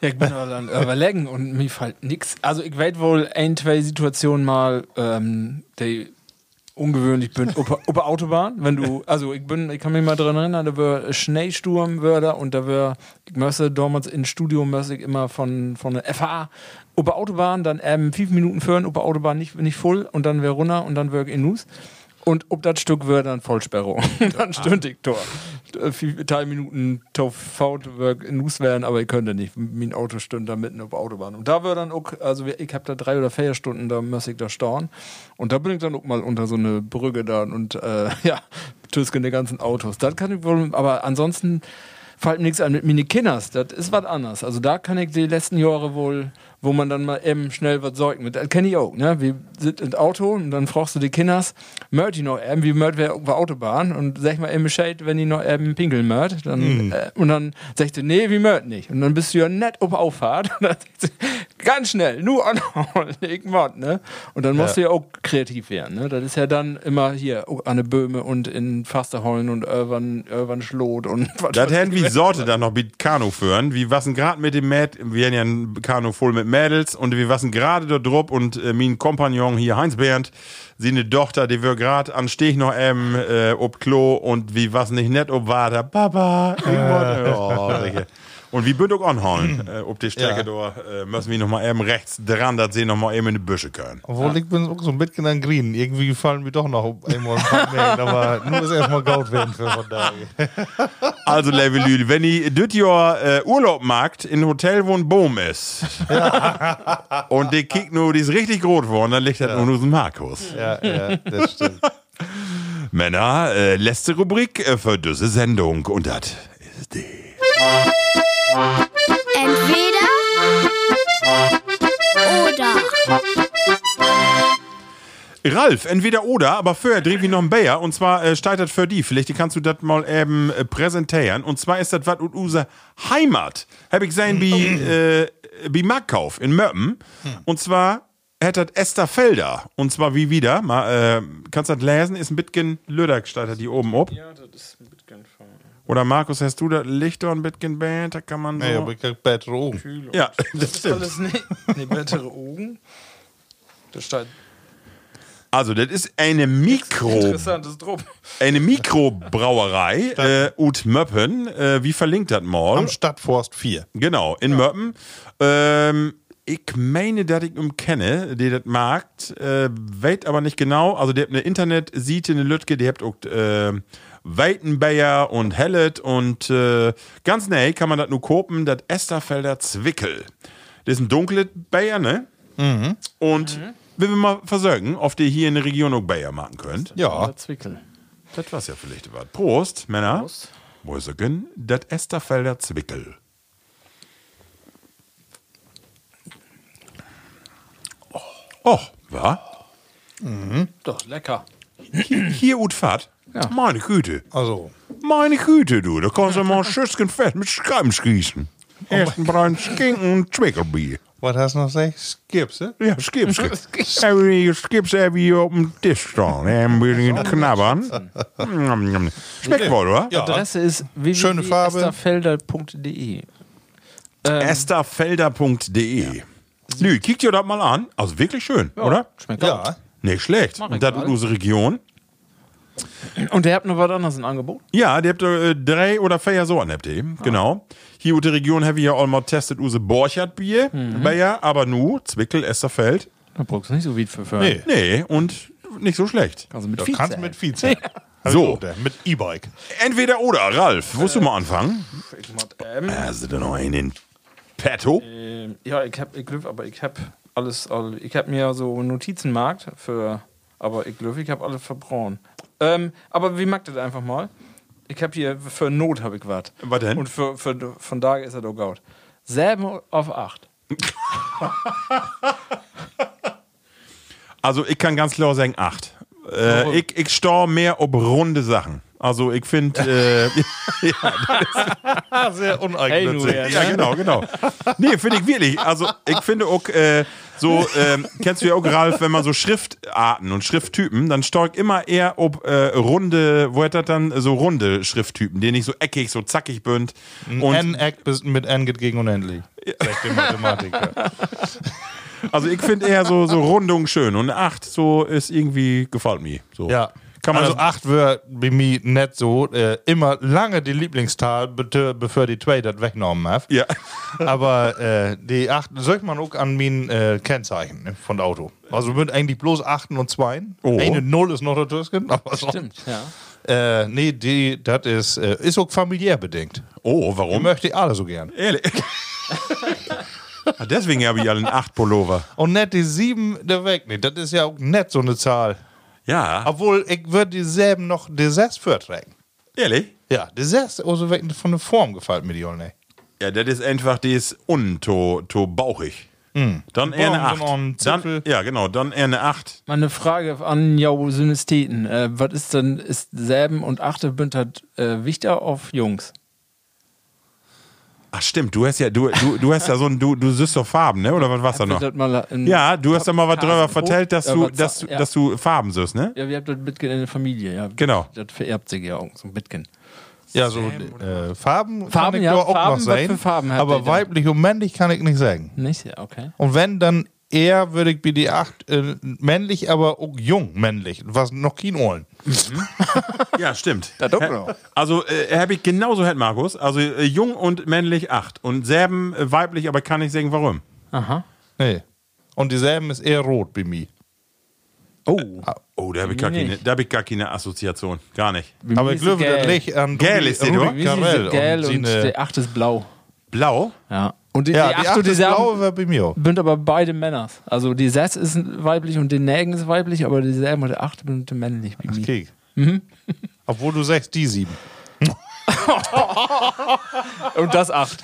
Speaker 5: Ja, ich bin aber dann überlegen und mir fällt nix. Also ich weiß wohl ein, zwei Situationen mal, ähm, die ungewöhnlich bin, über über Autobahn, wenn du, also ich bin, ich kann mich mal dran erinnern, da war Schneesturm, war da und da war, ich müsste damals ins Studio, müsste ich immer von, von der FA über Autobahn, dann ähm, fünf Minuten fahren, über Autobahn nicht, nicht voll und dann wär runter und dann wär ich in Nus. Und ob das Stück wird, dann Vollsperrung. *laughs* dann stünd ich Tor. Äh, viel- Drei Minuten Fautwerk News werden, aber ich könnte nicht. Mein Auto stünd da mitten auf der Autobahn. Und da wird dann auch, also wir- ich hab da drei oder vier Stunden, da muss ich da stauen. Und da bin ich dann auch mal unter so eine Brücke da und äh, *laughs* ja, tüsken die ganzen Autos. Das kann ich wohl, aber ansonsten fällt mir nichts an mit meine Kinders. Das ist was anderes. Also da kann ich die letzten Jahre wohl, wo man dann mal eben schnell was säugen mit. Das kenne ich auch, ne? Wir sind im Auto und dann fragst du die Kinders, mört die noch eben, wie mört wer auf der Autobahn? Und sag mal eben Bescheid, wenn die noch eben pinkeln mört. Dann, äh, *laughs* und dann sagst du, nee, wie mört nicht. Und dann bist du ja nett auf Auffahrt. Und dann sagst du, ganz schnell, nur *laughs* anhauen, irgendwas, ne? Und dann musst du ja auch kreativ werden, ne? Das ist ja dann immer hier, auch an der Böhme und in Fasterhollen und Irwan, Irwan Schlot und *laughs* was
Speaker 2: Das
Speaker 5: weiß
Speaker 2: hätten
Speaker 5: ich.
Speaker 2: wir Sorte dann noch mit Kanu führen. Wir wassen gerade mit dem Mäd, wir haben ja ein Kanu voll mit Mädels und wir wassen gerade dort drüber und äh, mein Kompagnon hier, Heinz Bernd, seine Tochter, die wir gerade an Steg noch eben äh, ob Klo und wir wassen nicht nett ob Water.
Speaker 3: *laughs*
Speaker 2: Papa, ich wollte- oh, solche. Und wie Bündung
Speaker 3: *clears throat*
Speaker 2: anhauen, äh, ob die Strecke
Speaker 3: Ja.
Speaker 2: dort, äh, müssen wir nochmal eben rechts dran, dass sie nochmal eben in die Büsche können.
Speaker 3: Obwohl ich bin auch so ein bisschen an Green. Irgendwie gefallen mir doch noch einmal ein paar mehr, aber nur ist erstmal Gold werden für von daher.
Speaker 2: Also, Level Lüde, wenn ihr dort your äh, Urlaub magt, in ein Hotel, wo ein Boom ist, und die kickt nur, die ist richtig groß geworden, dann liegt das nur nur so ein Markus.
Speaker 3: Ja, ja, das stimmt.
Speaker 2: Männer, äh, letzte Rubrik äh, für diese Sendung und das ist die.
Speaker 6: Entweder oder.
Speaker 2: Ralf, entweder oder, aber vorher dreh wie noch ein Bayer und zwar äh, steigt das für die. Vielleicht kannst du das mal eben äh, präsentieren. Und zwar ist das was und unser Heimat. Habe ich gesehen, wie, äh, wie Marktkauf in Möppen. Und zwar hat das Esther Felder. Und zwar wie wieder. Mal, äh, kannst du das lesen? Ist ein bisschen Lüderk steigt das hier oben ob.
Speaker 5: Ja, das ist ein bisschen von
Speaker 2: Oder Markus, hast du das Lichter ein bisschen Band? Da kann man so.
Speaker 3: *laughs* Nee, aber ich krieg Bett oben.
Speaker 5: Kühl und
Speaker 2: ja, *laughs* das stimmt.
Speaker 5: alles nicht. *laughs* Nee, bessere Augen. Das halt- steht
Speaker 2: Also, das ist eine Mikro.
Speaker 5: interessantes Drum.
Speaker 2: eine Mikrobrauerei äh, ut Möppen. Äh, wie verlinkt das mal?
Speaker 3: Am Stadtforst 4.
Speaker 2: genau, in Möppen. Ähm, ich meine, dass ich um kenne, die das markt, äh, weit aber nicht genau. Also, die habt eine Internetseite, eine Lütke, die habt auch äh, Weitenbayer und Hellet und äh, ganz näher kann man das nur kopen, das Esterfelder Zwickel. Das ist ein dunkles Bayer, ne? Und wenn wir mal versorgen, ob die hier in der Region auch Bayer machen könnt.
Speaker 3: Ja.
Speaker 5: Oder Zwickel.
Speaker 2: Das war's ja vielleicht was. Prost, Männer. Prost. Mäusegen, das Esterfelder Zwickel. Oh, war?
Speaker 5: Doch, lecker.
Speaker 2: Hier gut Fahrt. Meine Güte.
Speaker 3: Also,
Speaker 2: Meine Güte, du. Da kannst du mal ein Schüsschen Fett mit Schreiben schießen. Erst ein Brand Schinken und Zwickelbier.
Speaker 3: was hast du noch gesagt? Skips, ne?
Speaker 2: Ja, Skips. Skips. Skips wie auf dem Tisch stehen. Ein bisschen knabbern. Schmeckt wohl, oder?
Speaker 3: Ja.
Speaker 5: Adresse ist
Speaker 3: Schöne Farbe.
Speaker 5: www.esterfelder.de.
Speaker 2: Estherfelder.de. Nö, kick dir das mal an. Also wirklich schön, oder?
Speaker 5: Oh. Schmeckt auch.
Speaker 3: Ja.
Speaker 2: Nicht schlecht. Und das ist unsere Region.
Speaker 5: Und der hat noch was anderes im Angebot.
Speaker 2: Ja, die habt äh, drei oder vier Sorten, habt ihr. Genau. Hier in der Region haben wir ja auch mal testet use Borchert-Bier. Bayer, aber nu, Zwickel, Esterfeld.
Speaker 5: Da brauchst du nicht so viel für Föhn.
Speaker 3: Nee,
Speaker 2: Nee, und nicht so schlecht.
Speaker 5: Also mit
Speaker 3: da
Speaker 5: Vize.
Speaker 3: kannst du mit Vize.
Speaker 2: So.
Speaker 3: Mit E-Bike.
Speaker 2: Entweder oder, Ralf, willst du mal anfangen?
Speaker 5: Ich mach, ähm,
Speaker 2: Hast du Also da noch einen in petto?
Speaker 5: ähm, ja, ich hab ich Glück, aber ich hab alles, all- ich hab mir so Notizenmarkt für, aber ich Glück, ich hab alles verbrauen. Ähm, aber wie mag das einfach mal? Ich hab hier, für Not hab ich was.
Speaker 2: Was denn?
Speaker 5: Und für, für, von da ist er doch gaut. Selben auf acht.
Speaker 2: Also ich kann ganz klar sagen, acht. Äh, ich ich stor mehr ob runde Sachen. Also ich finde... Äh, *laughs*
Speaker 3: Ah, sehr uneigennützig.
Speaker 5: Hey,
Speaker 2: Ja, genau, genau. Nee, finde ich wirklich. Also, ich finde auch, äh, so, ähm, kennst du ja auch, Ralf, wenn man so Schriftarten und Schrifttypen, dann steuert immer eher ob äh, runde, wo hat das dann so runde Schrifttypen, die nicht so eckig, so zackig bünd. Und
Speaker 3: N-Act bis- mit N geht gegen unendlich. Sagt der *laughs* Mathematiker.
Speaker 2: also ich finde eher so, so Rundung schön. Und acht, so ist irgendwie gefällt mir. So.
Speaker 3: Ja.
Speaker 2: Kann man
Speaker 3: also
Speaker 2: das-
Speaker 3: acht wäre bei mir nicht so. Äh, immer lange die Lieblingstal, bitte, bevor die Trade das weggenommen hat.
Speaker 2: Ja.
Speaker 3: Aber äh, die acht sollte man auch an mein äh, Kennzeichen ne, von der Auto. Also wird eigentlich bloß achten und zweien.
Speaker 2: Oh.
Speaker 3: Eine Null ist noch dazwischen. Aber so.
Speaker 5: Stimmt, ja.
Speaker 3: Äh, nee, die, das ist, äh, ist auch familiär bedingt.
Speaker 2: Oh,
Speaker 3: Und
Speaker 2: warum?
Speaker 3: möchte ich alle so gern. *laughs*
Speaker 2: Ehrlich. Ah, Deswegen habe ich alle einen acht Pullover.
Speaker 3: Und nicht die sieben da weg. Nee, das ist ja auch nett so eine Zahl.
Speaker 2: Ja.
Speaker 3: Obwohl, ich würde dieselben noch die sechs vortragen.
Speaker 2: Ehrlich?
Speaker 3: Ja, die sechs, also weg von der Form gefällt mir die auch nicht.
Speaker 2: Ja, das ist einfach, die ist unto to bauchig. Dann eher eine 8.
Speaker 3: Mm. Bauch, genau, ein Zipfel.
Speaker 2: Dann, ja, genau, dann eher eine 8.
Speaker 5: Mal eine Frage an jou Synestheten. Äh, was ist denn, halt, ist Säben und Achte Bündert äh, wichtiger auf Jungs?
Speaker 2: Ach stimmt, du hast ja, du, du, du hast ja so ein, du, du süßt doch Farben, ne? Oder was war's da noch?
Speaker 5: Das mal in-
Speaker 2: Ja, du hast da mal was drüber
Speaker 5: Karten-
Speaker 2: vertellt, dass
Speaker 5: Ja,
Speaker 2: du,
Speaker 5: was-
Speaker 2: dass, du-
Speaker 5: ja.
Speaker 2: dass du Farben süßt, ne?
Speaker 5: Ja, wir haben das Bitcoin in der Familie, ja.
Speaker 2: Genau.
Speaker 5: Das vererbt sich ja auch, so ein Bitcoin.
Speaker 3: Ja, so äh, Farben, kann
Speaker 5: Farben,
Speaker 3: ich
Speaker 5: ja,
Speaker 3: ja, auch
Speaker 5: Farben,
Speaker 3: noch
Speaker 5: was
Speaker 3: sein.
Speaker 5: für Farben habt ihr
Speaker 3: aber
Speaker 5: denn?
Speaker 3: weiblich und männlich kann ich nicht sagen.
Speaker 5: Nicht? Ja, okay.
Speaker 3: Und wenn, dann eher würde ich BD8 äh, männlich, aber auch jung männlich. Was noch Kinohlen.
Speaker 2: Ja, stimmt.
Speaker 5: doch genau.
Speaker 2: Also äh, habe ich genauso hätte Markus. Also äh, jung und männlich acht und Serben äh, weiblich, aber kann nicht sagen warum.
Speaker 5: Aha.
Speaker 3: Nee. Und dieselben ist eher rot bei mir.
Speaker 5: Oh.
Speaker 2: Ah, Oh, da habe ich, gar
Speaker 5: Nee.
Speaker 2: keine- da hab ich gar keine Assoziation. Gar nicht.
Speaker 3: Aber ich
Speaker 5: ist
Speaker 3: glaube,
Speaker 5: gelb.
Speaker 3: das liegt an
Speaker 2: Gelb
Speaker 3: Rudi-
Speaker 2: ist die,
Speaker 3: Rudi
Speaker 2: oder?
Speaker 5: Wie ist diese
Speaker 3: Carrell
Speaker 5: gelb und,
Speaker 3: und seine-
Speaker 5: der 8 ist blau.
Speaker 2: Blau?
Speaker 5: Ja. Und die,
Speaker 3: Ja,
Speaker 5: die
Speaker 3: die
Speaker 5: 8
Speaker 3: 8
Speaker 5: und die
Speaker 3: ist blau,
Speaker 5: Serben
Speaker 3: wäre bei mir auch.
Speaker 5: sind aber beide Männer. Also die 6 ist weiblich und die Nägen ist weiblich, aber die Serben und der 8 sind männlich. Ach,
Speaker 3: Krieg. Obwohl du sagst, die sieben.
Speaker 5: *laughs* Und das 8.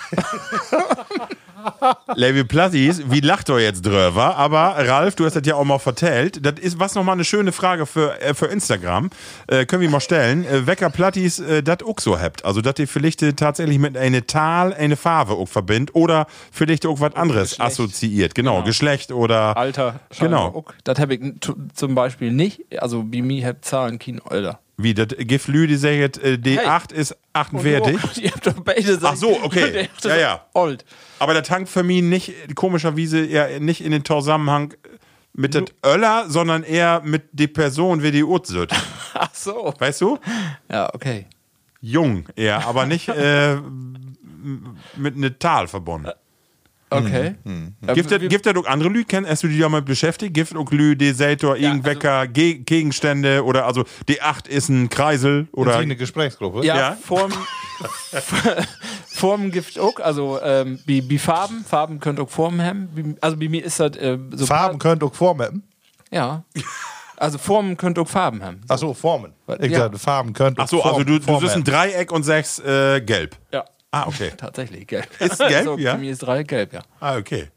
Speaker 2: Levi Plattis, wie lacht er jetzt drüber? Aber Ralf, du hast das ja auch mal vertellt. Das ist was nochmal eine schöne Frage für, äh, für Instagram. Äh, können wir mal stellen. Äh, Wecker Plattis, äh, das auch so habt. Also, dass ihr vielleicht äh, tatsächlich mit einer Tal eine Farbe auch verbindet oder vielleicht auch was anderes assoziiert. Genau, Geschlecht oder.
Speaker 5: Alter.
Speaker 2: Genau.
Speaker 5: Scheiße. Oh, Das habe ich t- zum Beispiel nicht. Also bei mir hat Zahlen kein Alter.
Speaker 2: Wie, das Geflü, die sagt, äh, D8 ist 48.
Speaker 5: *laughs* Ihr habt doch beide Seiten.
Speaker 2: Ach so, okay.
Speaker 5: *laughs* Und der Achte
Speaker 2: Ja,
Speaker 5: ist
Speaker 2: ja.
Speaker 5: Old.
Speaker 2: Aber der Tank für mich nicht, komischerweise, ja, nicht in den Zusammenhang mit dem Öller, sondern eher mit der Person, wie die Urzüt.
Speaker 5: Ach so.
Speaker 2: Weißt du?
Speaker 5: Ja, okay.
Speaker 2: Jung eher, aber
Speaker 3: *laughs*
Speaker 2: nicht äh, m- mit einer Tal
Speaker 3: Äh,
Speaker 2: verbunden.
Speaker 5: Okay.
Speaker 2: Hm,
Speaker 5: Äh, Ja,
Speaker 2: Gibt
Speaker 5: wir-
Speaker 2: es auch andere Lüge kennen? Hast du die ja mal beschäftigt? Gibt auch Lüge, Desator,
Speaker 3: also
Speaker 2: irgendwelcher Ge Gegenstände oder also D8 ist ein Kreisel
Speaker 3: Oder
Speaker 2: oder.
Speaker 3: eine Gesprächsgruppe.
Speaker 5: Ja, *laughs*
Speaker 2: Ja.
Speaker 5: Form, Formen gibt auch, also ähm, wie, wie Farben, Farben könnt auch Formen haben. Wie- Also bei mir ist das äh, so
Speaker 3: Farben könnt auch formen.
Speaker 5: Ja. Also Formen könnt auch Farben haben.
Speaker 3: Achso, formen. Ich
Speaker 5: Ja.
Speaker 3: sagte, Farben könnt auch
Speaker 2: Ach so, also
Speaker 3: formen-
Speaker 2: du, du
Speaker 3: formen.
Speaker 2: bist ein Dreieck und sechs äh, gelb.
Speaker 5: Ja.
Speaker 2: Ah,
Speaker 3: *laughs*
Speaker 2: okay.
Speaker 5: Tatsächlich, gelb.
Speaker 2: Ist gelb,
Speaker 5: so,
Speaker 2: ja?
Speaker 5: Bei mir ist drei gelb, ja.
Speaker 2: Ah, okay.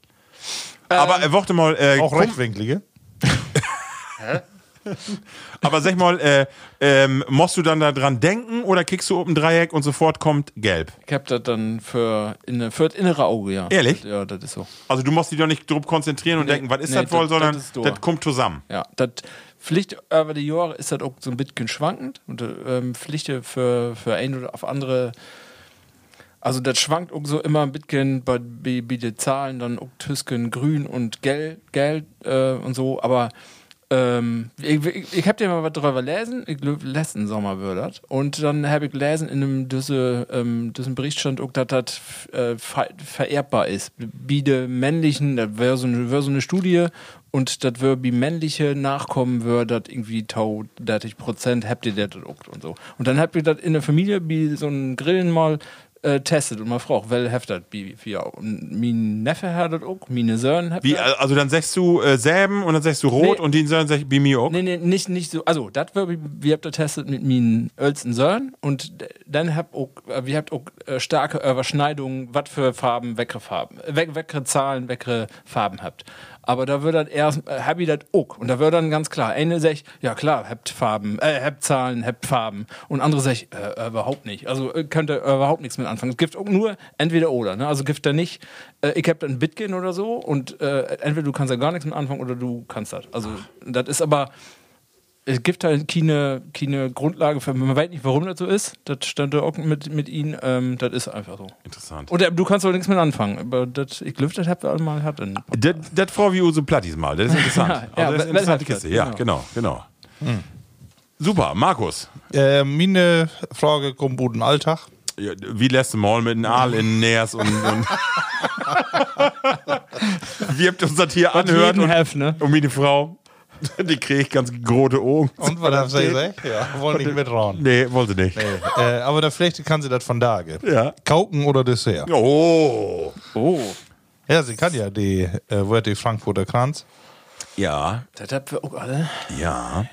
Speaker 2: aber äh, warte mal, äh,
Speaker 3: Ähm, Auch
Speaker 2: komm-
Speaker 3: rechtwinklige.
Speaker 2: *laughs* aber sag mal, äh, ähm, musst du dann da dran denken oder kriegst du oben Dreieck und sofort kommt gelb?
Speaker 5: Ich hab das dann für, inne, für das innere Auge, ja.
Speaker 2: Ehrlich?
Speaker 5: Ja, das ist so.
Speaker 2: Also du musst dich doch nicht drauf konzentrieren und denken, was ist
Speaker 5: nee,
Speaker 2: das wohl,
Speaker 5: das-
Speaker 2: sondern
Speaker 5: das
Speaker 2: das,
Speaker 5: ist doof.
Speaker 2: kommt zusammen.
Speaker 5: Ja, das Pflicht äh, über die Jahre ist das auch so ein bisschen schwankend und ähm, Pflichte für, für ein oder auf andere. Also das schwankt auch so immer ein bisschen bei, bei, bei den Zahlen, dann auch Tüsken grün und gel, gel äh, und so, aber ähm, ich, ich, ich hab dir mal was drüber lesen, ich glaube letzten Sommer war das und dann habe ich gelesen in einem düsse, ähm, düssen Bericht stand auch, dass das äh, ver vererbbar ist. Wie de männlichen, das wäre so, eine- wär so eine Studie und das wäre wie männliche Nachkommen wäre das irgendwie tau 30 Prozent habt ihr das auch und so. Und dann habt ihr das in der Familie wie so ein Grillen mal äh, testet und mal fragt, wer heft das wie wie auch. Und mein Neffe hat das auch, meine Söhne habt
Speaker 2: Wie,
Speaker 5: das.
Speaker 2: al- also dann sagst du äh, Säben und dann sagst du Rot
Speaker 5: Nee.
Speaker 2: und die sollen sagen, Bimi auch.
Speaker 5: Nee, nee, nicht, nicht so. Also, das wir, wir habt getestet mit meinen ältesten Söhnen und d- dann habt auch, äh, wir habt auch äh, starke Überschneidungen, was für Farben, weckere Farben, äh, weck, weckere Zahlen, weckere Farben habt. Aber da wird dann erst, äh, hab ich das auch. Und da wird dann ganz klar, eine sagt, ja klar, habt Farben, äh, habt Zahlen, habt Farben. Und andere sagt, äh, äh, überhaupt nicht. Also äh, könnt ihr äh, überhaupt nichts mit anfangen. Es gibt auch nur entweder oder. Ne? Also gibt da nicht, äh, ich hab dann Bitcoin oder so und äh, entweder du kannst da gar nichts mit anfangen oder du kannst das. Also das ist aber, es gibt halt keine, keine Grundlage für, man weiß nicht, warum das so ist. Das stand da auch mit, mit ihnen, ähm, das ist einfach so.
Speaker 2: Interessant.
Speaker 5: Oder du kannst doch nichts mit anfangen. Aber das, ich glaube, das habt ihr alle mal gehabt. in-
Speaker 2: Das das vor wie Uso Plattis mal,
Speaker 5: *laughs*
Speaker 2: das ist interessant.
Speaker 5: Ja,
Speaker 2: also das ist eine
Speaker 5: wer- wer
Speaker 2: interessante
Speaker 5: sagt das?
Speaker 2: Kiste, ja, genau, genau.
Speaker 5: Hm.
Speaker 2: Super, Markus.
Speaker 3: Äh, meine Frage kommt guten Alltag.
Speaker 2: Ja, Wie letzte Mal mit einem Aal in Nährs und,
Speaker 5: *laughs*
Speaker 2: und wir habt uns das hier anhört
Speaker 5: jeden
Speaker 2: und,
Speaker 5: Heft, ne?
Speaker 2: und meine Frau, die kriegt ganz große Augen.
Speaker 3: Und was haben sie gesagt? Ja, wollen nicht mitrauen.
Speaker 2: Nee, wollte nicht.
Speaker 3: äh, aber da vielleicht kann sie das von da geben.
Speaker 2: Ja.
Speaker 3: Kauken oder Dessert?
Speaker 2: Oh.
Speaker 5: Oh,
Speaker 3: Ja, sie kann ja die, äh, wo hat die Frankfurter Kranz?
Speaker 2: Ja,
Speaker 5: das habt ihr auch alle
Speaker 2: ja.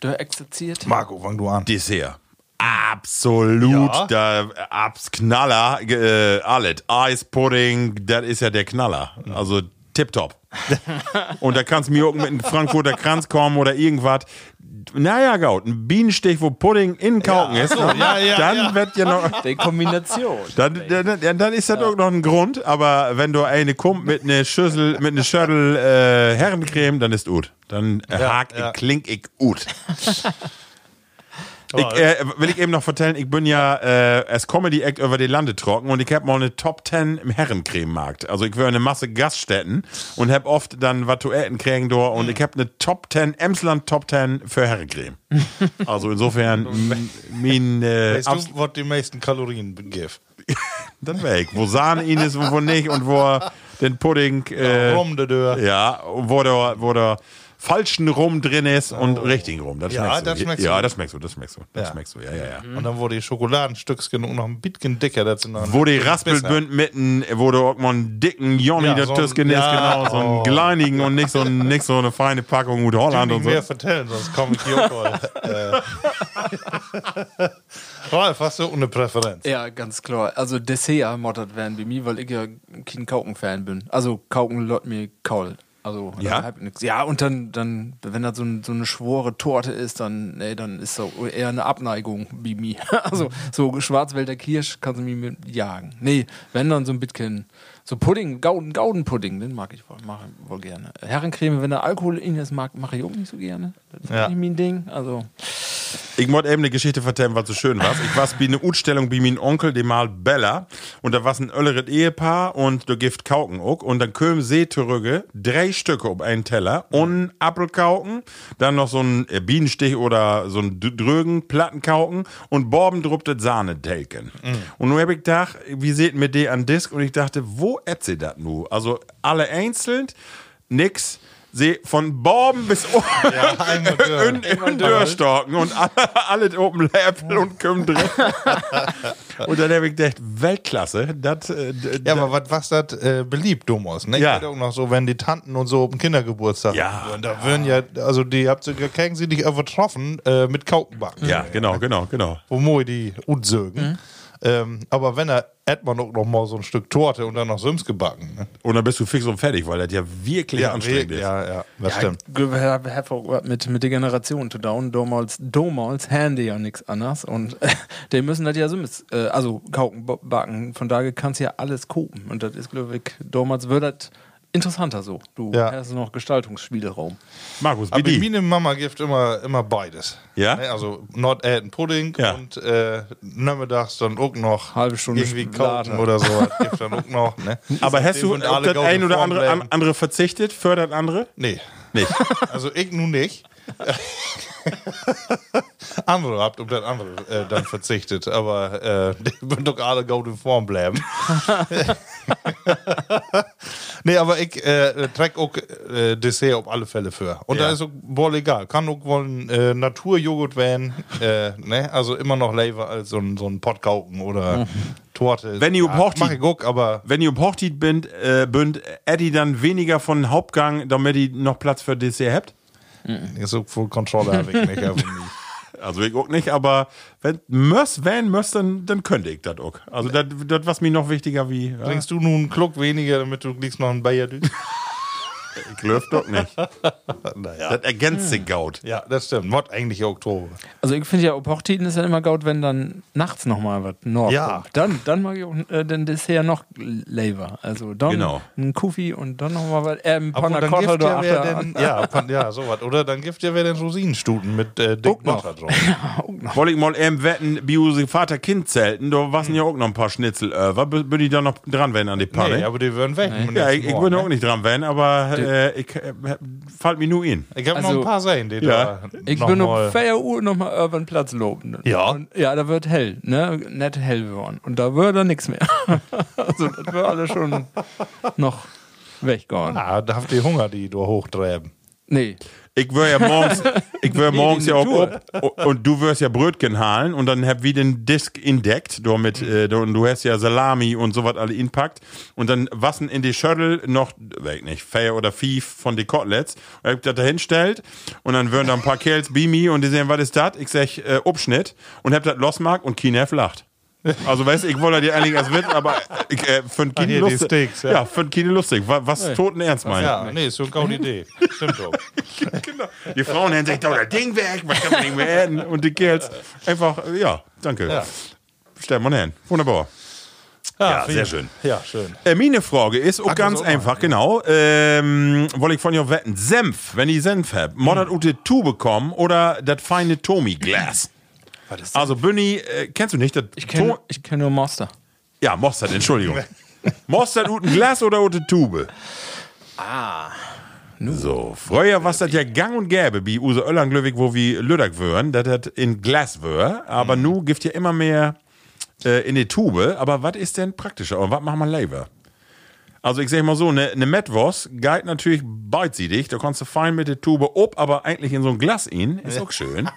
Speaker 5: da exerziert.
Speaker 3: Marco, fang du an.
Speaker 2: Dessert. Absolut,
Speaker 3: Ja.
Speaker 2: da abs Knaller, äh, alles. Eispudding, das ist ja der Knaller. Also
Speaker 3: *laughs*
Speaker 2: tipptopp. Und da kannst mir auch mit einem Frankfurter Kranz kommen oder irgendwas. Naja, Gaut, ein Bienenstich, wo Pudding in Kauken ist, ne?
Speaker 3: ja, ja,
Speaker 2: dann
Speaker 3: ja.
Speaker 2: wird ja noch.
Speaker 5: Die Kombination.
Speaker 2: Dann, dann, dann, dann ist das auch noch ein Grund, aber wenn du eine kommt mit einer Schüssel, mit einer Schüttel äh, Herrencreme, dann ist gut. Dann hakt,
Speaker 3: ja.
Speaker 2: ich, klingt ich
Speaker 3: *laughs*
Speaker 2: gut. Ich, äh, will ich eben noch vertellen, ich bin ja äh, als Comedy Act über die Lande trocken und ich habe mal eine Top 10 im Herrencrememarkt. Also ich war in eine Masse Gaststätten und habe oft dann was zu essen kriegen da und ich habe eine Top 10, Emsland Top 10 für
Speaker 3: *laughs*
Speaker 2: Herrencreme. Also insofern, m- mein äh,
Speaker 3: Weißt du, was die meisten Kalorien gibt?
Speaker 2: *laughs* dann weg. Wo Sahne ihn ist und wo nicht und wo den Pudding. Äh,
Speaker 3: Rum, der Dörr.
Speaker 2: Ja, wo der, wo der falschen Rum drin ist und richtigen Rum. Das
Speaker 3: Oh. Ja,
Speaker 2: schmeckst du.
Speaker 3: das schmeckst
Speaker 2: ja,
Speaker 3: du.
Speaker 2: das schmeckst du, das schmeckst du. Das
Speaker 3: Ja. Mhm.
Speaker 2: schmeckst du, ja, ja, ja.
Speaker 3: Und dann wurde die Schokoladenstückchen noch ein bisschen dicker. Dazu noch
Speaker 2: Wo die Raspelbünd mitten, wo du auch mal einen dicken Jonny
Speaker 3: Ja,
Speaker 2: der
Speaker 3: so ein-
Speaker 2: Tüsken ist,
Speaker 3: ja,
Speaker 2: genau, so einen
Speaker 3: oh.
Speaker 2: kleinigen und nicht so, ein- nicht so eine feine Packung Gut Holland
Speaker 3: Ich
Speaker 2: und so.
Speaker 3: mehr vertellen, sonst komme ich hier auch mal. *laughs* äh. Ralf, hast du eine *laughs* Präferenz?
Speaker 5: Ja, ganz klar. Also Dessert mottert werden bei mir, weil ich ja kein Kauken-Fan bin. Also Kauken lot mir kaul. Also
Speaker 2: Ja?
Speaker 5: hab nix. Ja, und dann, dann wenn das so, ein, so eine schwore Torte ist, dann, nee, dann ist so eher eine Abneigung bei mir. *laughs* Also so Schwarzwälder Kirsch kannst du mir mit jagen. Nee, wenn dann so ein bisschen so Pudding, Gauden, Gaudenpudding, den mag ich wohl, mach ich wohl gerne. Herrencreme, wenn da Alkohol in ist, mag, mache ich auch nicht so gerne. Das ist
Speaker 3: Ja.
Speaker 5: nicht mein Ding. Also
Speaker 2: Ich wollte eben eine Geschichte vertellen, was so schön war. Ich war bei einer Utstellung bei meinem Onkel, dem mal Bella. Und da war ein ölleret Ehepaar und du gift Kauken auch. Und dann köm See zurücke, drei Stücke um einen Teller und Apfelkauken, dann noch so ein äh, Bienenstich oder so ein D- Drögen, Plattenkauken und Borben druptet Sahnetelken. Und nun hab ich gedacht, wie seht mir die an Disk? Und ich dachte, wo ätzt sie das nu? Also alle einzeln, nix. Sie von Borben bis *laughs* oben.
Speaker 3: einmal Dörr.
Speaker 2: in, in Dörrstorken und alle, *laughs* alle oben Läppel und Küm drin. *laughs* und dann habe ich gedacht, Weltklasse, das. Äh, d-
Speaker 3: Ja, aber was was das äh, beliebt Domos, ne? Ich
Speaker 2: Ja.
Speaker 3: hätte auch noch so, wenn die Tanten und so auf dem Kindergeburtstag
Speaker 2: Ja.
Speaker 3: und da würden ja, also die habt ihr kriegen sie dich übertroffen äh, mit Kaukenbacken.
Speaker 2: ja, genau, genau, genau.
Speaker 3: Wo moi die unsögen.
Speaker 5: Mhm.
Speaker 3: Ähm, aber wenn er hätte man auch noch mal so ein Stück Torte und dann noch Sims gebacken. Ne?
Speaker 2: Und dann bist du fix und fertig, weil das ja wirklich anstrengend ist.
Speaker 3: ja, ja, das stimmt.
Speaker 5: Glück habe hab auch was mit, mit der Generation zu down. Damals, damals haben die ja nichts anders. Und *laughs* äh, die müssen das ja so mit, äh, also kauken, bo- backen. Von daher kannst du ja alles kopen. Und das ist, glaube ich, damals wird das interessanter so. Du
Speaker 3: Ja.
Speaker 5: hast noch Gestaltungsspielraum.
Speaker 2: Markus, wie
Speaker 3: Aber
Speaker 2: die?
Speaker 3: meine Mama gibt immer, immer beides.
Speaker 2: Ja?
Speaker 3: Ne, Also Nordaden Pudding
Speaker 2: Ja.
Speaker 3: und äh, nachmittags dann auch noch
Speaker 5: Halbe Stunde
Speaker 3: irgendwie
Speaker 5: Schokolade.
Speaker 3: Kauken oder so. was gibt dann auch noch. Ne?
Speaker 2: Aber hast du auf
Speaker 3: Und alle
Speaker 2: das
Speaker 3: Gaude
Speaker 2: ein oder
Speaker 3: vorn
Speaker 2: andere,
Speaker 3: bleiben.
Speaker 2: an- andere verzichtet, fördert andere?
Speaker 3: Nee.
Speaker 2: Nicht.
Speaker 3: Also ich nun nicht. *laughs* andere habt um das andere äh, dann verzichtet, aber äh, *laughs* die würden doch alle gut in Form bleiben. *laughs* nee, aber ich äh, trage auch äh, Dessert auf alle Fälle für. Und
Speaker 2: Ja.
Speaker 3: da ist auch wohl egal. Kann auch wohl ein äh, Naturjoghurt werden. Äh, ne? Also immer noch lever als so ein, so ein Pottkauken oder Torte.
Speaker 2: Mhm. Wenn ihr braucht,
Speaker 3: Mach
Speaker 2: die-
Speaker 3: ich auch, aber
Speaker 2: *laughs* Wenn ihr im Hochtit bünd, äh, bünd, Eddie dann weniger von Hauptgang, damit ihr noch Platz für Dessert habt?
Speaker 3: so Full Controller habe ich
Speaker 2: *laughs*
Speaker 3: nicht. aber nie.
Speaker 2: Also ich auch nicht, aber wenn möss, wenn möss, dann, dann könnte ich das auch. Also das, das was mir noch wichtiger wie. Ja.
Speaker 3: Trinkst du nun einen Kluck weniger, damit du liegst noch ein Bayer durch?
Speaker 2: Ich löf doch *laughs* nicht.
Speaker 3: naja.
Speaker 2: Das ergänzt sich Gaut.
Speaker 3: Ja, das stimmt. Mord eigentlich Oktober.
Speaker 5: Also ich finde ja, Opochtiten ist ja immer gaut, wenn dann nachts nochmal was Nord
Speaker 3: Ja.
Speaker 5: kommt. Dann, dann mag ich auch äh, den Dessert noch Lever. Also dann
Speaker 2: Genau.
Speaker 5: ein Kufi und dann nochmal was, äh, ein
Speaker 3: Obwohl,
Speaker 5: Panna
Speaker 3: dann
Speaker 5: Cotta
Speaker 3: gibt ja
Speaker 5: da
Speaker 3: wer
Speaker 5: achter
Speaker 3: denn,
Speaker 5: an.
Speaker 3: ja, Pan- ja, sowas. Oder dann gibt ja wer den Rosinenstuten mit äh,
Speaker 5: Guck
Speaker 3: Dick
Speaker 5: noch.
Speaker 3: Butter drauf.
Speaker 2: Wollte ich mal eben wetten, Biuse Vater Kind zelten, da waren ja auch noch ein paar Schnitzel über. B- Bin ich da noch dran werden an die Panne?
Speaker 3: Nee, aber die würden weg. im
Speaker 2: ja,
Speaker 3: nächsten
Speaker 2: ich, ich
Speaker 3: Morgen,
Speaker 2: würde auch
Speaker 3: ne?
Speaker 2: nicht dran werden, aber äh, ich äh, fällt mir nur in.
Speaker 3: Ich habe noch
Speaker 5: Also,
Speaker 3: ein paar Seiten, die
Speaker 2: ja.
Speaker 3: da
Speaker 5: Ich
Speaker 3: noch
Speaker 5: bin
Speaker 3: mal-
Speaker 5: um 4 Uhr nochmal Urban Platz loben.
Speaker 3: Ja.
Speaker 5: Und, ja, da wird hell, ne? Nett hell geworden. Und da wird dann nichts mehr. *laughs* also, das wird alles schon noch weggehauen.
Speaker 3: Ah, da habt ihr Hunger, die da hochtreiben.
Speaker 5: Nee.
Speaker 2: Ich wär ja morgens, ich wär morgens
Speaker 5: die
Speaker 2: ja auch
Speaker 5: Natur.
Speaker 2: ob, und du wirst ja Brötchen halen und dann hab wie den Disk indeckt, du mit, äh, du, und du hast ja Salami und sowas alle inpackt und dann wassen in die Schüttel noch, weiß nicht, fair oder fief von die Koteletts und ich das da hinstellt und dann würden da ein paar Kerls bei mir und die sehen, was ist das? Ich sag, äh, Upschnitt und hab das losmark und Kinef lacht. Also, weißt du, ich wollte dir eigentlich als Witz, aber ich, äh, für ein
Speaker 3: Ah,
Speaker 2: Kind
Speaker 3: hier, die
Speaker 2: lustig.
Speaker 3: Steaks,
Speaker 2: ja.
Speaker 3: ja.
Speaker 2: für ein Kind lustig. Wa- Was toten ernst meinen.
Speaker 3: Ja, nee, ist so eine gute Idee. Stimmt doch.
Speaker 2: *laughs* Genau. Die Frauen hätten sich doch das Ding weg, was kann man nicht mehr werden? Und die Girls einfach, äh, ja, danke.
Speaker 3: Ja.
Speaker 2: Stell mal hin. Wunderbar. Ja,
Speaker 3: Ah,
Speaker 2: sehr
Speaker 3: viel-
Speaker 2: schön.
Speaker 3: Ja, schön.
Speaker 2: Äh, meine Frage ist auch
Speaker 3: Ach, ah,
Speaker 2: ganz
Speaker 3: das auch
Speaker 2: einfach, genau. Ähm, Wollte ich von dir wetten. Senf, wenn ich Senf hab,
Speaker 3: Hm.
Speaker 2: modert Ute Tu bekommen oder das feine Tomi-Glas? Also, Bunny, äh, kennst du nicht? Das
Speaker 5: Ich kenne ich kenn nur Monster.
Speaker 2: ja, Mostert, Entschuldigung. Mostert Uten Glas oder Ute Tube? Ah. So, früher war das ja gang und gäbe, wie Use Öllernglöwig, wo wir Lüdeck wären, dass das in Glas wäre, aber nu gibt ja immer mehr äh, in die Tube. Aber was ist denn praktischer und was machen wir lieber? Also ich sag mal so, eine ne Metwurst geht natürlich beidseitig, da kannst du fein mit der Tube ob, aber eigentlich in so ein Glas in, ist auch *laughs* schön.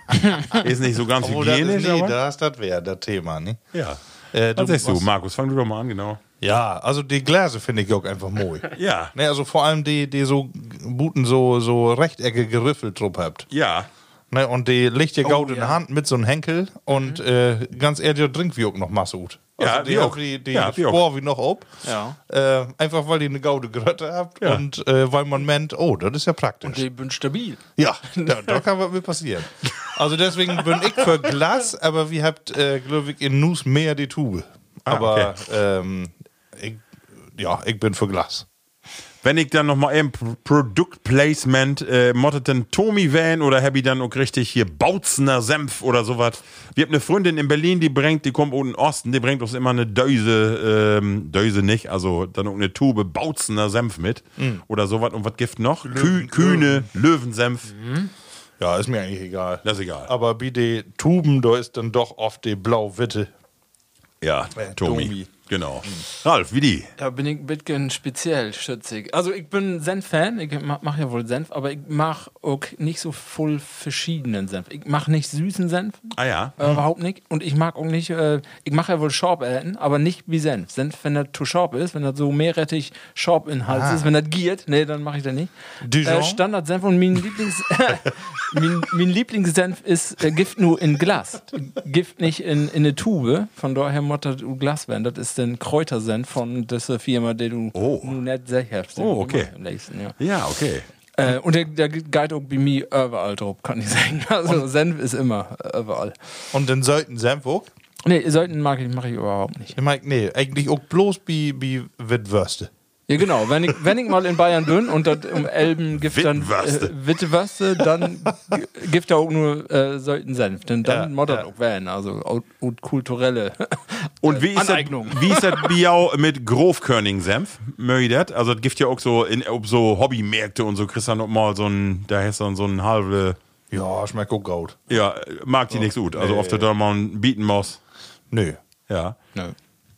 Speaker 2: ist nicht so ganz
Speaker 3: Oh, das,
Speaker 2: hygienisch,
Speaker 3: nee,
Speaker 2: aber...
Speaker 3: das, das wäre das Thema, ne?
Speaker 2: Ja.
Speaker 3: Äh,
Speaker 2: Was sagst du,
Speaker 3: was-
Speaker 2: Markus? Fang du doch mal an, genau.
Speaker 3: Ja, also die Gläser finde ich auch einfach mooi.
Speaker 2: Ja.
Speaker 3: Ne, also vor allem die, die so Buten so, so rechteckige Riffel drauf habt.
Speaker 2: Ja.
Speaker 3: Ne, und die liegt ihr
Speaker 2: Oh,
Speaker 3: gaut in der Hand mit so einem Henkel und äh, ganz ehrlich, das trinkt wie auch noch Masse gut. Also
Speaker 2: Mhm. Ja, wie
Speaker 3: die auch
Speaker 2: auch.
Speaker 3: die, die
Speaker 2: Ja, wie auch.
Speaker 3: Spor wie noch ob.
Speaker 5: Ja.
Speaker 3: Äh, einfach weil ihr eine gaude Grötte habt
Speaker 2: Ja.
Speaker 3: und äh, weil man meint, oh, das ist ja praktisch.
Speaker 5: Die bin stabil.
Speaker 3: Ja, da, da kann was mit passieren. Also deswegen bin ich für Glas, aber wir habt, äh, glaube ich, in Nus mehr die Tube.
Speaker 2: Ah,
Speaker 3: Aber ähm, ich, ja, ich bin für Glas.
Speaker 2: Wenn ich dann nochmal eben P- Product Placement, äh, mottet dann Tommy Van oder hab ich dann auch richtig hier Bautzner Senf oder sowas. Wir haben eine Freundin in Berlin, die bringt, die kommt unten Osten, die bringt uns immer eine Döse, ähm, Döse nicht, also dann auch eine Tube Bautzner Senf mit
Speaker 3: Mm.
Speaker 2: oder sowas. Und was gibt noch? Kü Kühne, Löwensenf.
Speaker 3: Mhm. Ja, ist mir eigentlich egal.
Speaker 2: Das ist egal.
Speaker 3: Aber bei den Tuben, da ist dann doch oft die Blauwitte.
Speaker 2: Ja,
Speaker 3: Äh,
Speaker 2: Tommy.
Speaker 3: Tommy. Mm.
Speaker 2: Genau. Ralf, wie die?
Speaker 5: Da bin ich ein bisschen speziell schützig. Also ich bin Senf-Fan, ich ma- mach ja wohl Senf, aber ich mach auch nicht so voll verschiedenen Senf. Ich mach nicht süßen Senf,
Speaker 2: Ah ja.
Speaker 5: äh, überhaupt nicht. Und ich mag auch nicht, äh, ich mache ja wohl Schorb erhalten, aber nicht wie Senf. Senf, wenn das zu Schorb ist, wenn das so meerrettig Schorb in
Speaker 2: Ah.
Speaker 5: Hals ist, wenn das giert, nee, dann mache ich das nicht.
Speaker 3: Dijon?
Speaker 5: Äh, Standard-Senf und
Speaker 2: *laughs*
Speaker 5: mein, Lieblings mein, mein Lieblingssenf ist äh, Gift nur in Glas. Gift nicht in, in eine Tube, von daher Motter du Glas werden. Das ist ein Kräutersenf von dieser Firma, die du
Speaker 2: Oh.
Speaker 5: nur nicht sicher hast.
Speaker 2: Oh, okay.
Speaker 5: Am nächsten, ja.
Speaker 2: Ja, okay.
Speaker 5: Äh, und der, der Guide auch bei mir überall drauf, kann ich sagen. *laughs* Also Senf ist immer äh, überall.
Speaker 3: Und den sollten Senf auch?
Speaker 5: Nee, Seiten mag ich, mache ich überhaupt nicht.
Speaker 3: Ich meine, nee, eigentlich auch bloß bei, bei Witwürste.
Speaker 5: Ja, genau. Wenn ich, wenn ich mal in Bayern bin und das um Elben gibt dann
Speaker 2: Wittenwürste.
Speaker 5: äh, Wittewürste, dann g- gibt da auch nur äh, Seiten Senf. Denn dann
Speaker 3: Ja,
Speaker 5: modern
Speaker 3: ja.
Speaker 5: auch werden. Also auch, auch kulturelle.
Speaker 2: *laughs* Und wie ist, das,
Speaker 5: Aneignung.
Speaker 2: wie ist das Biau mit Grofkörning-Senf? Möge das? Also, das gibt ja auch so, in, ob so Hobbymärkte und so, kriegst dann auch mal so ein, da hast du dann so ein halbe,
Speaker 3: Ja, schmeckt auch gut.
Speaker 2: ja, mag
Speaker 3: Oh.
Speaker 2: die nicht so gut. Also, oft du da mal einen bieten musst.
Speaker 3: Nö.
Speaker 2: Ja.
Speaker 5: Nö.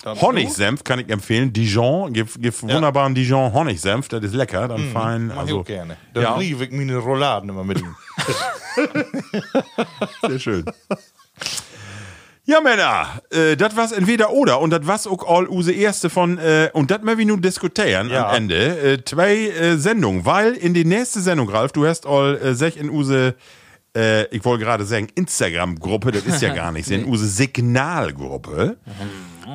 Speaker 2: Honigsenf kann ich empfehlen. Dijon, gibt, gibt wunderbaren Dijon-Honigsenf, das ist lecker, dann fein.
Speaker 3: Mach Mhm. ich
Speaker 2: Also,
Speaker 3: auch gerne. Dann
Speaker 2: Ja,
Speaker 3: rief ich meine Rolladen
Speaker 2: *laughs*
Speaker 3: immer mit ihm.
Speaker 2: sehr schön. Ja, Männer, äh, das war's entweder oder und das war's auch all use erste von, äh, und das möchten wir nun diskutieren
Speaker 3: Ja.
Speaker 2: am Ende. Äh, zwei äh, Sendungen, weil in die nächste Sendung, Ralf, du hast all äh, sech in use, äh, ich wollte gerade sagen, Instagram-Gruppe, das ist ja gar nicht, in use Signalgruppe.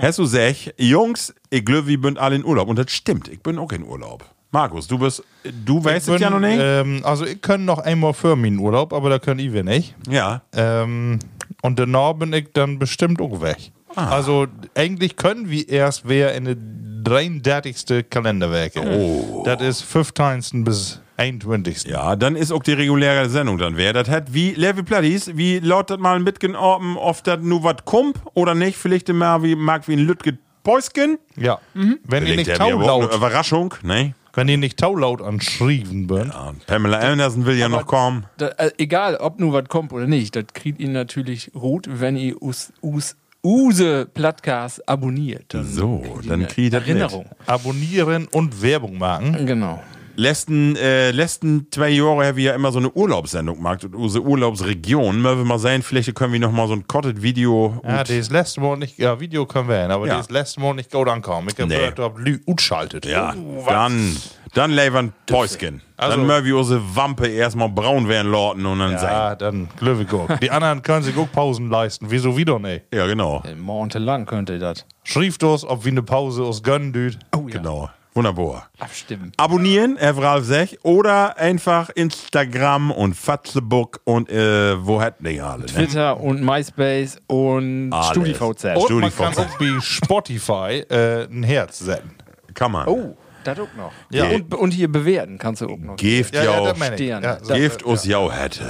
Speaker 2: Hast du sech, Jungs, ich glaube, wir sind alle in Urlaub und das stimmt, ich bin auch in Urlaub. Markus, du bist, du weißt es ja noch nicht?
Speaker 3: Ähm, also, ich kann noch einmal für meinen Urlaub, aber da können ich wir nicht.
Speaker 2: ja.
Speaker 3: Ähm, und danach bin ich dann bestimmt auch weg.
Speaker 2: Ah.
Speaker 3: Also eigentlich können wir erst wer in der 33. Kalenderwerke. Oh. Das ist 15. bis 21.
Speaker 2: Ja, dann ist auch die reguläre Sendung dann wer. Das hat wie Levi Plattis, wie lautet mal ein Bitgen Orben, oft dat nu wat kump oder nicht, vielleicht immer wie mag wie ein Lütge Päusken.
Speaker 3: Ja.
Speaker 2: Mhm.
Speaker 3: Wenn ihr
Speaker 2: Vielleicht
Speaker 3: nicht
Speaker 2: haben wir überhaupt eine
Speaker 3: taulaut,
Speaker 2: Überraschung, ne?
Speaker 3: wenn ihr nicht taulaut anschrieben bin,
Speaker 2: Ja, und Pamela Anderson will ja noch kommen.
Speaker 5: Da, äh, egal, ob nur was kommt oder nicht, das kriegt ihn natürlich rot, wenn ihr us, us, Use Plattcast abonniert. Dann
Speaker 2: So,
Speaker 5: kriegt ihr
Speaker 2: dann
Speaker 5: eine
Speaker 2: kriegt ihr das mit.
Speaker 5: Erinnerung.
Speaker 3: abonnieren und Werbung machen.
Speaker 5: Genau.
Speaker 2: Letzten, äh, letzten zwei Jahre haben wir ja immer so eine Urlaubssendung gemacht und unsere Urlaubsregion. Mögen wir mal sehen, vielleicht können wir noch mal so ein Cotted-Video.
Speaker 3: Ja, das letzte Mal nicht, ja, Video können wir hin, aber
Speaker 2: Ja.
Speaker 3: das letzte Mal nicht gut ankommen. Ich hab
Speaker 2: Nee.
Speaker 3: gehört, ihr habt Lü- utschaltet.
Speaker 2: Ja,
Speaker 3: Oh, was?
Speaker 2: dann, Dann levern Päusken.
Speaker 3: Also-
Speaker 2: dann mögen wir unsere Wampe erstmal braun werden lauten und dann sein.
Speaker 3: Ja, dann Glöweguck. Die anderen können sich auch Pausen leisten. Wieso wieder nicht?
Speaker 2: Ja, genau.
Speaker 5: Monatelang könnte das
Speaker 3: Schrieft uns, ob wir eine Pause uns gönnen, düd.
Speaker 2: Genau. Wunderbar.
Speaker 5: abstimmen.
Speaker 2: Abonnieren, F. Ralf Sech, oder einfach Instagram und Fatzebook und äh, wo hätten die alle? Ne?
Speaker 5: Twitter und MySpace und
Speaker 2: Alles.
Speaker 5: StudiVZ.
Speaker 2: Oh.
Speaker 3: Und man
Speaker 2: StudiVZ.
Speaker 3: kann auch wie Spotify äh, ein Herz setzen.
Speaker 2: Kann man.
Speaker 5: Oh, das auch noch.
Speaker 2: Ja.
Speaker 5: Und, und hier bewerten kannst du auch noch.
Speaker 2: Gift ja,
Speaker 3: das
Speaker 2: auch.
Speaker 3: meine ich.
Speaker 5: Stern.
Speaker 3: Ja, so.
Speaker 2: Gift us ja hätte.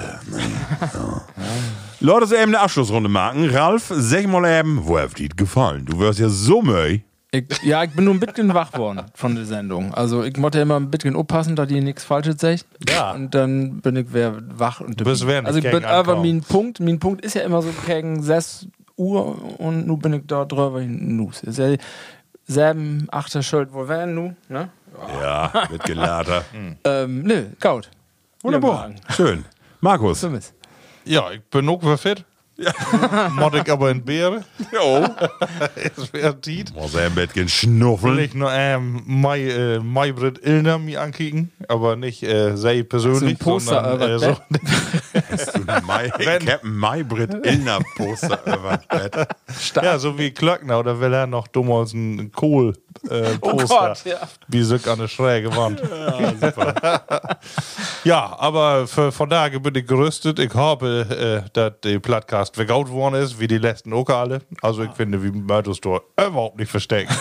Speaker 2: Leute, so eben eine Abschlussrunde machen. Ralf, sag mal eben, wo hat dir gefallen? Du wirst ja so möi.
Speaker 5: Ich, ja, ich bin nur ein bisschen wach worden von der Sendung. Also ich musste immer ein bisschen aufpassen, dass ihr nichts Falsches sagt.
Speaker 3: Ja.
Speaker 5: Und dann bin ich wer wach. Und
Speaker 3: bist wer nicht
Speaker 5: also ich
Speaker 3: gegen
Speaker 5: bin aber
Speaker 3: ankommen.
Speaker 5: mein Punkt, mein Punkt ist ja immer so gegen 6 Uhr und nun bin ich da drüber hinaus. Ist ja selben achter Schuld, wo wären nun, ne?
Speaker 2: Ja, wird gelater.
Speaker 5: Ähm, nö, gaut.
Speaker 2: Wunderbar. Schön. Markus.
Speaker 5: Stimmt.
Speaker 3: Ja, ich bin auch wieder fit. Ja. Mottig aber in Beere. *laughs*
Speaker 2: Jo.
Speaker 3: Es wäre Tiet.
Speaker 2: Muss er ein bisschen schnuffeln.
Speaker 3: Vielleicht nur ähm, Mai, äh, Maybrit Illner mir ankicken, aber nicht äh, sei
Speaker 5: So ein
Speaker 3: persönlich,
Speaker 5: Poster,
Speaker 3: sondern äh,
Speaker 5: Albert *laughs*
Speaker 3: so,
Speaker 2: Mai, Captain Maybrit Illner Poster über das Bett.
Speaker 3: ja, so wie Klöckner oder will er noch dumm als ein Kohl
Speaker 5: *laughs*
Speaker 3: äh, Poster,
Speaker 5: Oh Gott, ja.
Speaker 3: wie Sück an der schräge
Speaker 5: *laughs*
Speaker 3: Wand. Ja, super. *laughs* ja, aber für, von daher bin ich gerüstet. Ich hoffe, äh, dass der Plattcast vergaut worden ist, wie die letzten Oker alle. Also
Speaker 5: Ah.
Speaker 3: ich finde, wie Mörderstor überhaupt nicht
Speaker 5: *laughs*
Speaker 3: verstecken,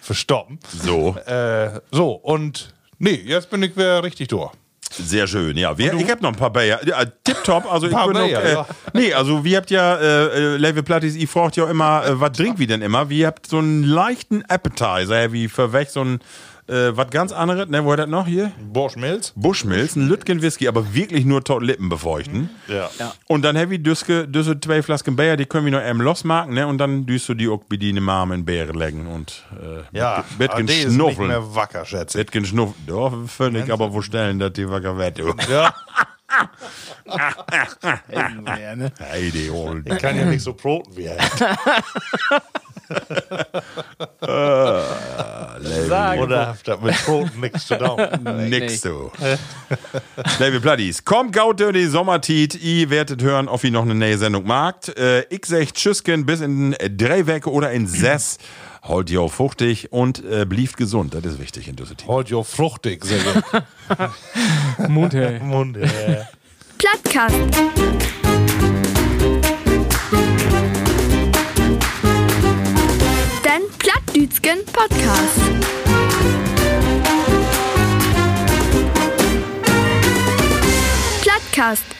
Speaker 3: verstoppen.
Speaker 2: So,
Speaker 3: Äh, so, und nee, jetzt bin ich wieder richtig durch.
Speaker 2: sehr schön. Ja, wir, ich hab noch ein paar Bayer. Ja, tipptopp. Also ich
Speaker 3: Paar
Speaker 2: bin noch,
Speaker 3: Bayer,
Speaker 2: äh,
Speaker 3: ja.
Speaker 2: Nee, also wir habt ja, äh, äh, Level Plattis, ihr fragt ja immer, äh, was trinkt wir denn immer? Wir habt so einen leichten Appetizer, ja, wie für weg so ein, äh, was ganz anderes. Ne, wo hat das noch hier?
Speaker 3: Borsch Mills?
Speaker 2: Bushmills, ein Lütgen Whisky, aber wirklich nur tot Lippen befeuchten.
Speaker 3: Ja.
Speaker 2: Und dann Heavy Düske, Düsse zwei Flasken Bayer, die können wir noch eben losmarken, ne? Und dann düst du die auch die in Marm in Bären legen und äh,
Speaker 3: Ja,
Speaker 2: mit-
Speaker 3: aber
Speaker 2: mitgen
Speaker 3: die ist nicht
Speaker 2: schnuffeln.
Speaker 3: mehr wacker, schätze ich.
Speaker 2: Mitgen schnuffeln. Doch, völlig, aber wo stellen das die wacker wett?
Speaker 3: Ja,
Speaker 5: ne?
Speaker 2: Hey, die Old.
Speaker 3: ich kann ja nicht so proten wie er. *laughs*
Speaker 2: Ah,
Speaker 3: Oder habt das mit Proten nichts zu tun?
Speaker 2: Nix so. *laughs* Level Bloodies. Kommt gaut in die Sommertit. I werdet hören, ob ihr noch eine neue Sendung magt. Äh, ich sag Tschüssken bis in drei Wecke oder in sechs. Holt ihr auch fuchtig und äh, blieft gesund. Das ist wichtig in Düsseldorf.
Speaker 3: Heute ja fruchtig, sehr gut. *laughs*
Speaker 5: *laughs* Mund, hey.
Speaker 3: Mund, äh.
Speaker 1: Plattkast. Den Plattdütschen Podcast. Plattkast.